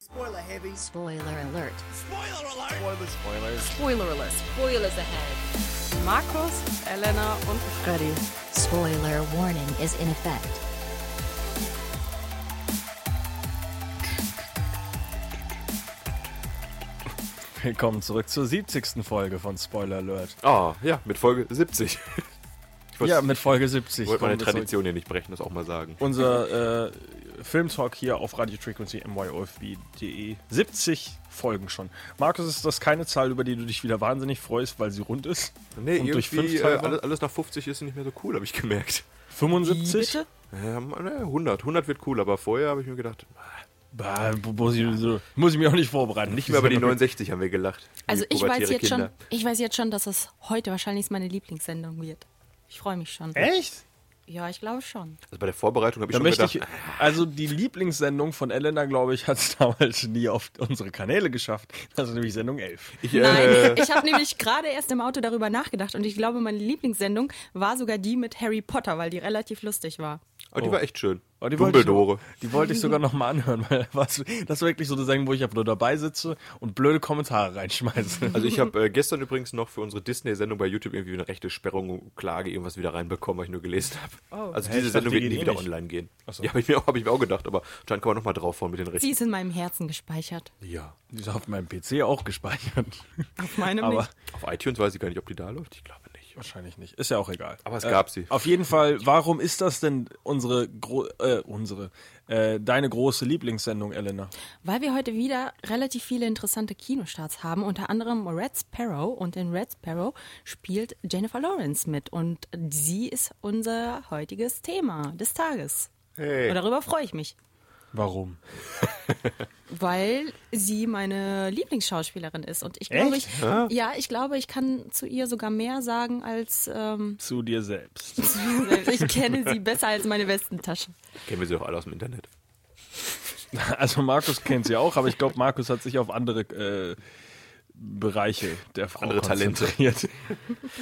Spoiler heavy. Spoiler alert. Spoiler alert. Spoilerless. Spoilers ahead. Markus, Elena und Freddy. Spoiler warning is in effect. Willkommen zurück zur 70. Folge von Spoiler Alert. Ah, ja, mit Folge 70. Ich wollte ja, mit Folge 70. wollte meine kommen halt wir zurück. Tradition hier nicht brechen, das auch mal sagen. Unser äh, Filmtalk hier auf Radio Frequency myofb.de. 70 e. Folgen schon. Markus, ist das keine Zahl, über die du dich wieder wahnsinnig freust, weil sie rund ist? Nee, und durch irgendwie, fünf äh, teilbar? alles, alles nach 50 ist nicht mehr so cool, habe ich gemerkt. 75? Ähm, ne, 100. 100 wird cool, aber vorher habe ich mir gedacht, Bah, bu- muss, ich, so, muss ich mich auch nicht vorbereiten. nicht mehr über die 69 haben wir gelacht. Also Wir ich weiß, pubertäre jetzt schon, Kinder. ich weiß jetzt schon, dass es heute wahrscheinlich meine Lieblingssendung wird. Ich freue mich schon. Echt? Ja, ich glaube schon. Also bei der Vorbereitung habe ich Da schon möchte gedacht, ich, also die Lieblingssendung von Elena, glaube ich, hat es damals nie auf unsere Kanäle geschafft. Das ist nämlich Sendung 11. ich, Nein, äh, ich habe nämlich gerade erst im Auto darüber nachgedacht und ich glaube, meine Lieblingssendung war sogar die mit Harry Potter, weil die relativ lustig war. oh, die war echt schön. Oh, die wollte ich- Dumbledore. Die wollte ich sogar nochmal anhören, weil was, das ist wirklich so eine Sendung, wo ich einfach nur dabei sitze und blöde Kommentare reinschmeiße. Also ich habe äh, gestern übrigens noch für unsere Disney-Sendung bei YouTube irgendwie eine rechte Sperrung, Klage, irgendwas wieder reinbekommen, was ich nur gelesen habe. also Hä, diese ich dachte, Sendung die wird gehen nie eh wieder nicht. online gehen. so. Ja, habe ich, mir auch- hab ich mir auch gedacht, aber anscheinend kann man nochmal draufhauen mit den Sie Rechten. ist in meinem Herzen gespeichert. Ja. Die ist auf meinem PC auch gespeichert. Auf meinem Aber nicht. Auf iTunes weiß ich gar nicht, ob die da läuft. Ich glaube nicht. wahrscheinlich nicht. Ist ja auch egal. Äh, Aber es gab sie. Auf jeden Fall, warum ist das denn unsere, gro äh, unsere, äh, deine große Lieblingssendung, Elena? Weil wir heute wieder relativ viele interessante Kinostarts haben, unter anderem Red Sparrow und in Red Sparrow spielt Jennifer Lawrence mit und sie ist unser heutiges Thema des Tages. Hey. Und darüber freue ich mich, Warum? weil sie meine Lieblingsschauspielerin ist und ich glaube, ich, ja, ich glaube, ich kann zu ihr sogar mehr sagen als ähm, Zu dir selbst. zu mir selbst. ich kenne sie besser als meine Westentasche. Kennen wir sie doch alle aus dem Internet. Also Markus kennt sie auch, aber ich glaube, Markus hat sich auf andere äh, Bereiche der Frau Andere Talente. konzentriert.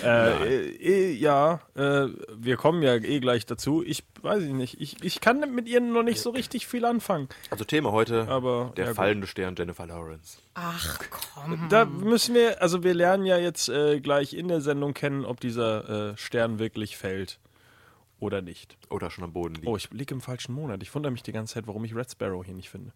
äh, äh, ja, äh, wir kommen ja eh gleich dazu. Ich weiß ich nicht, ich, ich kann mit ihr noch nicht so richtig viel anfangen. Also Thema heute, Aber, der ja, gut. fallende Stern Jennifer Lawrence. Ach komm. Da müssen wir, also wir lernen ja jetzt äh, gleich in der Sendung kennen, ob dieser äh, Stern wirklich fällt oder nicht. Oder schon am Boden liegt. Oh, ich liege im falschen Monat. Ich wundere mich die ganze Zeit, warum ich Red Sparrow hier nicht finde.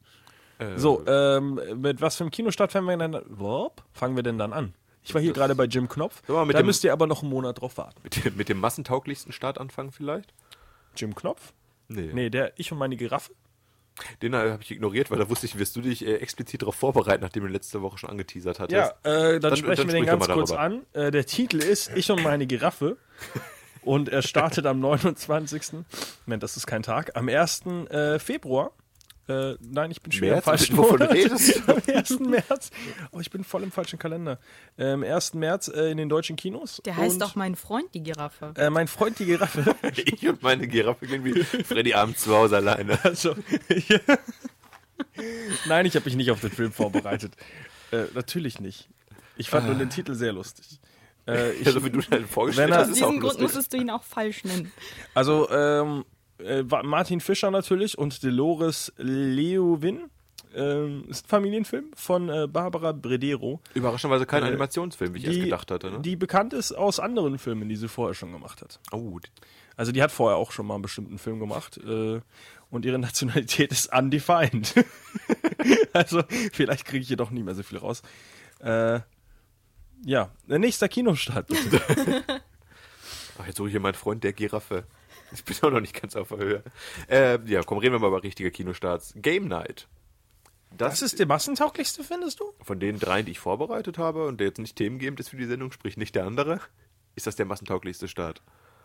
So, ähm, mit was für einem Kinostart fangen wir denn dann, Wop, fangen wir denn dann an? Ich war hier gerade bei Jim Knopf. Sag mal, mit Da dem- müsst ihr aber noch einen Monat drauf warten. Mit, dem- mit dem massentauglichsten Start anfangen vielleicht? Jim Knopf? Nee. Nee, der Ich und meine Giraffe. Den habe ich ignoriert, weil da wusste ich, wirst du dich äh, explizit darauf vorbereiten, nachdem du letzte Woche schon angeteasert hattest. Ja, äh, dann, Dann- dann sprechen wir den sprich ganz doch mal kurz darüber. an. Äh, der Titel ist Ich und meine Giraffe. Und er startet am 29. Moment, das ist kein Tag. Am 1. Äh, Februar. Äh, nein, ich bin schwer im März? falschen Wovon Monat. redest du? Am 1. März. Oh, ich bin voll im falschen Kalender. Äh, Am 1. März äh, in den deutschen Kinos. Der heißt Und, doch mein Freund die Giraffe. Äh, mein Freund die Giraffe. Ich und meine Giraffe klingen wie Freddy abends zu Hause alleine. Also, Nein, ich habe mich nicht auf den Film vorbereitet. Äh, natürlich nicht. Ich fand nur den Titel sehr lustig. Äh, ich, Ah. Also wie du deinen vorgestellt Wenn er- hast, Aus ist auch diesem Grund lustig. musstest du ihn auch falsch nennen. Also ähm, äh, wa- Martin Fischer natürlich und Dolores Leowin. Ähm, ist ein Familienfilm von äh, Barbara Bredero, Überraschenderweise kein Animationsfilm, wie ich erst die, gedacht hatte. Ne? die bekannt ist aus anderen Filmen, die sie vorher schon gemacht hat. oh, die- Also die hat vorher auch schon mal einen bestimmten Film gemacht äh, und ihre Nationalität ist undefined. also vielleicht kriege ich hier doch nicht mehr so viel raus. Äh, ja, nächster Kinostart. bitte. Ach, jetzt suche ich hier meinen Freund der Giraffe. Ich bin auch noch nicht ganz auf der Höhe. Äh, ja, komm, reden wir mal über richtige Kinostarts. Game Night. Das, Was ist der massentauglichste, findest du? von den dreien, die ich vorbereitet habe und der jetzt nicht themengebend ist für die Sendung, sprich nicht der andere, ist das der massentauglichste Start.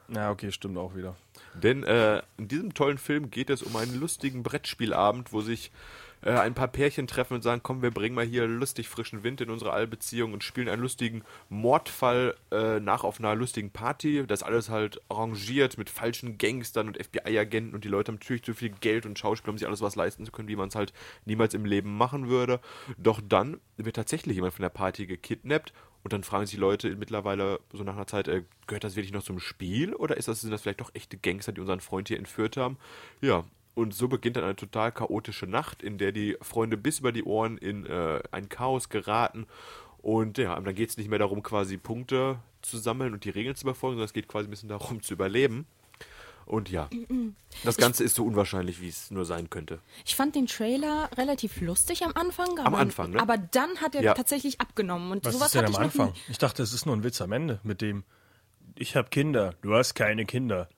Na, okay, stimmt auch wieder. Denn äh, in diesem tollen Film geht es um einen lustigen Brettspielabend, wo sich äh, ein paar Pärchen treffen und sagen, komm, wir bringen mal hier lustig frischen Wind in unsere Allbeziehung und spielen einen lustigen Mordfall äh, nach auf einer lustigen Party. Das alles halt arrangiert mit falschen Gangstern und FBI-Agenten und die Leute haben natürlich zu viel Geld und Schauspieler, um sich alles was leisten zu können, wie man es halt niemals im Leben machen würde. Doch dann wird tatsächlich jemand von der Party gekidnappt und dann fragen sich die Leute mittlerweile so nach einer Zeit, äh, gehört das wirklich noch zum Spiel oder ist das, sind das vielleicht doch echte Gangster, die unseren Freund hier entführt haben? Ja, Und so beginnt dann eine total chaotische Nacht, in der die Freunde bis über die Ohren in äh, ein Chaos geraten. Und ja, dann geht es nicht mehr darum, quasi Punkte zu sammeln und die Regeln zu befolgen, sondern es geht quasi ein bisschen darum, zu überleben. Und ja, das Ganze ist so unwahrscheinlich, wie es nur sein könnte. Ich fand den Trailer relativ lustig am Anfang. Aber, Anfang, ne? Aber dann hat er Ja. tatsächlich abgenommen. Und Was sowas ist denn hatte am ich noch Anfang? nie. Ich dachte, es ist nur ein Witz am Ende mit dem Ich hab Kinder, du hast keine Kinder.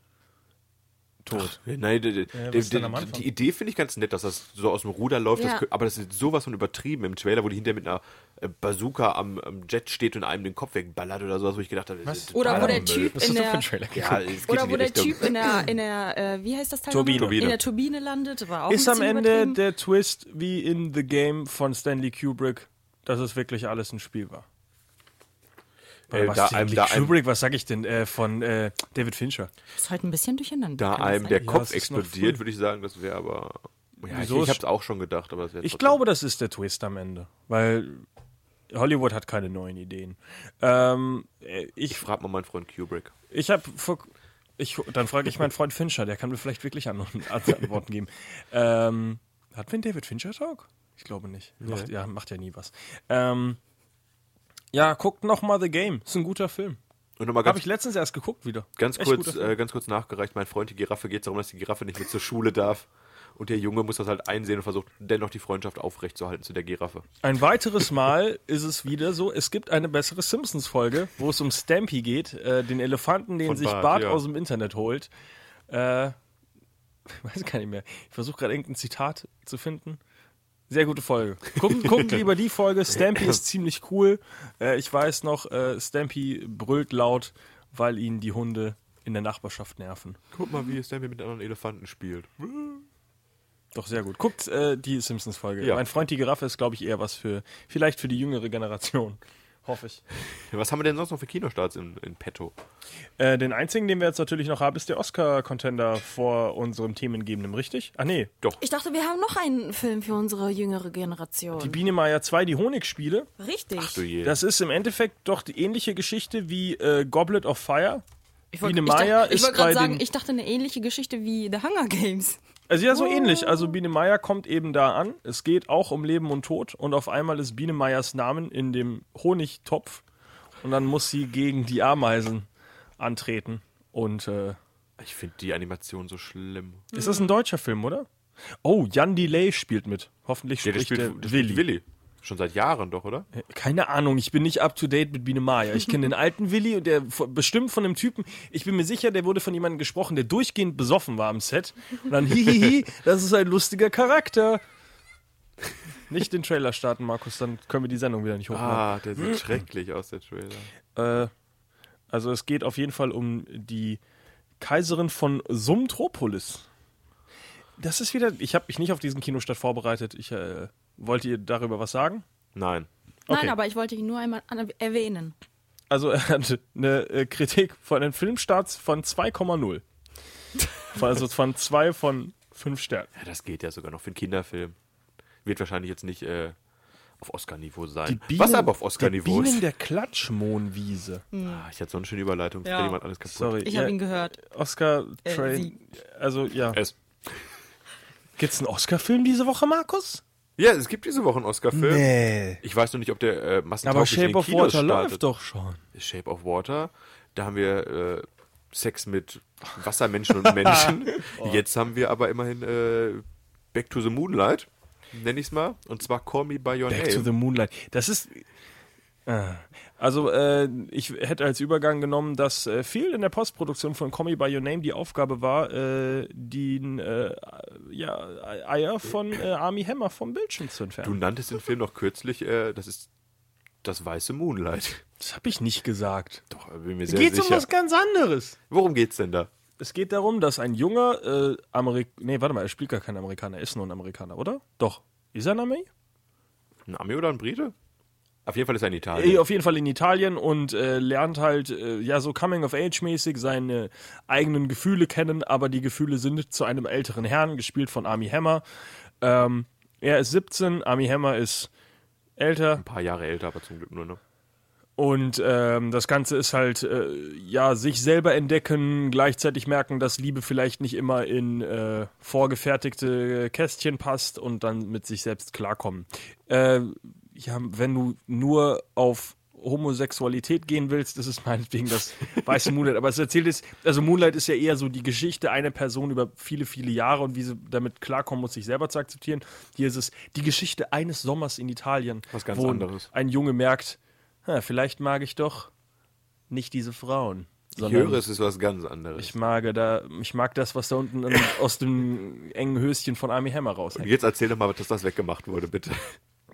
Tot. Nein, de, de, Ja, was de, ist denn de, am Anfang? die Idee finde ich ganz nett, dass das so aus dem Ruder läuft. Ja. Das, kö- aber das ist sowas von übertrieben im Trailer, wo die hinter mit einer äh, Bazooka am, am Jet steht und einem den Kopf wegballert oder sowas, wo ich gedacht habe, das ist Oder wo totaler der Müll. Typ Was hast in du für der einen Trailer Ja, es geht oder in wo die der Richtung. Typ in der in der äh, wie heißt das Teil? Turbine. nochmal? In der Turbine landet. War auch Ist ein am bisschen Ende übertrieben. der Twist wie in The Game von Stanley Kubrick, dass es wirklich alles ein Spiel war. Äh, was, da Stanley einem- da einem- Kubrick, was sag ich denn? Äh, von äh, David Fincher. ist halt ein bisschen durcheinander. Da kann das einem sein? der Ja, Kopf es ist noch explodiert, früh. würde ich sagen, das wäre aber. Ja, ich, Wieso ich ist- habe es auch schon gedacht, aber das wäre Ich trotzdem- glaube, das ist der Twist am Ende, weil Hollywood hat keine neuen Ideen. Ähm, äh, ich Ich frage mal meinen Freund Kubrick. Ich habe vor. Ich, dann frage ich meinen Freund Fincher, der kann mir vielleicht wirklich an, Ant- Antworten geben. Ähm, hat wir einen David Fincher Talk? Ich glaube nicht. Macht, ja, macht ja nie was. Ähm, ja, guckt nochmal The Game. Ist ein guter Film. Und nochmal Habe ganz, ich letztens erst geguckt wieder. ganz, Echt guter kurz, Film. äh, ganz kurz nachgereicht: Mein Freund, die Giraffe, geht es darum, dass die Giraffe nicht mit zur Schule darf. Und der Junge muss das halt einsehen und versucht dennoch die Freundschaft aufrechtzuerhalten zu der Giraffe. Ein weiteres Mal ist es wieder so, es gibt eine bessere Simpsons-Folge, wo es um Stampy geht, äh, den Elefanten, den Von sich Bart, Bart, ja. aus dem Internet holt. Äh, ich weiß gar nicht mehr. Ich versuche gerade irgendein Zitat zu finden. Sehr gute Folge. Guckt, guckt lieber die Folge. Stampy ist ziemlich cool. Äh, ich weiß noch, äh, Stampy brüllt laut, weil ihn die Hunde in der Nachbarschaft nerven. Guck mal, wie es denn mit anderen Elefanten spielt. Doch sehr gut. Guckt äh, die Simpsons-Folge. Ja. Mein Freund die Giraffe ist, glaube ich, eher was für, vielleicht für die jüngere Generation. Hoffe ich. Was haben wir denn sonst noch für Kinostarts in, in petto? Äh, den einzigen, den wir jetzt natürlich noch haben, ist der Oscar-Contender vor unserem Themengebenden, richtig? Ah, nee. Ich dachte, wir haben noch einen Film für unsere jüngere Generation. Die Biene Meier 2, die Honigspiele. Richtig. Du je. Das ist im Endeffekt doch die ähnliche Geschichte wie äh, Goblet of Fire. ich Biene ich dachte- Meier ich ist wollte gerade bei sagen, den- ich dachte eine ähnliche Geschichte wie The Hunger Games. Also ja, so ähnlich. Also Biene Meier kommt eben da an. Es geht auch um Leben und Tod. Und auf einmal ist Biene Meiers Namen in dem Honigtopf. Und dann muss sie gegen die Ameisen antreten. Und äh, Ich finde die Animation so schlimm. ist das ein deutscher Film, oder? Oh, Jan Delay spielt mit. Hoffentlich Ja, der spricht spielt, der der Willi. spielt Willi. Schon seit Jahren doch, oder? Keine Ahnung, ich bin nicht up to date mit Biene Maya. Ich kenne den alten Willi und der vo- bestimmt von dem Typen, ich bin mir sicher, der wurde von jemandem gesprochen, der durchgehend besoffen war am Set. Und dann hihihi, das ist ein lustiger Charakter. Nicht den Trailer starten, Markus, dann können wir die Sendung wieder nicht hochladen. Ah, der sieht schrecklich aus, der Trailer. Äh, also es geht auf jeden Fall um die Kaiserin von Sumtropolis. Das ist wieder, ich habe mich nicht auf diesen Kinostart vorbereitet. Ich äh, wollte ihr darüber was sagen. Nein. Okay. Nein, aber ich wollte ihn nur einmal an- erwähnen. Also er hat eine äh, Kritik von den Filmstarts von 2,0. Also von 2 von 5 Sternen. Ja, das geht ja sogar noch für einen Kinderfilm. Wird wahrscheinlich jetzt nicht äh, auf Oscar-Niveau sein. Was aber auf Oscar-Niveau Die Bienen ist. der Klatschmohnwiese. Ah, ich hatte so eine schöne Überleitung, ja. jemand alles kaputt. Sorry. Ich habe ihn gehört. Oscar Äh, Train. also ja. Es. Gibt's einen Oscar-Film diese Woche, Markus? Ja, es gibt diese Woche einen Oscar-Film. Nee. Ich weiß noch nicht, ob der äh, massentauglich Aber in den Shape of Kinos Water startet. läuft doch schon. Shape of Water. Da haben wir äh, Sex mit Wassermenschen und Menschen. Jetzt haben wir aber immerhin äh, Back to the Moonlight, nenne ich es mal. Und zwar Call Me By Your Back Name. to the Moonlight. Das ist. Ah. Also, äh, ich hätte als Übergang genommen, dass äh, viel in der Postproduktion von Call Me By Your Name die Aufgabe war, äh, den äh, ja, Eier von äh, Army Hammer vom Bildschirm zu du entfernen. nanntest den Film noch kürzlich, äh, das ist das weiße Moonlight. das habe ich nicht gesagt. Doch, bin mir sehr Geht um sicher. was ganz anderes. Worum geht's denn da? Es geht darum, dass ein junger äh, Amerik... Nee, warte mal, er spielt gar kein Amerikaner. Er ist nur ein Amerikaner, oder? Doch. Ist er ein Armee? Ein Ami oder ein Brite? Auf jeden Fall ist er in Italien. Äh, auf jeden Fall in Italien und äh, lernt halt äh, ja so Coming of Age mäßig seine eigenen Gefühle kennen, aber die Gefühle sind zu einem älteren Herrn, gespielt von Army Hammer. Ähm, er ist 17, Army Hammer ist älter. ein paar Jahre älter, aber zum Glück nur, ne? Und ähm, das Ganze ist halt, äh, ja, sich selber entdecken, gleichzeitig merken, dass Liebe vielleicht nicht immer in äh, vorgefertigte Kästchen passt und dann mit sich selbst klarkommen. Äh, ja, wenn du nur auf Homosexualität gehen willst, das ist meinetwegen das weiße Moonlight. Aber es erzählt ist, also Moonlight ist ja eher so die Geschichte einer Person über viele, viele Jahre und wie sie damit klarkommen muss, sich selber zu akzeptieren. Hier ist es die Geschichte eines Sommers in Italien, Was ganz wo anderes. ein Junge merkt, "Ha, vielleicht mag ich doch nicht diese Frauen. Ich sondern höre, es ist was ganz anderes. Ich mag, da, ich mag das, was da unten im- aus dem engen Höschen von Army Hammer raushängt. Jetzt erzähl doch mal, dass das weggemacht wurde, bitte.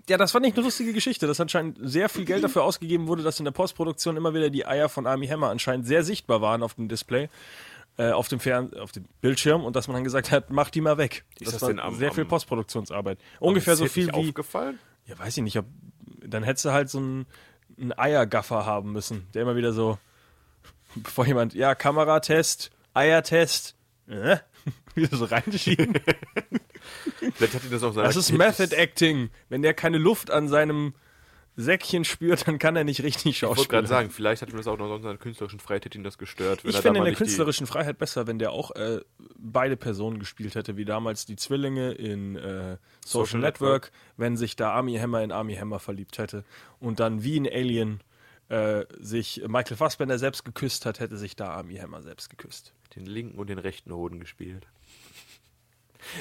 Ja, das war nicht eine lustige Geschichte, dass anscheinend sehr viel Geld dafür ausgegeben wurde, dass in der Postproduktion immer wieder die Eier von Army Hammer anscheinend sehr sichtbar waren auf dem Display, äh, auf, dem Fern auf dem Bildschirm und dass man dann gesagt hat, mach die mal weg. Ist das war denn am- sehr viel am- Postproduktionsarbeit. Ungefähr Ist so dir viel nicht wie, aufgefallen? ja weiß ich nicht, ob, dann hättest du halt so einen, einen Eiergaffer haben müssen, der immer wieder so, bevor jemand, ja, Kameratest, Eiertest, äh, wieder so reingeschieden. Vielleicht hat ihn das auch Das ist Method Acting. Wenn der keine Luft an seinem Säckchen spürt, dann kann er nicht richtig Ich wollte schauspielen. gerade sagen, vielleicht hat ihm das auch noch sonst an künstlerischen Freiheit hätte ihn das gestört. Wenn Ich er finde da in mal der nicht die- künstlerischen Freiheit besser, wenn der auch äh, beide Personen gespielt hätte, wie damals die Zwillinge in äh, Social, Social Network, wenn sich da Army Hammer in Army Hammer verliebt hätte und dann wie in Alien äh, sich Michael Fassbender selbst geküsst hat, hätte sich da Army Hammer selbst geküsst. den linken und den rechten Hoden gespielt.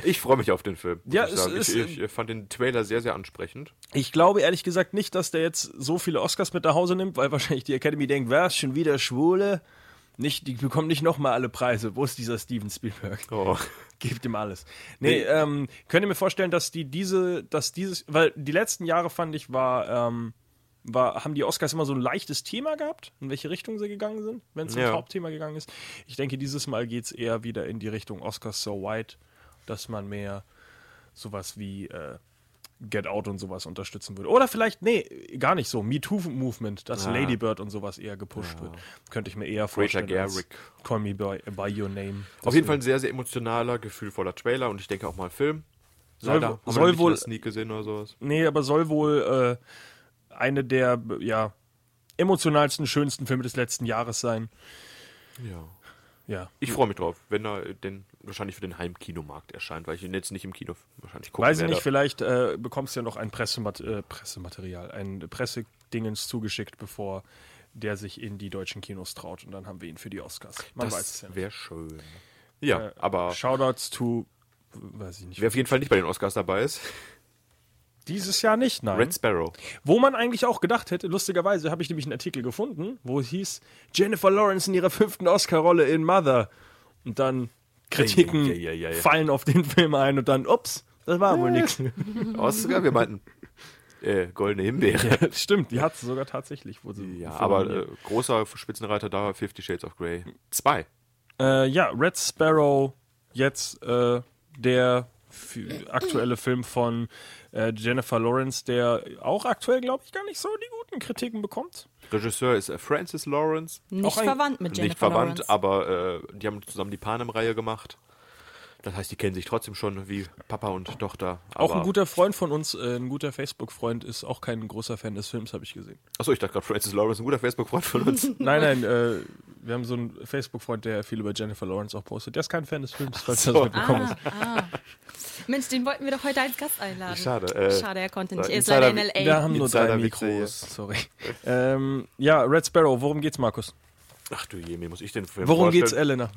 Ich freue mich auf den Film. muss Ja, ich, es sagen. ist- ich, ich fand den Trailer sehr, sehr ansprechend. Ich glaube ehrlich gesagt nicht, dass der jetzt so viele Oscars mit nach Hause nimmt, weil wahrscheinlich die Academy denkt, was, schon wieder Schwule? Nicht, die bekommen nicht nochmal alle Preise. Wo ist dieser Steven Spielberg? Oh. Gebt ihm alles. Nee, ähm, könnt ihr mir vorstellen, dass die diese, dass dieses, weil die letzten Jahre fand ich, war, ähm, war, haben die Oscars immer so ein leichtes Thema gehabt, in welche Richtung sie gegangen sind, wenn es ums Ja. Hauptthema gegangen ist. Ich denke, dieses Mal geht es eher wieder in die Richtung Oscars so white, dass man mehr sowas wie äh, Get Out und sowas unterstützen würde. Oder vielleicht, nee, gar nicht so, Me Too Movement, Ah. dass Ladybird und sowas eher gepusht wird. Könnte ich mir eher vorstellen. als Garrick. Call Me by, by Your Name. Auf jeden Fall ein sehr, sehr emotionaler, gefühlvoller Trailer und ich denke auch mal ein Film. Soll- haben wir soll noch nicht wohl- in der Sneak gesehen oder sowas. Nee, aber soll wohl äh, eine der b- ja, emotionalsten, schönsten Filme des letzten Jahres sein. Ja. Ja. Ich freue mich drauf, wenn er denn wahrscheinlich für den Heimkinomarkt erscheint, weil ich ihn jetzt nicht im Kino wahrscheinlich gucken Weiß ich werde. nicht, vielleicht äh, bekommst du ja noch ein Pressemat äh, Pressematerial, ein Pressedingens zugeschickt, bevor der sich in die deutschen Kinos traut und dann haben wir ihn für die Oscars. Man weiß es ja das nicht. Äh, wäre schön. Ja, aber Shoutouts to, weiß ich nicht. wer auf jeden Fall nicht bei den Oscars dabei ist, Dieses Jahr nicht, nein. Red Sparrow. Wo man eigentlich auch gedacht hätte, lustigerweise habe ich nämlich einen Artikel gefunden, wo es hieß, Jennifer Lawrence in ihrer fünften Oscar-Rolle in Mother. Und dann Kritiken Ei, ei, ei, ei, ei. fallen auf den Film ein und dann, ups, das war wohl nix. Oscar, wir meinten äh, Goldene Himbeere. Stimmt, die hat sie sogar tatsächlich. Wo sie Ja, für- aber äh, großer Spitzenreiter da, Fifty Shades of Grey. Zwei. Äh, ja, Red Sparrow, jetzt äh, der f- aktuelle Film von äh, Jennifer Lawrence, der auch aktuell, glaube ich, gar nicht so die guten Kritiken bekommt. Regisseur ist äh, Francis Lawrence. Nicht Auch ein- verwandt mit Jennifer nicht verwandt, Lawrence. aber äh, die haben zusammen die Panem-Reihe gemacht. Das heißt, die kennen sich trotzdem schon wie Papa und Tochter. Auch aber- ein guter Freund von uns, äh, ein guter Facebook-Freund, ist auch kein großer Fan des Films, habe ich gesehen. Achso, ich dachte gerade, Francis Lawrence, ein guter Facebook-Freund von uns. Nein, nein, äh, wir haben so einen Facebook-Freund, der viel über Jennifer Lawrence auch postet. Der ist kein Fan des Films, falls du so. das mitbekommen hast. Mensch, den wollten wir doch heute als Gast einladen. Schade, äh, Schade, er konnte äh, nicht. Er ist Insider- leider in L.A. Wir haben nur drei Insider-Witze hier. Mikros, sorry. Ähm, ja, Red Sparrow, worum geht's, Markus? Ach du je, mir muss ich den Film Worum vorstellen? geht's, äh, Elena?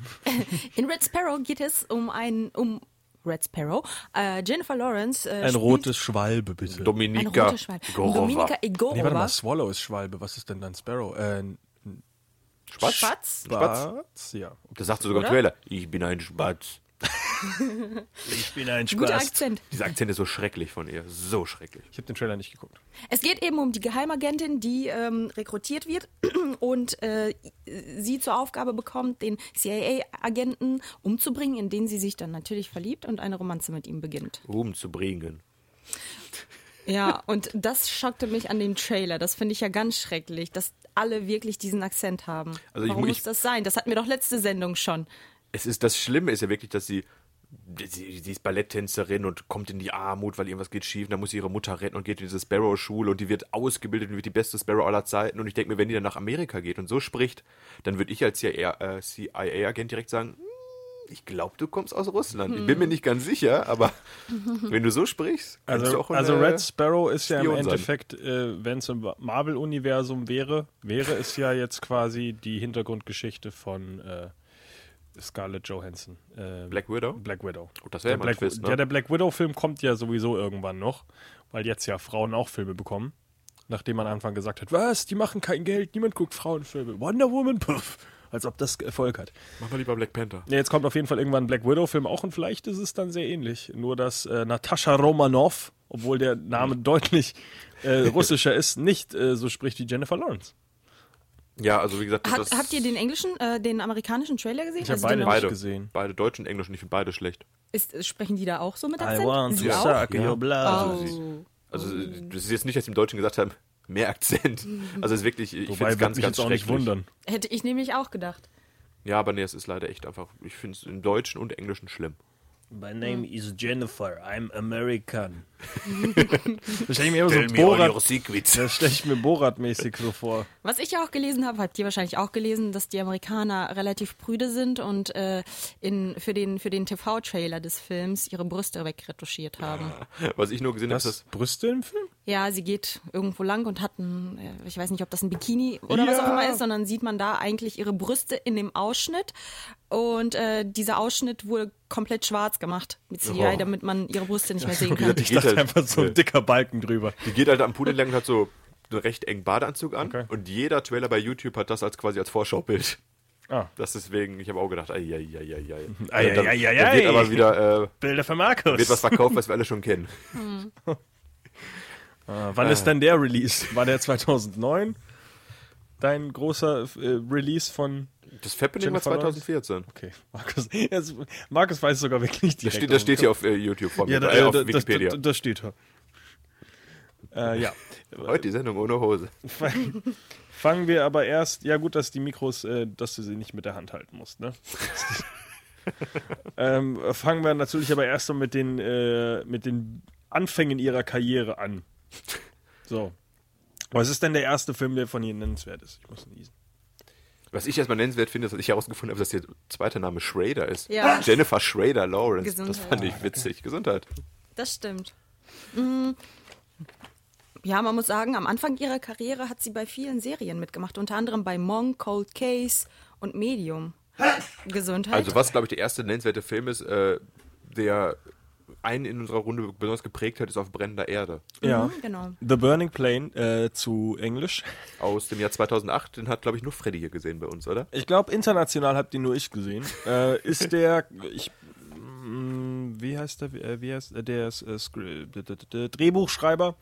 In Red Sparrow geht es um einen, um Red Sparrow. Äh, Jennifer Lawrence. Äh, Ein spielt rotes Schwalbe, bitte. Ein Dominika rotes Schwein. Gorova. Dominika äh, Nee, warte mal, Igorova. Swallow ist Schwalbe. Was ist denn dann Sparrow? Äh, ein Spatz? Spatz? Spatz? Spatz? Ja. Das sagst du sogar im Trailer. Ich bin ein Spatz. Ich bin ein Guter Akzent. Dieser Akzent ist so schrecklich von ihr. So schrecklich. Ich habe den Trailer nicht geguckt. Es geht eben um die Geheimagentin, die ähm, rekrutiert wird und äh, sie zur Aufgabe bekommt, den CIA-Agenten umzubringen, in den sie sich dann natürlich verliebt und eine Romanze mit ihm beginnt. Ruhm Um zu bringen. Ja, und das schockte mich an dem Trailer. Das finde ich ja ganz schrecklich, dass alle wirklich diesen Akzent haben. Also ich Warum mu- muss ich- das sein? Das hatten wir doch letzte Sendung schon. Es ist das Schlimme ist ja wirklich, dass sie sie, sie ist Balletttänzerin und kommt in die Armut, weil irgendwas geht schief, dann muss sie ihre Mutter retten und geht in diese Sparrow-Schule und die wird ausgebildet und wird die beste Sparrow aller Zeiten und ich denke mir, wenn die dann nach Amerika geht und so spricht, dann würde ich als CIA-Agent äh, CIA -Agent direkt sagen, "Hm, ich glaube, du kommst aus Russland. Ich Mhm. bin mir nicht ganz sicher, aber wenn du so sprichst, kannst du Also, auch ein, also äh, Red Sparrow ist ja im Spion sein. Endeffekt, äh, wenn es im Marvel-Universum wäre, wäre es ja jetzt quasi die Hintergrundgeschichte von äh, Scarlett Johansson. Äh, Black Widow. Black Widow. Oh, das wär der ja mal ein Black, Twist, ne? Ja, der Black Widow-Film kommt ja sowieso irgendwann noch, weil jetzt ja Frauen auch Filme bekommen. Nachdem man am Anfang gesagt hat, was, die machen kein Geld, niemand guckt Frauenfilme. Wonder Woman, puff, als ob das Erfolg hat. Mach mal lieber Black Panther. Ja, jetzt kommt auf jeden Fall irgendwann ein Black Widow-Film auch und vielleicht ist es dann sehr ähnlich. Nur, dass äh, Natascha Romanoff, obwohl der Name deutlich äh, russischer ist, nicht äh, so spricht wie Jennifer Lawrence. Ja, also wie gesagt, Hat, das habt ihr den englischen, äh, den amerikanischen Trailer gesehen? Also Ich hab den- beide. beide, gesehen? beide Deutsch und Englisch und ich finde beide schlecht. ist, sprechen die da auch so mit Akzent? Sie to auch? suck Ja. your blood. Also, sie, also das ist jetzt nicht, dass sie im Deutschen gesagt haben, mehr Akzent. Also es ist wirklich, ich finde Wobei, es würde ganz, mich ganz jetzt auch schrecklich. nicht wundern. Hätte ich nämlich auch gedacht. Ja, aber nee, es ist leider echt einfach, ich finde es im Deutschen und Englischen schlimm. My name is Jennifer, I'm American. da stelle ich mir immer Tell so me all your Borat, secrets. das stelle ich mir Borat-mäßig so vor. Was ich ja auch gelesen habe, habt ihr wahrscheinlich auch gelesen, dass die Amerikaner relativ prüde sind und äh, in, für den, für den TV-Trailer des Films ihre Brüste wegretuschiert haben. Was ich nur gesehen habe, ist das, Brüste im Film? Ja, sie geht irgendwo lang und hat ein, äh, ich weiß nicht, ob das ein Bikini oder was Ja. auch immer ist, sondern sieht man da eigentlich ihre Brüste in dem Ausschnitt. Und äh, dieser Ausschnitt wurde komplett schwarz gemacht mit CGI, Oh. damit man ihre Brüste nicht mehr sehen wie kann. gesagt, die Ich geht, dachte halt, einfach so ein dicker Balken drüber. die geht halt am Pool entlang und hat so einen recht engen Badeanzug an Okay. und jeder Trailer bei YouTube hat das als quasi als Vorschaubild. Ah. Das deswegen, ich habe auch gedacht, ai, ai, ai, ai, ai. Ei, Da- da- ei, ei, da ei. wird aber wieder äh, Bilder für Markus. wird was verkauft, was wir alle schon kennen. Äh, Wann Äh. ist denn der Release? War der 2009? Dein großer äh, Release von. Das Fappening war Jennifer Lawrence? 2014. Okay, Markus. Jetzt, Markus weiß sogar wirklich Das direkt. steht, das steht hier auf äh, YouTube vor mir, Ja, da, äh, auf da, das, Wikipedia. das, das steht hier. Äh, ja. Heute die Sendung ohne Hose. Fangen wir aber erst. Ja, gut, dass die Mikros, äh, dass du sie nicht mit der Hand halten musst, ne? ähm, fangen wir natürlich aber erst mal mit den, äh, mit den Anfängen ihrer Karriere an. So. Was ist denn der erste Film, der von Ihnen nennenswert ist? Ich muss niesen. Was ich erstmal nennenswert finde, ist, dass ich herausgefunden habe, dass der zweite Name Schrader ist. Ja. Jennifer Schrader Lawrence. Das Gesundheit. fand ich witzig. Gesundheit. Das stimmt. Mm. Ja, man muss sagen, am Anfang ihrer Karriere hat sie bei vielen Serien mitgemacht, unter anderem bei Monk, Cold Case und Medium. Gesundheit. Also was, glaube ich, der erste nennenswerte Film ist, äh, der einen in unserer Runde besonders geprägt hat, ist auf brennender Erde. Ja. Mhm, genau. The Burning Plane äh, zu Englisch. Aus dem Jahr 2008. Den hat, glaube ich, nur Freddy hier gesehen bei uns, oder? Ich glaube, international habt ihr nur ich gesehen. äh, ist der. Ich, mh, wie heißt der? äh, Wie heißt, äh, der ist, äh, Skri- d- d- d- Drehbuchschreiber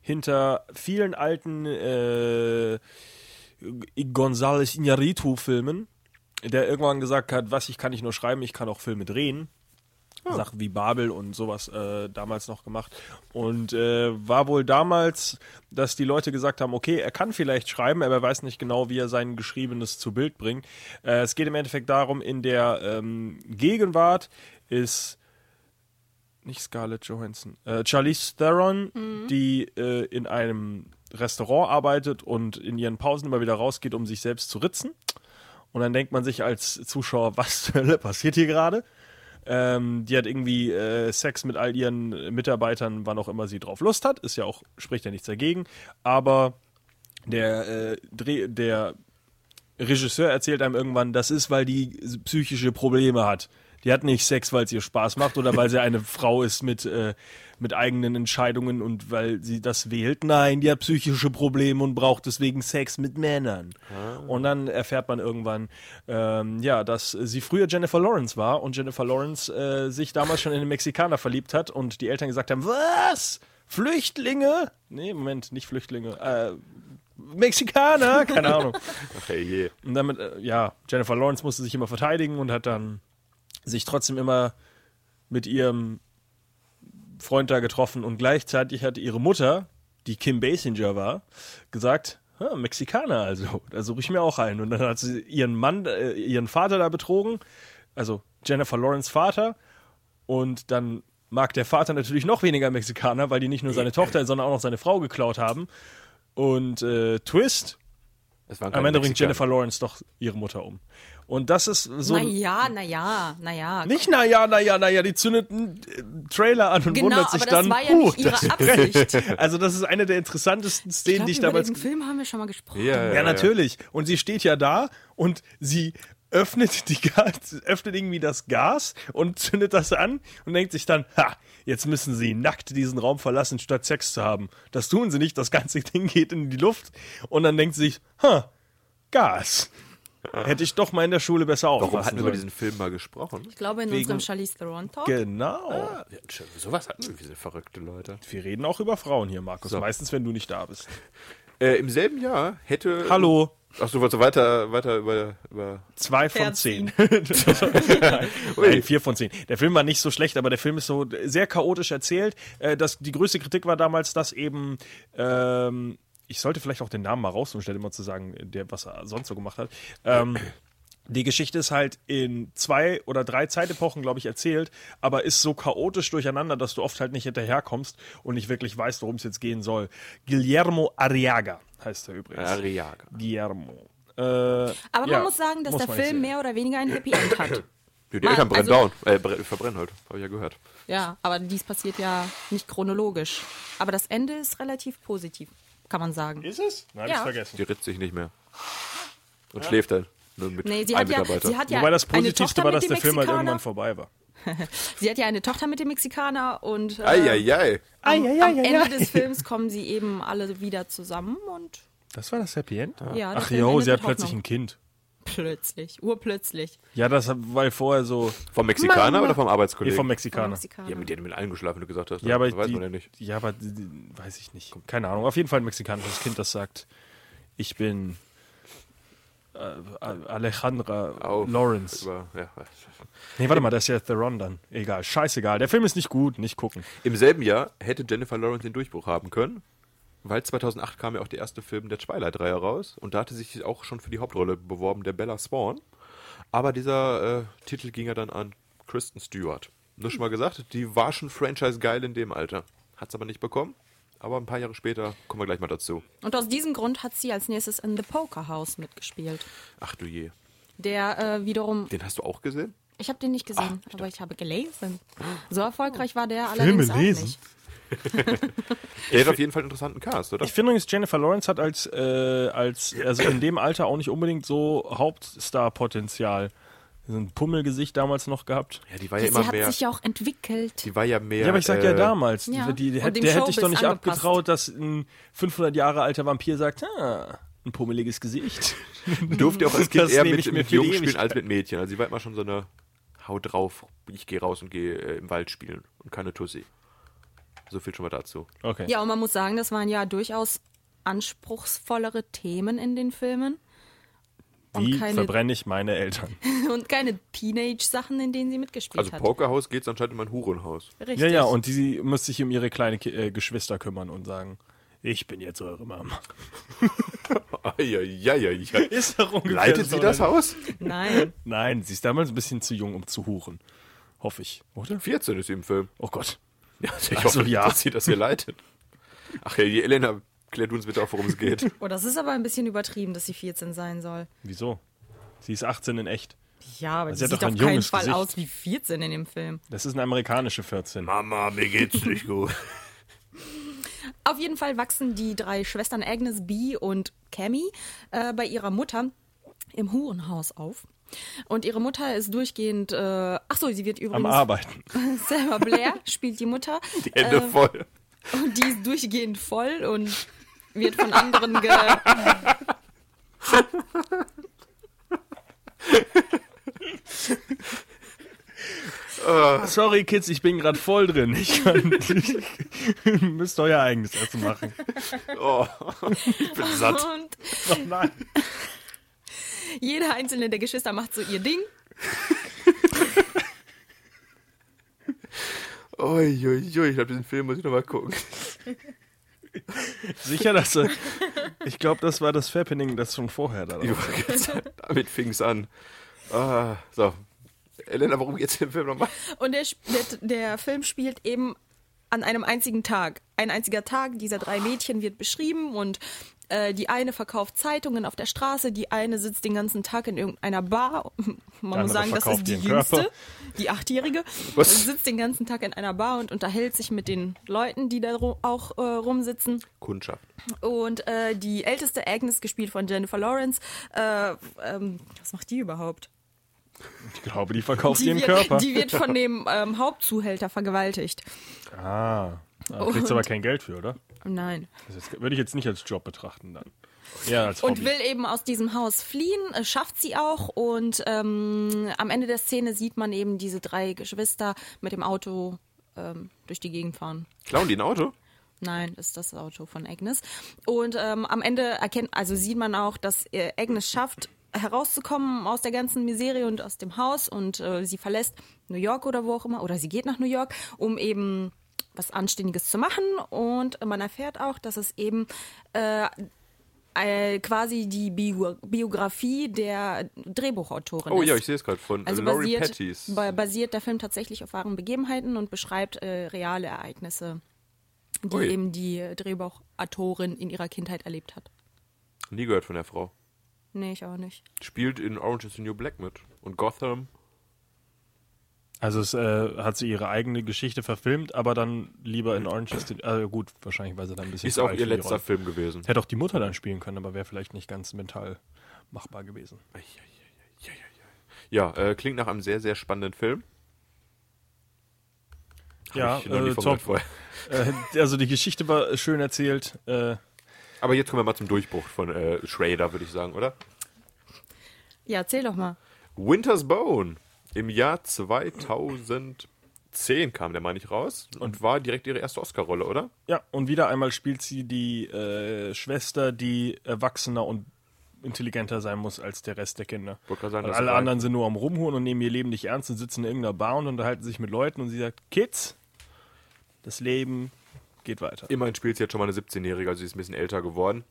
hinter vielen alten äh, González Iñárritu-Filmen, der irgendwann gesagt hat, was ich kann nicht nur schreiben, ich kann auch Filme drehen. Sachen wie Babel und sowas äh, damals noch gemacht. Und äh, war wohl damals, dass die Leute gesagt haben, okay, er kann vielleicht schreiben, aber er weiß nicht genau, wie er sein Geschriebenes zu Bild bringt. Äh, es geht im Endeffekt darum, in der ähm, Gegenwart ist nicht Scarlett Johansson, äh, Charlize Theron, die äh, in einem Restaurant arbeitet und in ihren Pausen immer wieder rausgeht, um sich selbst zu ritzen. Und dann denkt man sich als Zuschauer, was zur Hölle passiert hier gerade? Ähm, die hat irgendwie äh, Sex mit all ihren äh, Mitarbeitern, wann auch immer sie drauf Lust hat. Ist ja auch, spricht ja nichts dagegen. Aber der, äh, Dreh, der Regisseur erzählt einem irgendwann, das ist, weil die psychische Probleme hat. Die hat nicht Sex, weil es ihr Spaß macht oder weil sie eine Frau ist mit, äh, mit eigenen Entscheidungen und weil sie das wählt. Nein, die hat psychische Probleme und braucht deswegen Sex mit Männern. Und dann erfährt man irgendwann, ähm, ja, dass sie früher Jennifer Lawrence war und Jennifer Lawrence äh, sich damals schon in den Mexikaner verliebt hat und die Eltern gesagt haben, was? Flüchtlinge? Nee, Moment, nicht Flüchtlinge. Äh, Mexikaner? Keine Ahnung. Ach, hey, je. Und damit, äh, ja, Jennifer Lawrence musste sich immer verteidigen und hat dann sich trotzdem immer mit ihrem Freund da getroffen. Und gleichzeitig hat ihre Mutter, die Kim Basinger war, gesagt, "Ah, Mexikaner also, da suche ich mir auch einen. Und dann hat sie ihren Mann, äh, ihren Vater da betrogen, also Jennifer Lawrence Vater Und dann mag der Vater natürlich noch weniger Mexikaner, weil die nicht nur seine Tochter, sondern auch noch seine Frau geklaut haben. Und äh, Twist, Es waren am keine Ende bringt Mexikaner. Jennifer Lawrence doch ihre Mutter um. Und das ist so. ein- Naja, naja, naja. Nicht naja, naja, naja, die zündet einen äh, Trailer an und Genau, wundert sich aber das dann. war ja "Huh, nicht ihre das- Absicht." also das ist eine der interessantesten Szenen, Ich glaub, die ich damals über diesen Film haben wir schon mal gesprochen. Ja, ja, Ja, natürlich. Und sie steht ja da und sie öffnet die Gas, öffnet irgendwie das Gas und zündet das an und denkt sich dann, ha, jetzt müssen sie nackt diesen Raum verlassen, statt Sex zu haben. Das tun sie nicht, das ganze Ding geht in die Luft und dann denkt sie sich, ha, Gas. Hätte ich doch mal in der Schule besser Warum aufpassen hatten wir über sollen. diesen Film mal gesprochen? Ich glaube, in Wegen- unserem Charlize Theron Talk. Genau. Ja, tsch, sowas hatten wir, wir sind verrückte Leute. Wir reden auch über Frauen hier, Markus. So. Meistens, wenn du nicht da bist. Äh, Im selben Jahr hätte. Hallo. Ach so, wolltest du weiter, weiter über. über Zwei von Fernsehen. zehn. Nein, vier von zehn. Der Film war nicht so schlecht, aber der Film ist so sehr chaotisch erzählt. Äh, Das, die größte Kritik war damals, dass eben, ähm, ich sollte vielleicht auch den Namen mal rausnehmen, statt immer zu sagen, der, was er sonst so gemacht hat. Ähm, die Geschichte ist halt in zwei oder drei Zeitepochen, glaube ich, erzählt, aber ist so chaotisch durcheinander, dass du oft halt nicht hinterherkommst und nicht wirklich weißt, worum es jetzt gehen soll. Guillermo Arriaga heißt er übrigens. Arriaga. Guillermo. Äh, Aber Aber man muss sagen, dass der Film mehr oder weniger ein Happy End hat. die Mal, Eltern brennen also- down. Äh, bre- verbrennen halt, habe ich ja gehört. Ja, aber dies passiert ja nicht chronologisch. Aber das Ende ist relativ positiv, kann man sagen. Ist es? Nein, Ja. ich vergessen. Die ritzt sich nicht mehr. Und schläft dann. Nur mit Nee, sie einem hat ja, Mitarbeiter. sie hat ja Wobei das eine Positivste Tochter war, mit dass dem der Film halt Mexikaner. irgendwann vorbei war. Sie hat ja eine Tochter mit dem Mexikaner und äh, Eieiei. am, am Ende des Films kommen sie eben alle wieder zusammen und Das war das Happy End? Ja, der Ach Film jo, endet sie hat mit Hoffnung. plötzlich ein Kind. plötzlich, urplötzlich, Ja, das weil vorher so Vom Mexikaner oder vom nee, Arbeitskollegen? vom der Mexikaner. Mexikaner. ja, mit denen mit allen geschlafen, wie du gesagt hast. ne? ja, aber weiß die, man ja nicht. ja, aber die, die, weiß ich nicht. Keine Ahnung. Auf jeden Fall ein mexikanisches Kind, das sagt, ich bin äh, Alejandra Auf- Lawrence. Über, ja. Nee, warte mal, das ist ja Theron dann. Egal, scheißegal. Der Film ist nicht gut, nicht gucken. Im selben Jahr hätte Jennifer Lawrence den Durchbruch haben können, weil 2008 kam ja auch der erste Film der Twilight-Reihe raus und da hatte sie sich auch schon für die Hauptrolle beworben, der Bella Swan. Aber dieser äh, Titel ging ja dann an Kristen Stewart. Nur schon mal gesagt, die war schon Franchise geil in dem Alter. Hat's aber nicht bekommen. Aber ein paar Jahre später kommen wir gleich mal dazu. Und aus diesem Grund hat sie als nächstes in The Poker House mitgespielt. Ach du je. Der äh, wiederum, Den hast du auch gesehen? ich habe den nicht gesehen, Ah, aber ich habe gelesen. So erfolgreich war der allerdings auch lesen? nicht. Der hat auf jeden Fall einen interessanten Cast, oder? Ich finde übrigens, Jennifer Lawrence hat als, äh, als, also in dem Alter auch nicht unbedingt so Hauptstar-Potenzial. So ein Pummelgesicht damals noch gehabt. Ja, die war ja Sie immer hat mehr. sich ja auch entwickelt. Die war ja mehr. Ja, aber ich sag ja äh, damals, ja. die- die, die, Und hätt- dem der hätte ich doch Showbiz nicht angepasst. abgetraut, dass ein 500 Jahre alter Vampir sagt, ah, ein pummeliges Gesicht. durfte auch als Kind Das eher nehme mit, ich mir mit für die Jungen spielen Ewigkeit. als mit Mädchen. Also sie war immer schon so eine Haut drauf, ich gehe raus und gehe äh, im Wald spielen und keine Tussi. So viel schon mal dazu. Okay. Ja, und man muss sagen, das waren ja durchaus anspruchsvollere Themen in den Filmen. Wie Und keine, verbrenne ich meine Eltern? und keine Teenage-Sachen, in denen sie mitgespielt Also hat. Pokerhaus geht es anscheinend um ein Hurenhaus. Richtig. Ja, ja, und die muss sich um ihre kleinen Ki- äh, Geschwister kümmern und sagen, ich bin jetzt eure Mama. Eieieiei. Ist doch ungefähr Leitet so, sie ne? das oder? Haus? Nein. Nein, sie ist damals ein bisschen zu jung, um zu huren. Hoffe ich, oder? 14 ist sie im Film. Oh Gott. Ja, also ich Also hoffe, ja. dass sie das hier leitet. Ach ja, die Elena, klär du uns bitte auf, worum es geht. Oh, das ist aber ein bisschen übertrieben, dass sie 14 sein soll. Wieso? Sie ist 18 in echt. Ja, aber Also Sie sie hat sieht doch auf ein keinen junges Fall Gesicht. aus wie 14 in dem Film. Das ist eine amerikanische 14. Mama, mir geht's nicht gut. Auf jeden Fall wachsen die drei Schwestern Agnes, Bee und Cammy äh, bei ihrer Mutter im Hurenhaus auf. Und ihre Mutter ist durchgehend, äh, ach so, sie wird Am übrigens Arbeiten. Selma Blair spielt die Mutter. Äh, Die Hände voll. Und die ist durchgehend voll und wird von anderen ge. Ah, Sorry, Kids, ich bin gerade voll drin. Ich kann, müsst euer eigenes Essen machen. Oh, ich bin satt. Und Oh nein. jeder einzelne der Geschwister macht so ihr Ding. Uiuiui, ich glaube, diesen Film muss ich nochmal gucken. Sicher, dass er. Ich glaube, das war das Fappening, das schon vorher da war. Damit fing es an. Ah, so. Elena, worum geht's im Film nochmal? Und der, sp- der, der Film spielt eben an einem einzigen Tag. Ein einziger Tag dieser drei Mädchen wird beschrieben und äh, die eine verkauft Zeitungen auf der Straße, die eine sitzt den ganzen Tag in irgendeiner Bar. Man muss andere sagen, das ist verkauft die ihren Körper. jüngste, die achtjährige. Was? Sitzt den ganzen Tag in einer Bar und unterhält sich mit den Leuten, die da ru auch äh, rumsitzen. Kundschaft. Und äh, die älteste Agnes, gespielt von Jennifer Lawrence, äh, ähm, was macht die überhaupt? Ich glaube, die verkauft Die ihren wird, Körper. die wird von dem ähm, Hauptzuhälter vergewaltigt. ah, da kriegst du aber kein Geld für, oder? Nein. Das ist- würde ich jetzt nicht als Job betrachten dann. Ja, als Und Hobby. will eben aus diesem Haus fliehen, äh, schafft sie auch. Und ähm, am Ende der Szene sieht man eben diese drei Geschwister mit dem Auto ähm, durch die Gegend fahren. Klauen die ein Auto? Nein, das ist das Auto von Agnes. Und ähm, am Ende erkennt, also sieht man auch, dass äh, Agnes schafft, herauszukommen aus der ganzen Miserie und aus dem Haus. Und äh, sie verlässt New York oder wo auch immer, oder sie geht nach New York, um eben was Anständiges zu machen. Und man erfährt auch, dass es eben äh, äh, quasi die Bio Biografie der Drehbuchautorin Oh ist. ja, ich sehe es gerade Äh, von Also Laurie basiert, Patties. ba- basiert der Film tatsächlich auf wahren Begebenheiten und beschreibt äh, reale Ereignisse, die Ui. eben die äh, Drehbuchautorin in ihrer Kindheit erlebt hat. Nie gehört von der Frau. Nee, ich auch nicht. Spielt in Orange is the New Black mit. Und Gotham. Also es, äh, hat sie ihre eigene Geschichte verfilmt, aber dann lieber in Orange is the... Also gut, wahrscheinlich war sie dann ein bisschen... Ist zu auch alt ihr für die letzter Rolle. Film gewesen. Hätte auch die Mutter dann spielen können, aber wäre vielleicht nicht ganz mental machbar gewesen. Ja, äh, klingt nach einem sehr, sehr spannenden Film. Hab ich noch nie äh, von top. gehört vorher. Äh, also die Geschichte war schön erzählt. Äh, Aber jetzt kommen wir mal zum Durchbruch von äh, Schrader, würde ich sagen, oder? Ja, erzähl doch mal. Winter's Bone. Im Jahr 2010 kam der, meine ich, raus und war direkt ihre erste Oscar-Rolle, oder? ja, und wieder einmal spielt sie die äh, Schwester, die erwachsener und intelligenter sein muss als der Rest der Kinder. Wollte gerade sagen, Weil das alle war- anderen sind nur am Rumhuren und nehmen ihr Leben nicht ernst und sitzen in irgendeiner Bar und unterhalten sich mit Leuten und sie sagt, Kids, das Leben geht weiter. Äh, Immerhin spielt sie jetzt schon mal eine 17-Jährige, also sie ist ein bisschen älter geworden.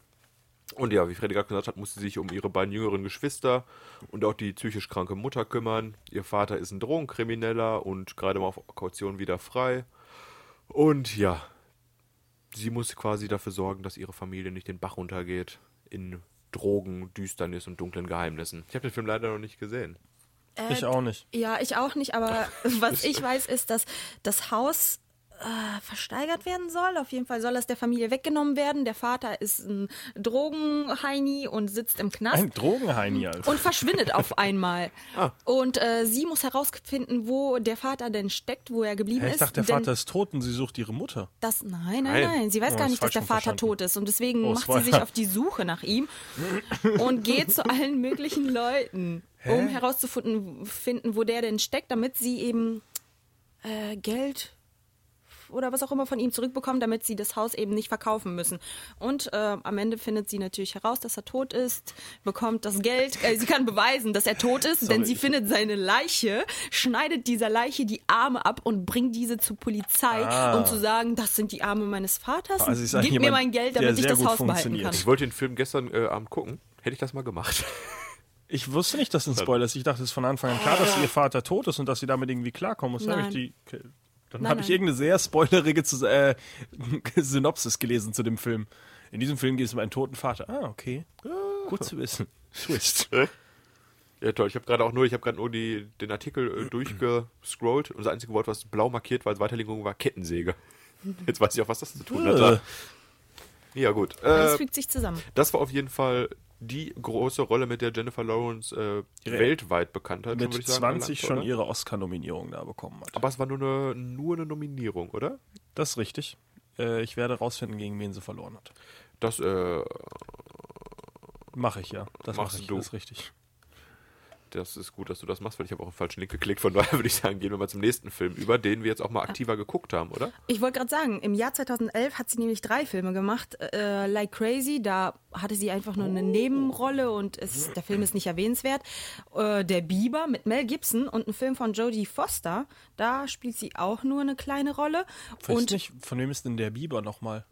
Und ja, wie Freddy gerade gesagt hat, musste sie sich um ihre beiden jüngeren Geschwister und auch die psychisch kranke Mutter kümmern. Ihr Vater ist ein Drogenkrimineller und gerade mal auf Kaution wieder frei. Und ja, sie muss quasi dafür sorgen, dass ihre Familie nicht den Bach runtergeht in Drogen, Düsternis und dunklen Geheimnissen. Ich habe den Film leider noch nicht gesehen. ich auch nicht. Ja, ich auch nicht, aber was ich weiß, ist, dass das Haus äh, versteigert werden soll. Auf jeden Fall soll das der Familie weggenommen werden. Der Vater ist ein Drogenheini und sitzt im Knast. Ein Drogenheini, Alter. Ah. und verschwindet auf einmal. Und äh, sie muss herausfinden, wo der Vater denn steckt, wo er geblieben Ja, ich ist. dachte, der denn Vater ist tot und sie sucht ihre Mutter. das, nein, nein, Nein. nein, Sie weiß Oh, gar das nicht, dass falsch der schon Vater verstanden. tot ist. Und deswegen Oh, macht Spoiler. sie sich auf die Suche nach ihm und geht zu allen möglichen Leuten, um herauszufinden, finden, wo der denn steckt, damit sie eben äh, Geld oder was auch immer von ihm zurückbekommen, damit sie das Haus eben nicht verkaufen müssen. Und äh, am Ende findet sie natürlich heraus, dass er tot ist, bekommt das Geld. Äh, sie kann beweisen, dass er tot ist, denn sie findet seine Leiche, schneidet dieser Leiche die Arme ab und bringt diese zur Polizei, um zu sagen, das sind die Arme meines Vaters. Ah. Also ist Gib eigentlich mir jemand, mein Geld, der damit ich sehr das gut Haus behalten funktioniert. kann. Ich wollte den Film gestern äh, Abend gucken. Hätte ich das mal gemacht. Ich wusste nicht, dass Äh. es ein Spoiler ist. Ich dachte, es ist von Anfang an klar, dass ihr Vater tot ist und dass sie damit irgendwie klarkommen muss. Dann habe ich, Ah. Nein. die, okay. dann Nein, hab ich nein. irgendeine sehr spoilerige Zus- äh, Synopsis gelesen zu dem Film. In diesem Film geht es um einen toten Vater. Ah, okay. Gut zu wissen. Twist. Ja, toll. Ich habe gerade auch nur, ich habe gerade nur die, den Artikel äh, durchgescrollt und das einzige Wort, was blau markiert war als Weiterlegung, war Kettensäge. Jetzt weiß ich auch, was das zu tun Äh, hatte. Ja, gut. Alles Äh, fügt sich zusammen. das war auf jeden Fall die große Rolle, mit der Jennifer Lawrence äh, Ihre- weltweit bekannt hat. mit würde ich sagen, 20 erlangt, schon oder? ihre Oscar-Nominierung da bekommen hat. Aber es war nur eine, nur eine Nominierung, oder? Das ist richtig. Äh, ich werde rausfinden, gegen wen sie verloren hat. Das, äh, Mache ich ja. Das Machst mache ich. du. Das ist richtig. das ist gut, dass du das machst, weil ich habe auch einen falschen Link geklickt. Von daher würde ich sagen, gehen wir mal zum nächsten Film, über den wir jetzt auch mal aktiver geguckt haben, oder? Ich wollte gerade sagen, im Jahr 2011 hat sie nämlich drei Filme gemacht. Äh, like Crazy, da hatte sie einfach nur Oh. eine Nebenrolle und es, der Film ist nicht erwähnenswert. Äh, der Biber mit Mel Gibson und ein Film von Jodie Foster, da spielt sie auch nur eine kleine Rolle. Weiß und nicht, von wem ist denn der Bieber nochmal?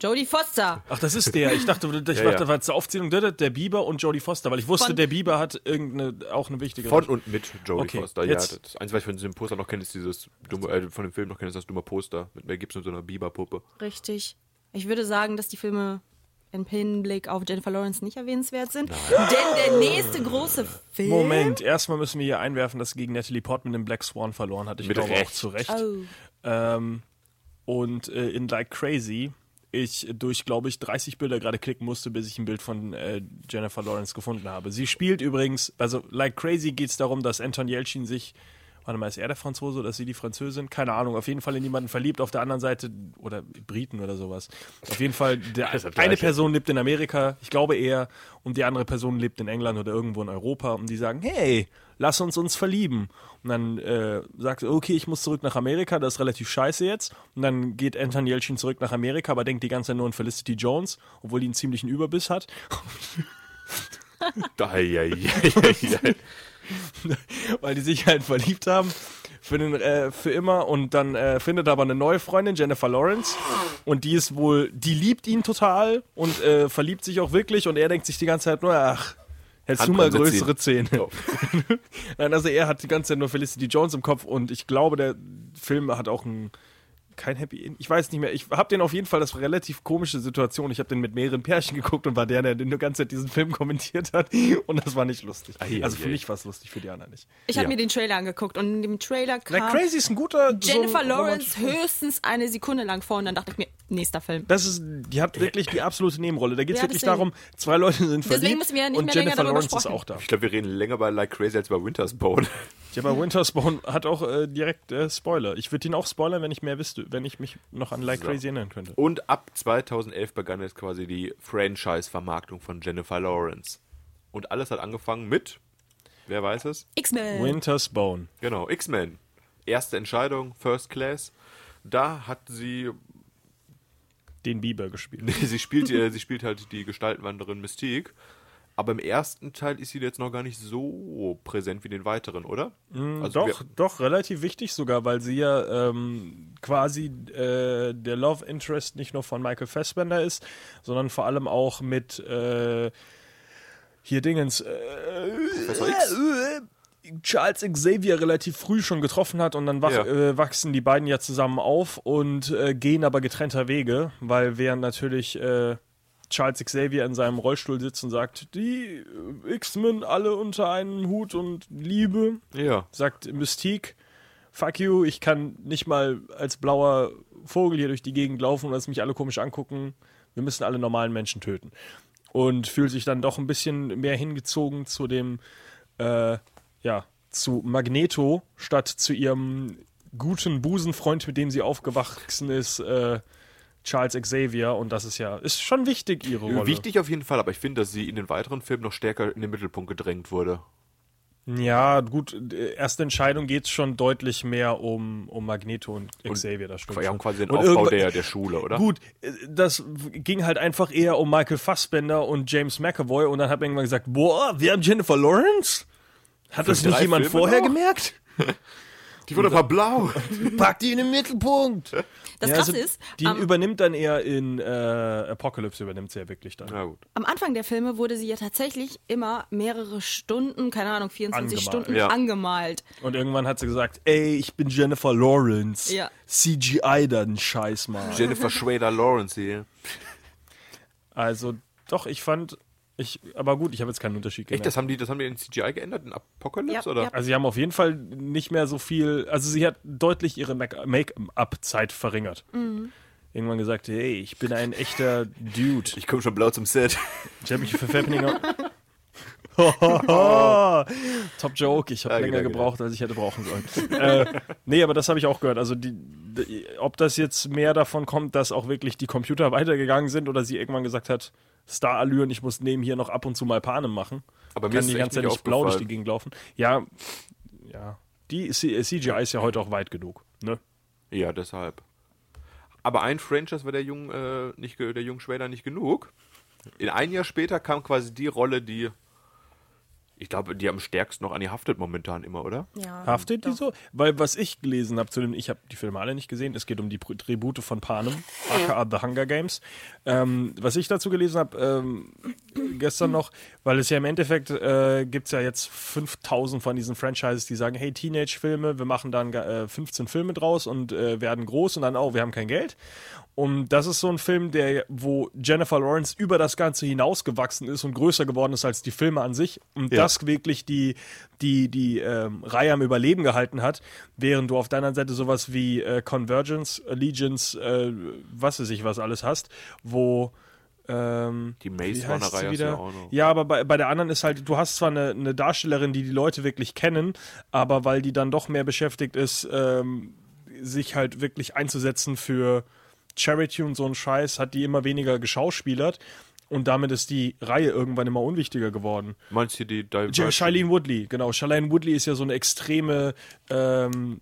Jodie Foster. Ach, das ist der. Ich dachte, ich Ja, dachte, ja. das war zur Aufzählung der, der Bieber und Jodie Foster, weil ich wusste, Von- der Bieber hat irgendeine auch eine wichtige Von und mit Jodie Okay, Foster. jetzt- Ja, das Einzige, was ich von diesem Poster noch kenne, ist dieses dumme, äh, von dem Film noch kenne, ist das dumme Poster mit Mel Gibson und so einer Biberpuppe. Richtig. Ich würde sagen, dass die Filme im Hinblick auf Jennifer Lawrence nicht erwähnenswert sind. Denn der nächste große Film. Moment, erstmal müssen wir hier einwerfen, dass gegen Natalie Portman den Black Swan verloren hat. Ich Mit glaube Recht. auch zu Recht. Oh. Ähm, und äh, in Like Crazy ich durch, glaube ich, 30 Bilder gerade klicken musste, bis ich ein Bild von äh, Jennifer Lawrence gefunden habe. Sie spielt übrigens, also Like Crazy geht es darum, dass Anton Yelchin sich, warte mal, ist er der Franzose oder ist sie die Französin? Keine Ahnung, auf jeden Fall in jemanden verliebt, auf der anderen Seite, oder Briten oder sowas. Auf jeden Fall, der, Alles das eine Gleiche. Person lebt in Amerika, ich glaube eher, und die andere Person lebt in England oder irgendwo in Europa und die sagen, hey, lass uns uns verlieben. Und dann äh, sagt er, okay, ich muss zurück nach Amerika, das ist relativ scheiße jetzt. Und dann geht Anton Yelchin zurück nach Amerika, aber denkt die ganze Zeit nur an Felicity Jones, obwohl die einen ziemlichen Überbiss hat. Eieieiei. weil die sich halt verliebt haben für, den, äh, für immer und dann äh, findet er aber eine neue Freundin, Jennifer Lawrence und die ist wohl, die liebt ihn total und äh, verliebt sich auch wirklich und er denkt sich die ganze Zeit nur, ach, hättest du mal Handbremse größere Zähne. Nein, also er hat die ganze Zeit nur Felicity Jones im Kopf und ich glaube, der Film hat auch ein kein Happy End. Ich weiß nicht mehr. Ich habe den auf jeden Fall, das war eine relativ komische Situation. Ich habe den mit mehreren Pärchen geguckt und war der, der die ganze Zeit diesen Film kommentiert hat. Und das war nicht lustig. Ei, also ei, für ei. mich war es lustig, für die anderen nicht. Ich habe Ja. mir den Trailer angeguckt und in dem Trailer Na, kam Crazy ist ein guter. so Jennifer ein Lawrence romantischer- höchstens eine Sekunde lang vor und dann dachte ich mir, nächster Film. Das ist, die hat wirklich die absolute Nebenrolle. Da geht es Ja, wirklich deswegen. darum, zwei Leute sind verliebt müssen wir ja nicht und mehr länger Jennifer darüber Lawrence ist sprechen. auch da. Ich glaube, wir reden länger bei Like Crazy als bei Winterspawn. Ja, aber Winterspawn hat auch äh, direkt äh, Spoiler. Ich würde ihn auch spoilern, wenn ich mehr wüsste, wenn ich mich noch an Like So. Crazy erinnern könnte. Äh. Und ab 2011 begann jetzt quasi die Franchise-Vermarktung von Jennifer Lawrence. Und alles hat angefangen mit, wer weiß es? X-Men. Winterspawn. Genau, X-Men. Erste Entscheidung, First Class. Da hat sie, Den Bieber gespielt. nee, sie spielt, äh, sie spielt halt die Gestaltenwanderin Mystique. Aber im ersten Teil ist sie jetzt noch gar nicht so präsent wie den weiteren, oder? doch, Also wir- doch, relativ wichtig sogar, weil sie ja ähm, quasi äh, der Love Interest nicht nur von Michael Fassbender ist, sondern vor allem auch mit äh, hier Dingens äh, Professor X. Charles Xavier relativ früh schon getroffen hat und dann wach, Ja. äh, wachsen die beiden ja zusammen auf und äh, gehen aber getrennter Wege, weil während natürlich äh, Charles Xavier in seinem Rollstuhl sitzt und sagt, die äh, X-Men alle unter einen Hut und Liebe, Ja. sagt Mystique, fuck you, ich kann nicht mal als blauer Vogel hier durch die Gegend laufen und dass mich alle komisch angucken. Wir müssen alle normalen Menschen töten. Und fühlt sich dann doch ein bisschen mehr hingezogen zu dem, äh, ja, zu Magneto statt zu ihrem guten Busenfreund, mit dem sie aufgewachsen ist, äh, Charles Xavier. Und das ist ja, ist schon wichtig, ihre Rolle. Äh, Wichtig auf jeden Fall, aber ich finde, dass sie in den weiteren Filmen noch stärker in den Mittelpunkt gedrängt wurde. Ja, gut, äh, erste Entscheidung geht es schon deutlich mehr um, um Magneto und Xavier, das stimmt. Ja, schon. und quasi den Und Aufbau irgendwann- der, der Schule, oder? Gut, äh, das w- ging halt einfach eher um Michael Fassbender und James McAvoy und dann hat man irgendwann gesagt, boah, wir haben Jennifer Lawrence? Hat das drei nicht jemand Filme vorher noch? gemerkt? Die wurde aber blau. Pack die in den Mittelpunkt! Das Ja, Krasse also, ist, ähm, Die am, übernimmt dann eher in äh, Apocalypse, übernimmt sie ja wirklich dann. Na gut. am Anfang der Filme wurde sie ja tatsächlich immer mehrere Stunden, keine Ahnung, 24 Angemalt. Stunden Ja. angemalt. Und irgendwann hat sie gesagt, ey, ich bin Jennifer Lawrence. Ja. CGI dann, scheiß mal. Jennifer Schrader Lawrence hier. Also doch, ich fand, ich, aber gut, ich habe jetzt keinen Unterschied Echt, gemerkt. das haben die, das haben die in CGI geändert in Apocalypse Ja, oder? ja. also sie haben auf jeden Fall nicht mehr so viel, also sie hat deutlich ihre Make- Make-up-Zeit verringert. Irgendwann gesagt, hey, ich bin ein echter Dude. Ich komme schon blau zum Set. Ich habe mich für Fappeninger... Hohoho. Top Joke, ich habe Danke, länger danke, gebraucht, als ich hätte brauchen sollen. äh, nee, aber das habe ich auch gehört. Also, die, die, ob das jetzt mehr davon kommt, dass auch wirklich die Computer weitergegangen sind oder sie irgendwann gesagt hat, Starallüren, ich muss neben hier noch ab und zu mal Panem machen. Aber mir kann ist die echt ganze Zeit nicht nicht blau durch die aufgefallen. Gegend laufen. Ja, ja. Die C- äh, CGI ist ja heute auch weit genug. Ne? Ja, deshalb. Aber ein Franchise war der jungen, äh, nicht, ge- der jungen Schrader nicht genug. In ein Jahr später kam quasi die Rolle, die Ich glaube, die am stärksten noch an die haftet momentan immer, oder? Ja, Haftet die so? Weil was ich gelesen habe zu dem, ich habe die Filme alle nicht gesehen, es geht um die Pr- Tribute von Panem, aka The Hunger Games. Ähm, was ich dazu gelesen habe, ähm, gestern noch, weil es ja im Endeffekt äh, gibt es ja jetzt 5000 von diesen Franchises, die sagen, hey, Teenage-Filme, wir machen dann äh, 15 Filme draus und äh, werden groß und dann, oh, wir haben kein Geld. Und das ist so ein Film, der, wo Jennifer Lawrence über das Ganze hinausgewachsen ist und größer geworden ist als die Filme an sich. Und Ja. das wirklich die, die, die ähm, Reihe am Überleben gehalten hat, während du auf deiner Seite sowas wie äh, Convergence, Allegiance, äh, was weiß ich, was alles hast, wo ähm, Die Maze wie heißt Runner-Reihe sie hast du wieder? ja auch noch. Ja, aber bei, bei der anderen ist halt, du hast zwar eine, eine Darstellerin, die die Leute wirklich kennen, aber weil die dann doch mehr beschäftigt ist, ähm, sich halt wirklich einzusetzen für Charity und so einen Scheiß, hat die immer weniger geschauspielert und damit ist die Reihe irgendwann immer unwichtiger geworden. Meinst du die Ja, Divergent? Shailene Woodley, genau. Shailene Woodley ist ja so eine extreme, ähm,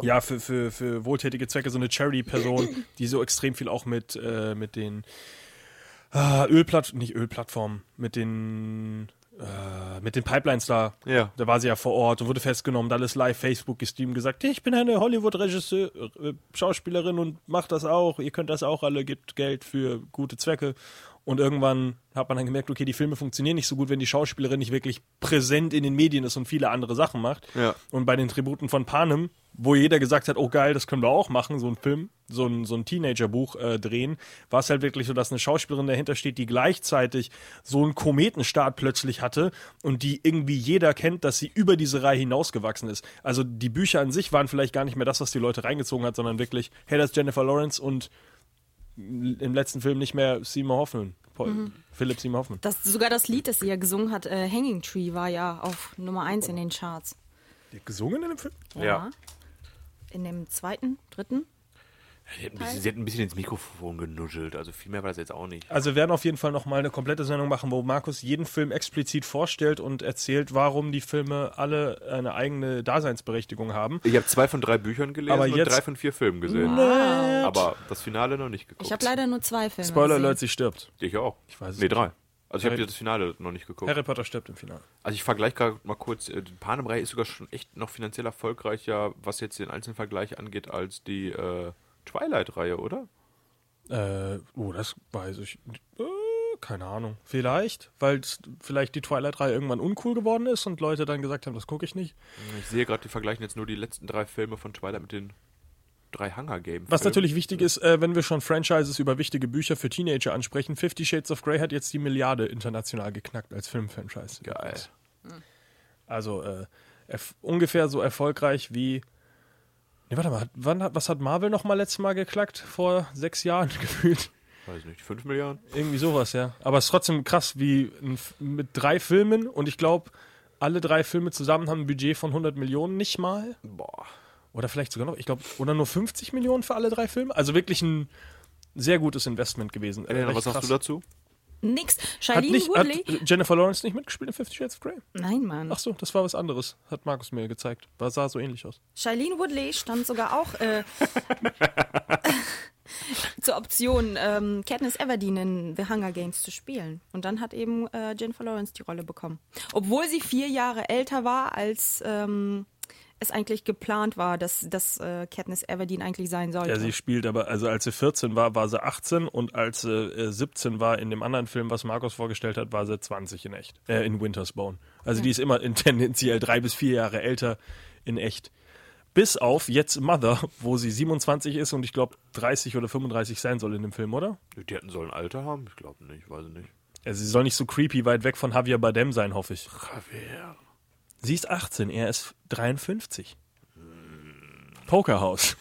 ja, für, für, für wohltätige Zwecke so eine Charity-Person, die so extrem viel auch mit, äh, mit den äh, Ölplatt, nicht Ölplattformen, mit den äh, mit den Pipelines da. Ja. Da war sie ja vor Ort und wurde festgenommen, da alles live Facebook gestreamt, gesagt, ich bin eine Hollywood-Regisseur, äh, Schauspielerin und mach das auch, ihr könnt das auch alle, gebt Geld für gute Zwecke. Und irgendwann hat man dann gemerkt, okay, die Filme funktionieren nicht so gut, wenn die Schauspielerin nicht wirklich präsent in den Medien ist und viele andere Sachen macht. Ja. Und bei den Tributen von Panem, wo jeder gesagt hat, oh geil, das können wir auch machen, so ein Film, so ein, so ein Teenager-Buch äh, drehen, war es halt wirklich so, dass eine Schauspielerin dahinter steht, die gleichzeitig so einen Kometenstart plötzlich hatte und die irgendwie jeder kennt, dass sie über diese Reihe hinausgewachsen ist. Also die Bücher an sich waren vielleicht gar nicht mehr das, was die Leute reingezogen hat, sondern wirklich, hey, das ist Jennifer Lawrence und im letzten Film nicht mehr Seymour Hoffman. Paul, Philipp Seymour Hoffman. Das, sogar das Lied, das sie ja gesungen hat, äh, Hanging Tree, war ja auf Nummer 1 in den Charts. Gesungen in dem Film? Ja. In dem zweiten, dritten? Sie hat, ein bisschen, sie hat ein bisschen ins Mikrofon genuschelt, also viel mehr war das jetzt auch nicht. Also wir werden auf jeden Fall nochmal eine komplette Sendung machen, wo Markus jeden Film explizit vorstellt und erzählt, warum die Filme alle eine eigene Daseinsberechtigung haben. Ich habe zwei von drei Büchern gelesen Aber und jetzt- drei von vier Filmen gesehen. Aber das Finale noch nicht geguckt. Ich habe leider nur zwei Filme. Spoiler gesehen. Alert, sie stirbt. Ich auch. Ich weiß es nee, nicht. drei. Also ich Harry- habe das Finale noch nicht geguckt. Harry Potter stirbt im Finale. Also ich vergleiche gerade mal kurz, äh, die Panem-Reihe ist sogar schon echt noch finanziell erfolgreicher, was jetzt den Einzelvergleich angeht, als die äh, Twilight-Reihe, oder? Äh, oh, das weiß ich. Äh, keine Ahnung. Vielleicht, weil es vielleicht die Twilight-Reihe irgendwann uncool geworden ist und Leute dann gesagt haben, das gucke ich nicht. Ich sehe gerade, die vergleichen jetzt nur die letzten drei Filme von Twilight mit den drei Hunger Games. Was natürlich wichtig ist, äh, wenn wir schon Franchises über wichtige Bücher für Teenager ansprechen, Fifty Shades of Grey hat jetzt die Milliarde international geknackt als Filmfranchise. Geil. Also äh, erf- ungefähr so erfolgreich wie. Nee, warte mal, hat, wann hat, was hat Marvel noch mal letztes Mal geklackt? Vor sechs Jahren gefühlt. Weiß nicht, fünf Milliarden? Irgendwie sowas, ja. Aber es ist trotzdem krass, wie ein, F- mit drei Filmen und ich glaube, alle drei Filme zusammen haben ein Budget von 100 Millionen, nicht mal. Boah. Oder vielleicht sogar noch, ich glaube, oder nur 50 Millionen für alle drei Filme. Also wirklich ein sehr gutes Investment gewesen. Äh, Elena, recht was sagst krass. du dazu? Nix. Hat, Shailene nicht, hat Woodley. äh, Jennifer Lawrence nicht mitgespielt in Fifty Shades of Hm. Grey? Nein, Mann. Ach so, das war was anderes, hat Markus mir gezeigt. War, sah so ähnlich aus. Shailene Woodley stand sogar auch äh, zur Option, ähm, Katniss Everdeen in The Hunger Games zu spielen. Und dann hat eben äh, Jennifer Lawrence die Rolle bekommen. Obwohl sie vier Jahre älter war, als ähm, es eigentlich geplant war, dass, dass äh, Katniss Everdeen eigentlich sein sollte. Ja, sie spielt aber, also als sie 14 war, war sie 18 und als sie äh, 17 war in dem anderen Film, was Markus vorgestellt hat, war sie 20 in echt, äh, in Wintersbone. Also die ist immer in tendenziell drei bis vier Jahre älter in echt. Bis auf jetzt Mother, wo sie 27 ist und ich glaube 30 oder 35 sein soll in dem Film, oder? Die hätten sollen Alter haben? Ich glaube nicht, weiß ich nicht. Also sie soll nicht so creepy weit weg von Javier Bardem sein, hoffe ich. Javier. Sie ist 18, er ist 53. Hm. Pokerhaus.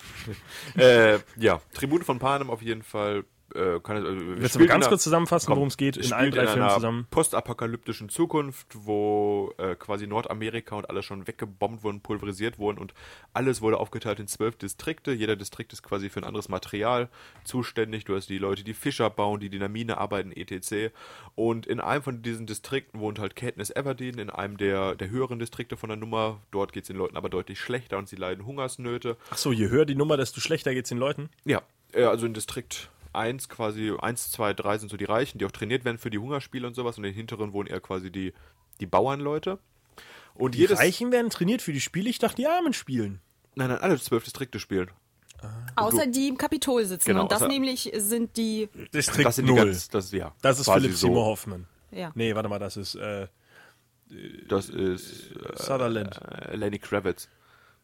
äh, ja, Tribute von Panem auf jeden Fall. Äh, kann es, also, Willst du spielt mal ganz in kurz einer- zusammenfassen, Komm, worum es geht, es in allen spielt drei Filmen einer zusammen? Postapokalyptischen Zukunft, wo äh, quasi Nordamerika und alles schon weggebombt wurden, pulverisiert wurden und alles wurde aufgeteilt in zwölf Distrikte. Jeder Distrikt ist quasi für ein anderes Material zuständig. Du hast die Leute, die Fischer bauen, die, die in der Mine arbeiten, etc. Und in einem von diesen Distrikten wohnt halt Katniss Everdeen, in einem der, der höheren Distrikte von der Nummer. Dort geht es den Leuten aber deutlich schlechter und sie leiden Hungersnöte. Ach so, je höher die Nummer, desto schlechter geht's den Leuten. Ja, äh, also in Distrikt 1 quasi, 1, 2, 3 sind so die Reichen, die auch trainiert werden für die Hungerspiele und sowas. Und in den hinteren wohnen eher quasi die, die Bauernleute. Und Die jedes. Reichen werden trainiert für die Spiele. Ich dachte, die Armen spielen. Nein, nein, alle zwölf Distrikte spielen. Außer die im Kapitol sitzen. Genau, und das außer- nämlich sind die. Distrikt das sind die ganz, das, ja, das ist quasi Philipp so. Seymour Hoffman. Ja. Nee, warte mal, das ist äh, Das ist äh, Sutherland. äh, Lenny Kravitz.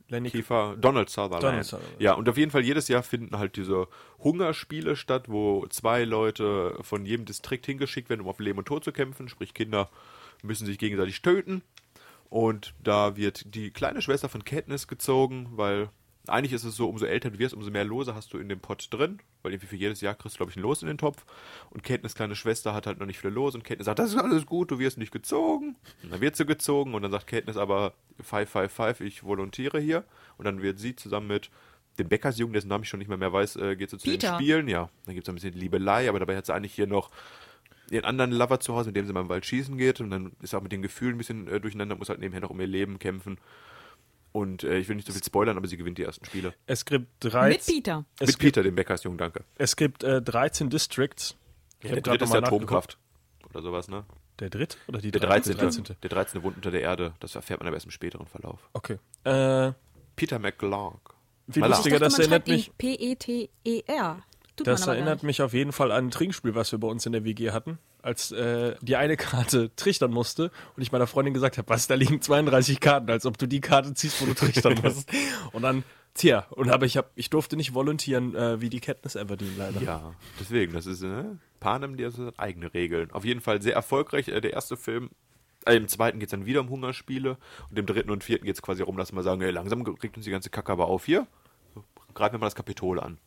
Lenny Kiefer, Donald Sutherland. Donald Sutherland. Ja, und auf jeden Fall jedes Jahr finden halt diese Hungerspiele statt, wo zwei Leute von jedem Distrikt hingeschickt werden, um auf Leben und Tod zu kämpfen. Sprich, Kinder müssen sich gegenseitig töten. Und da wird die kleine Schwester von Katniss gezogen, weil eigentlich ist es so, umso älter du wirst, umso mehr Lose hast du in dem Pott drin. Weil irgendwie für jedes Jahr kriegst du, glaube ich, ein Los in den Topf. Und Katniss kleine Schwester hat halt noch nicht viele Lose. Und Katniss sagt, das ist alles gut, du wirst nicht gezogen. Und dann wird sie gezogen und dann sagt Katniss aber, 555, ich volontiere hier. Und dann wird sie zusammen mit dem Bäckersjungen, dessen Namen ich schon nicht mehr, mehr weiß, äh, geht sie zu Peter. den Spielen. Ja, dann gibt es ein bisschen Liebelei, aber dabei hat sie eigentlich hier noch ihren anderen Lover zu Hause, mit dem sie mal im Wald schießen geht. Und dann ist er auch mit den Gefühlen ein bisschen äh, durcheinander, muss halt nebenher noch um ihr Leben kämpfen. Und äh, ich will nicht so viel spoilern, aber sie gewinnt die ersten Spiele. Es gibt 13. Mit Peter. Mit Es gibt, Peter, dem Bäckersjungen, danke. es gibt äh, 13 Districts. Ich Der hab grad dritte ist noch mal der Atomkraft. Oder sowas, ne? nachgeguckt. Der dritte oder die Der 13. dreizehnte? Der 13. wohnt unter der Erde. Das erfährt man aber erst im späteren Verlauf. Okay. Äh, Peter McClark. Wie Malar. lustig. Digga, das man erinnert schreibt E ihn mich- P-E-T-E-R. Tut das man aber erinnert mich auf jeden Fall an ein Trinkspiel, was wir bei uns in der WG hatten. Als äh, die eine Karte trichtern musste und ich meiner Freundin gesagt habe, was, da liegen 32 Karten, als ob du die Karte ziehst, wo du trichtern musst. Und dann, tja, und aber ich, hab, ich durfte nicht volontieren, äh, wie die Katniss Everdeen leider. Ja, deswegen, das ist, ne? Panem, die hat eigene Regeln. Auf jeden Fall sehr erfolgreich. Äh, Der erste Film, äh, im zweiten geht es dann wieder um Hungerspiele. Und im dritten und vierten geht es quasi darum, dass wir sagen, ey, langsam kriegt uns die ganze Kacke aber auf hier. Greifen wir mal das Kapitol an.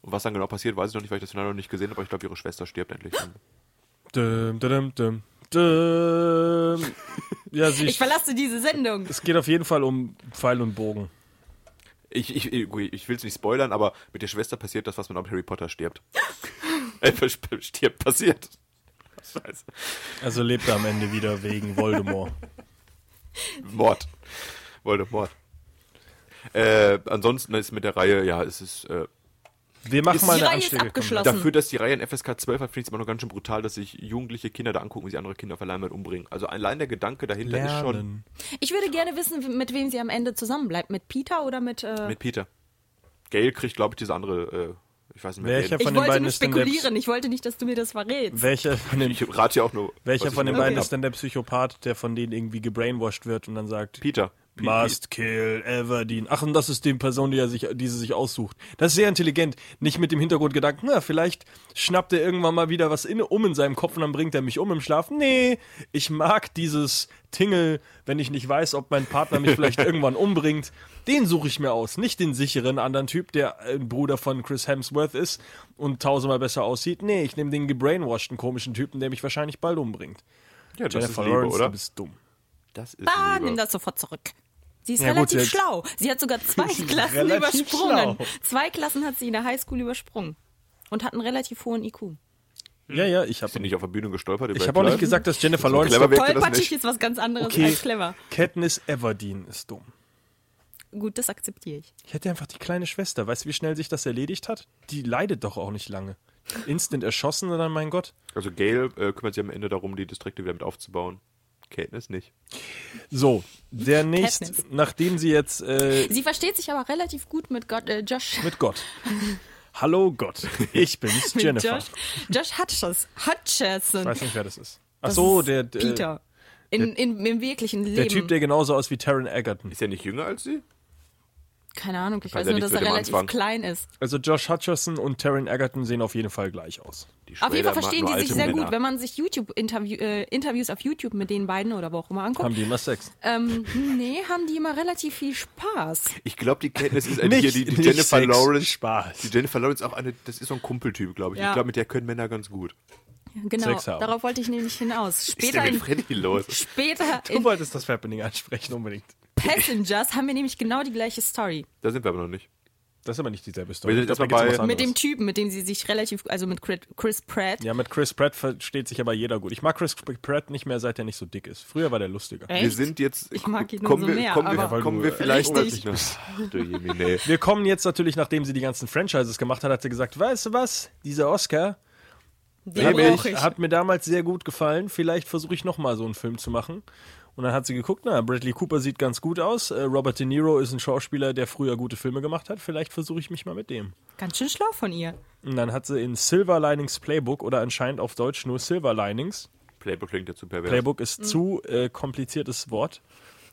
Und was dann genau passiert, weiß ich noch nicht, weil ich das Finale noch nicht gesehen habe, aber ich glaube, ihre Schwester stirbt endlich. Düm, düm, düm, düm. ja sie, Ich verlasse diese Sendung. es geht auf jeden Fall um Pfeil und Bogen. Ich, ich, ich will es nicht spoilern, aber mit der Schwester passiert das, was man am Harry Potter stirbt. äh, versp- stirbt, passiert. Scheiße. Also lebt er am Ende wieder wegen Voldemort. Mord. Voldemort. Äh, ansonsten ist mit der Reihe, ja, es ist. Äh, Wir machen Ist- mal Die eine Reihe ist Anschläge. abgeschlossen. Lassen. dafür, dass die Reihe in FSK 12 hat, finde ich es immer noch ganz schön brutal, dass sich jugendliche Kinder da angucken, wie sie andere Kinder auf der Leinwand umbringen. Also allein der Gedanke dahinter ist schon Lernen. Ich würde gerne wissen, mit wem sie am Ende zusammenbleibt. Mit Peter oder mit. Äh, mit Peter. Gail kriegt, glaube ich, diese andere, äh, ich weiß nicht mehr. wen. Welcher von ich den wollte beiden nur ist denn der spekulieren. Ich wollte nicht, dass du mir das verrätst. Welcher von den, ich rate ja auch nur. welcher was ich von den nur beiden gesehen ist denn der Psychopath, der von denen irgendwie gebrainwashed wird und dann sagt, hab. Peter. Pi- Must kill Everdeen. Ach, und das ist die Person, die, er sich, die sie sich aussucht. Das ist sehr intelligent. Nicht mit dem Hintergrundgedanken, na, vielleicht schnappt er irgendwann mal wieder was in, um in seinem Kopf und dann bringt er mich um im Schlaf. Nee, ich mag dieses Tingle, wenn ich nicht weiß, ob mein Partner mich vielleicht irgendwann umbringt. Den suche ich mir aus. Nicht den sicheren anderen Typ, der ein Bruder von Chris Hemsworth ist und tausendmal besser aussieht. Nee, ich nehme den gebrainwasheden komischen Typen, der mich wahrscheinlich bald umbringt. Ja, das ist Jennifer Liebe, Lawrence, du oder? bist dumm. Das ist Ah, nimm Liebe. das sofort zurück. Sie ist Ja, gut, relativ jetzt- schlau. Sie hat sogar zwei Sie ist Klassen relativ schlau. übersprungen. Zwei Klassen hat sie in der Highschool übersprungen. Und hat einen relativ hohen IQ. Ja, ja, ich habe Bin ich auf der Bühne gestolpert? Ich habe auch nicht gesagt, dass Jennifer So Lawrence clever dumm wirkt er das Tollpatschig nicht. ist was ganz anderes Okay, als clever. Katniss Everdeen ist dumm. Gut, das akzeptiere ich. Ich hätte einfach die kleine Schwester. Weißt du, wie schnell sich das erledigt hat? Die leidet doch auch nicht lange. Instant erschossen und dann, mein Gott. Also Gail äh, kümmert sich am Ende darum, die Distrikte wieder mit aufzubauen. Katniss nicht. So, der nächste, Katniss. nachdem sie jetzt äh, Sie versteht sich aber relativ gut mit Gott, äh, Josh. mit Gott. Hallo Gott, ich bin's, mit Jennifer. Josh, Josh Hutchers, Hutcherson. Ich weiß nicht, wer das ist. Ach Das so, ist der, der, Peter. In, in, Im wirklichen Leben. der Typ, der genauso aus wie Taron Egerton. Ist er nicht jünger als sie? Keine Ahnung, ich Kann weiß ja nur, nichts dass mit er dem relativ anfangen. klein ist. Also Josh Hutcherson und Taron Egerton sehen auf jeden Fall gleich aus. Die Auf jeden Schwäder Fall verstehen mag die nur sich alte sehr gut. Männer. Wenn man sich YouTube-Interviews äh, Interviews auf YouTube mit den beiden oder wo auch immer anguckt, Haben die immer Sex? ähm, nee, haben die immer relativ viel Spaß. Ich glaube, die Katniss ist eigentlich Äh, hier die, die nicht Jennifer Sex, Lawrence. Die Spaß. Jennifer Lawrence auch eine, das ist so ein Kumpeltyp, glaube ich. Ja. Ich glaube, mit der können Männer ganz gut. Genau, Sex haben. darauf wollte ich nämlich hinaus. Ist denn Später mit in, Freddy los? später Du in wolltest das Happening ansprechen unbedingt. Passengers haben wir nämlich genau die gleiche Story. Da sind wir aber noch nicht. Das ist aber nicht dieselbe Wir Story. sind Ich glaub, erstmal da geht's bei- um was Mit dem anderes. Typen, mit dem sie sich relativ, also mit Chris- Chris Pratt. ja, mit Chris Pratt versteht sich aber jeder gut. Ich mag Chris Pratt nicht mehr, seit er nicht so dick ist. Früher war der lustiger. Echt? Wir sind jetzt. Ich mag ihn kommen umso wir, mehr, Kommen aber- wir, Ja, kommen weil wir du, vielleicht. Richtig. Ach, du Jemine. Wir kommen jetzt natürlich, nachdem sie die ganzen Franchises gemacht hat, hat sie gesagt, weißt du was, dieser Oscar, Den Hat brauch mir- Hat mir damals sehr gut gefallen. Vielleicht versuche ich nochmal so einen Film zu machen. Und dann hat sie geguckt, na, Bradley Cooper sieht ganz gut aus. Äh, Robert De Niro ist ein Schauspieler, der früher gute Filme gemacht hat. Vielleicht versuche ich mich mal mit dem. Ganz schön schlau von ihr. Und dann hat sie in Silver Linings Playbook oder anscheinend auf Deutsch nur Silver Linings. Playbook klingt ja zu pervers. Playbook ist zu äh, kompliziertes Wort.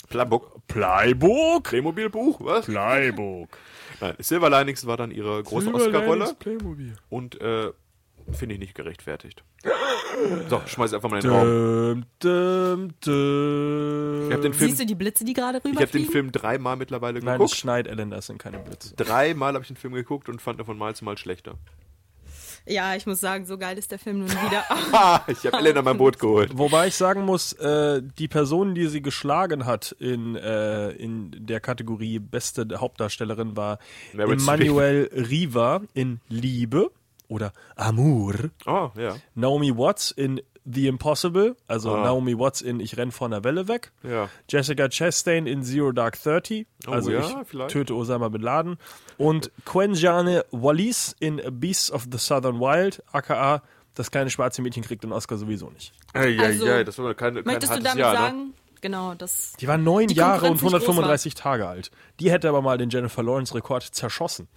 Playbook. Playbook? Playmobil-Buch, was? Playbook. Nein, Silver Linings war dann ihre große Silver Oscar-Rolle. Linings Playmobil. und äh, finde ich nicht gerechtfertigt. So, schmeiß einfach Äh, mal in den Raum. Dum, dum, Ich dum. äh, habe den Siehst Film, du die Blitze, die gerade ich hab rüberfliegen? den Film dreimal mittlerweile Nein, es geguckt. schneit, Ellen, das sind keine Blitze. Dreimal habe ich den Film geguckt und fand ihn von Mal zu Mal schlechter. Ja, ich muss sagen, so geil ist der Film nun wieder. Ha, ich habe Elena mein Boot geholt. Wobei ich sagen muss, äh, die Person, die sie geschlagen hat in, äh, in der Kategorie beste Hauptdarstellerin war Meryl Streep. Emmanuel Riva in Liebe oder Amour, Oh, ja. Naomi Watts in The Impossible, also Ah. Naomi Watts in Ich renn vor einer Welle weg, Ja. Jessica Chastain in Zero Dark Thirty, Oh, also ja, ich vielleicht. töte Osama Bin Laden und Quenjane Wallis in Beasts of the Southern Wild, aka das kleine schwarze Mädchen kriegt den Oscar sowieso nicht. Ei, Also, ei, ei, das war mal kein, kein Möchtest du hartes damit Jahr, ne? sagen? Genau, das. Die war neun Die Jahre und Konkurrenz nicht 135 Tage alt. Die hätte aber mal den Jennifer Lawrence Rekord zerschossen.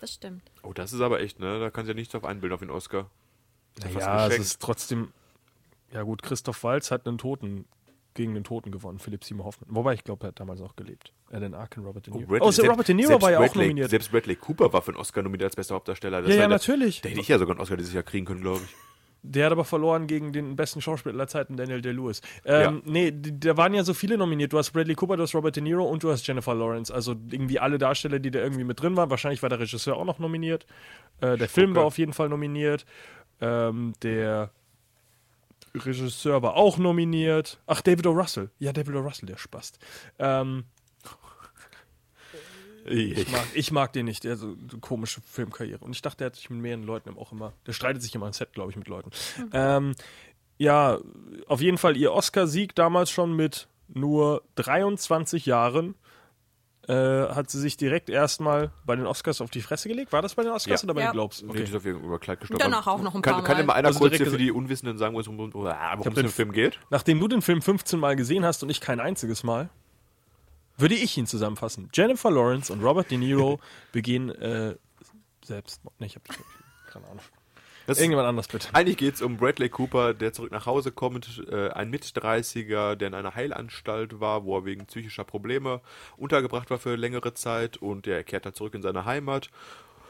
Das stimmt. Oh, das ist aber echt, ne? Da kannst du ja nichts drauf einbilden auf den Oscar. ja fast Naja, es geschenkt. ist trotzdem. Ja gut, Christoph Walz hat einen Toten gegen den Toten gewonnen, Philipp Seymour Hoffmann. Wobei ich glaube, er hat damals auch gelebt. Alan Arkin, Robert De Niro. Oh, Sir selbst- Robert De Niro selbst war ja auch Bradley, nominiert. Selbst Bradley Cooper war für einen Oscar nominiert als bester Hauptdarsteller. Das Ja, war ja, der- natürlich. Der hätte ich ja sogar einen Oscar dieses Jahr kriegen können, glaube ich. Der hat aber verloren gegen den besten Schauspieler aller Zeiten, Daniel Day-Lewis. Ähm, Nee, d- da waren ja so viele nominiert. Du hast Bradley Cooper, du hast Robert De Niro und du hast Jennifer Lawrence. Also irgendwie alle Darsteller, die da irgendwie mit drin waren. Wahrscheinlich war der Regisseur auch noch nominiert. Äh, der Film war auf jeden Fall nominiert. Ähm, der Regisseur war auch nominiert. Ach, David O. Russell. Ja, David O. Russell, der spast. Ähm, ich, mag, ich mag den nicht. Der hat so eine komische Filmkarriere. Und ich dachte, der hat sich mit mehreren Leuten auch immer. Der streitet sich immer im Set, glaube ich, mit Leuten. Ähm, ja, auf jeden Fall ihr Oscarsieg damals schon mit nur 23 Jahren. Äh, hat sie sich direkt erstmal bei den Oscars auf die Fresse gelegt? War das bei den Oscars Ja. oder bei Ja. den Globes? Nee, die ist auf jeden Fall über Kleid gestolpert. Danach auch noch ein kann, paar Kann Mal. immer einer Also kurz direkt hier für gesagt- die Unwissenden sagen, worum, worum, worum es um- den im Film geht? Nachdem du den Film 15 Mal gesehen hast und ich kein einziges Mal, würde ich ihn zusammenfassen. Jennifer Lawrence und Robert De Niro begehen äh, Selbstmord. Nee, ich hab keine Ahnung. Das Irgendjemand anders bitte. Eigentlich geht es um Bradley Cooper, der zurück nach Hause kommt, äh, ein Mit-30er, der in einer Heilanstalt war, wo er wegen psychischer Probleme untergebracht war für längere Zeit und der kehrt dann zurück in seine Heimat.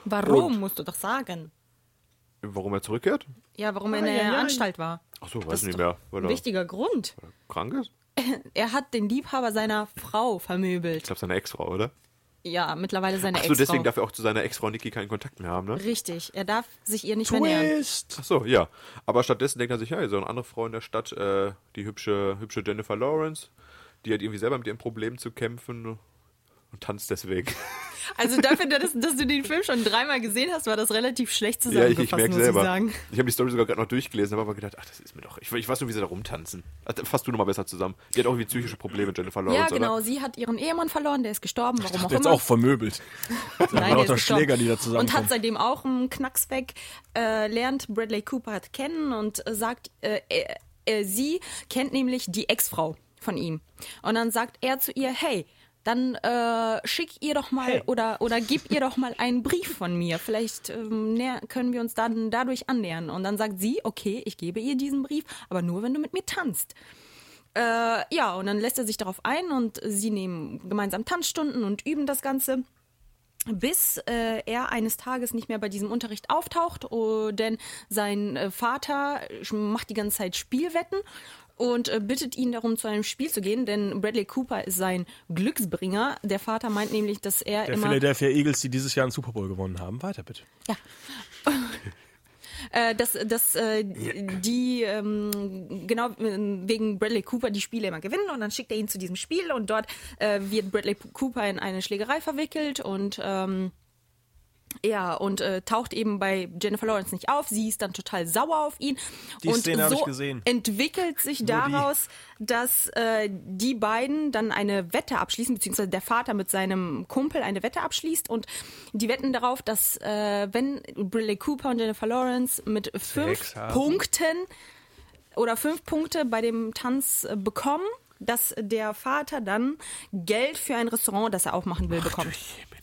Warum, musst du doch sagen. Warum er zurückkehrt? Ah, Ja, warum er in der Anstalt war. Achso, Das weiß ist nicht doch mehr, weil Ein er wichtiger Grund. krank ist. Er hat den Liebhaber seiner Frau Ich vermöbelt. glaube, seine Ex-Frau, oder? Ja, mittlerweile seine Achso, deswegen Ex-Frau. darf er auch zu seiner Ex-Frau Nikki keinen Kontakt mehr haben, ne? Richtig, er darf sich ihr nicht mehr nähern. Twist! Achso, ja. Aber stattdessen denkt er sich, ja, so eine andere Frau in der Stadt, äh, die hübsche, hübsche Jennifer Lawrence, die hat irgendwie selber mit ihrem Problem zu kämpfen und tanzt deswegen. Also dafür, dass, dass du den Film schon dreimal gesehen hast, war das relativ schlecht Ja, ich, ich zusammengefasst, merke muss selber. ich sagen. Ich habe die Story sogar gerade noch durchgelesen, habe aber gedacht, ach, das ist mir doch. Ich, ich weiß nur, wie sie da rumtanzen. Also, fass du nochmal besser zusammen. Die hat auch irgendwie psychische Probleme, Jennifer Ja, Lawrence, genau. oder? Sie hat ihren Ehemann verloren, der ist gestorben, warum auch Jetzt immer. auch vermöbelt. Nein, lauter der ist gestorben. Schläger, die da Und zusammenkommen. hat seitdem auch einen Knacks weg, äh, lernt Bradley Cooper hat kennen und äh, sagt, äh, äh, äh, sie kennt nämlich die Ex-Frau von ihm. Und dann sagt er zu ihr, hey, dann äh, schick ihr doch mal oder, oder gib ihr doch mal einen Brief von mir. Vielleicht ähm, näher- können wir uns dann dadurch annähern. Und dann sagt sie, okay, ich gebe ihr diesen Brief, aber nur, wenn du mit mir tanzt. Äh, ja, und dann lässt er sich darauf ein und sie nehmen gemeinsam Tanzstunden und üben das Ganze bis äh, er eines Tages nicht mehr bei diesem Unterricht auftaucht, oh, denn sein äh, Vater sch- macht die ganze Zeit Spielwetten und äh, bittet ihn darum, zu einem Spiel zu gehen, denn Bradley Cooper ist sein Glücksbringer. Der Vater meint nämlich, dass er Der immer Philadelphia Eagles, die dieses Jahr einen Super Bowl gewonnen haben. Weiter bitte. ja. Äh, dass, dass äh, die ähm, genau äh, wegen Bradley Cooper die Spiele immer gewinnen und dann schickt er ihn zu diesem Spiel und dort äh, wird Bradley P- Cooper in eine Schlägerei verwickelt und ähm, Ja, und äh, taucht eben bei Jennifer Lawrence nicht auf. Sie ist dann total sauer auf ihn. Die und Szene habe so ich gesehen. entwickelt sich daraus, dass äh, die beiden dann eine Wette abschließen, beziehungsweise der Vater mit seinem Kumpel eine Wette abschließt und die wetten darauf, dass äh, wenn Bradley Cooper und Jennifer Lawrence mit fünf haben. Punkten oder fünf Punkte bei dem Tanz äh, bekommen, dass der Vater dann Geld für ein Restaurant, das er aufmachen will, bekommt.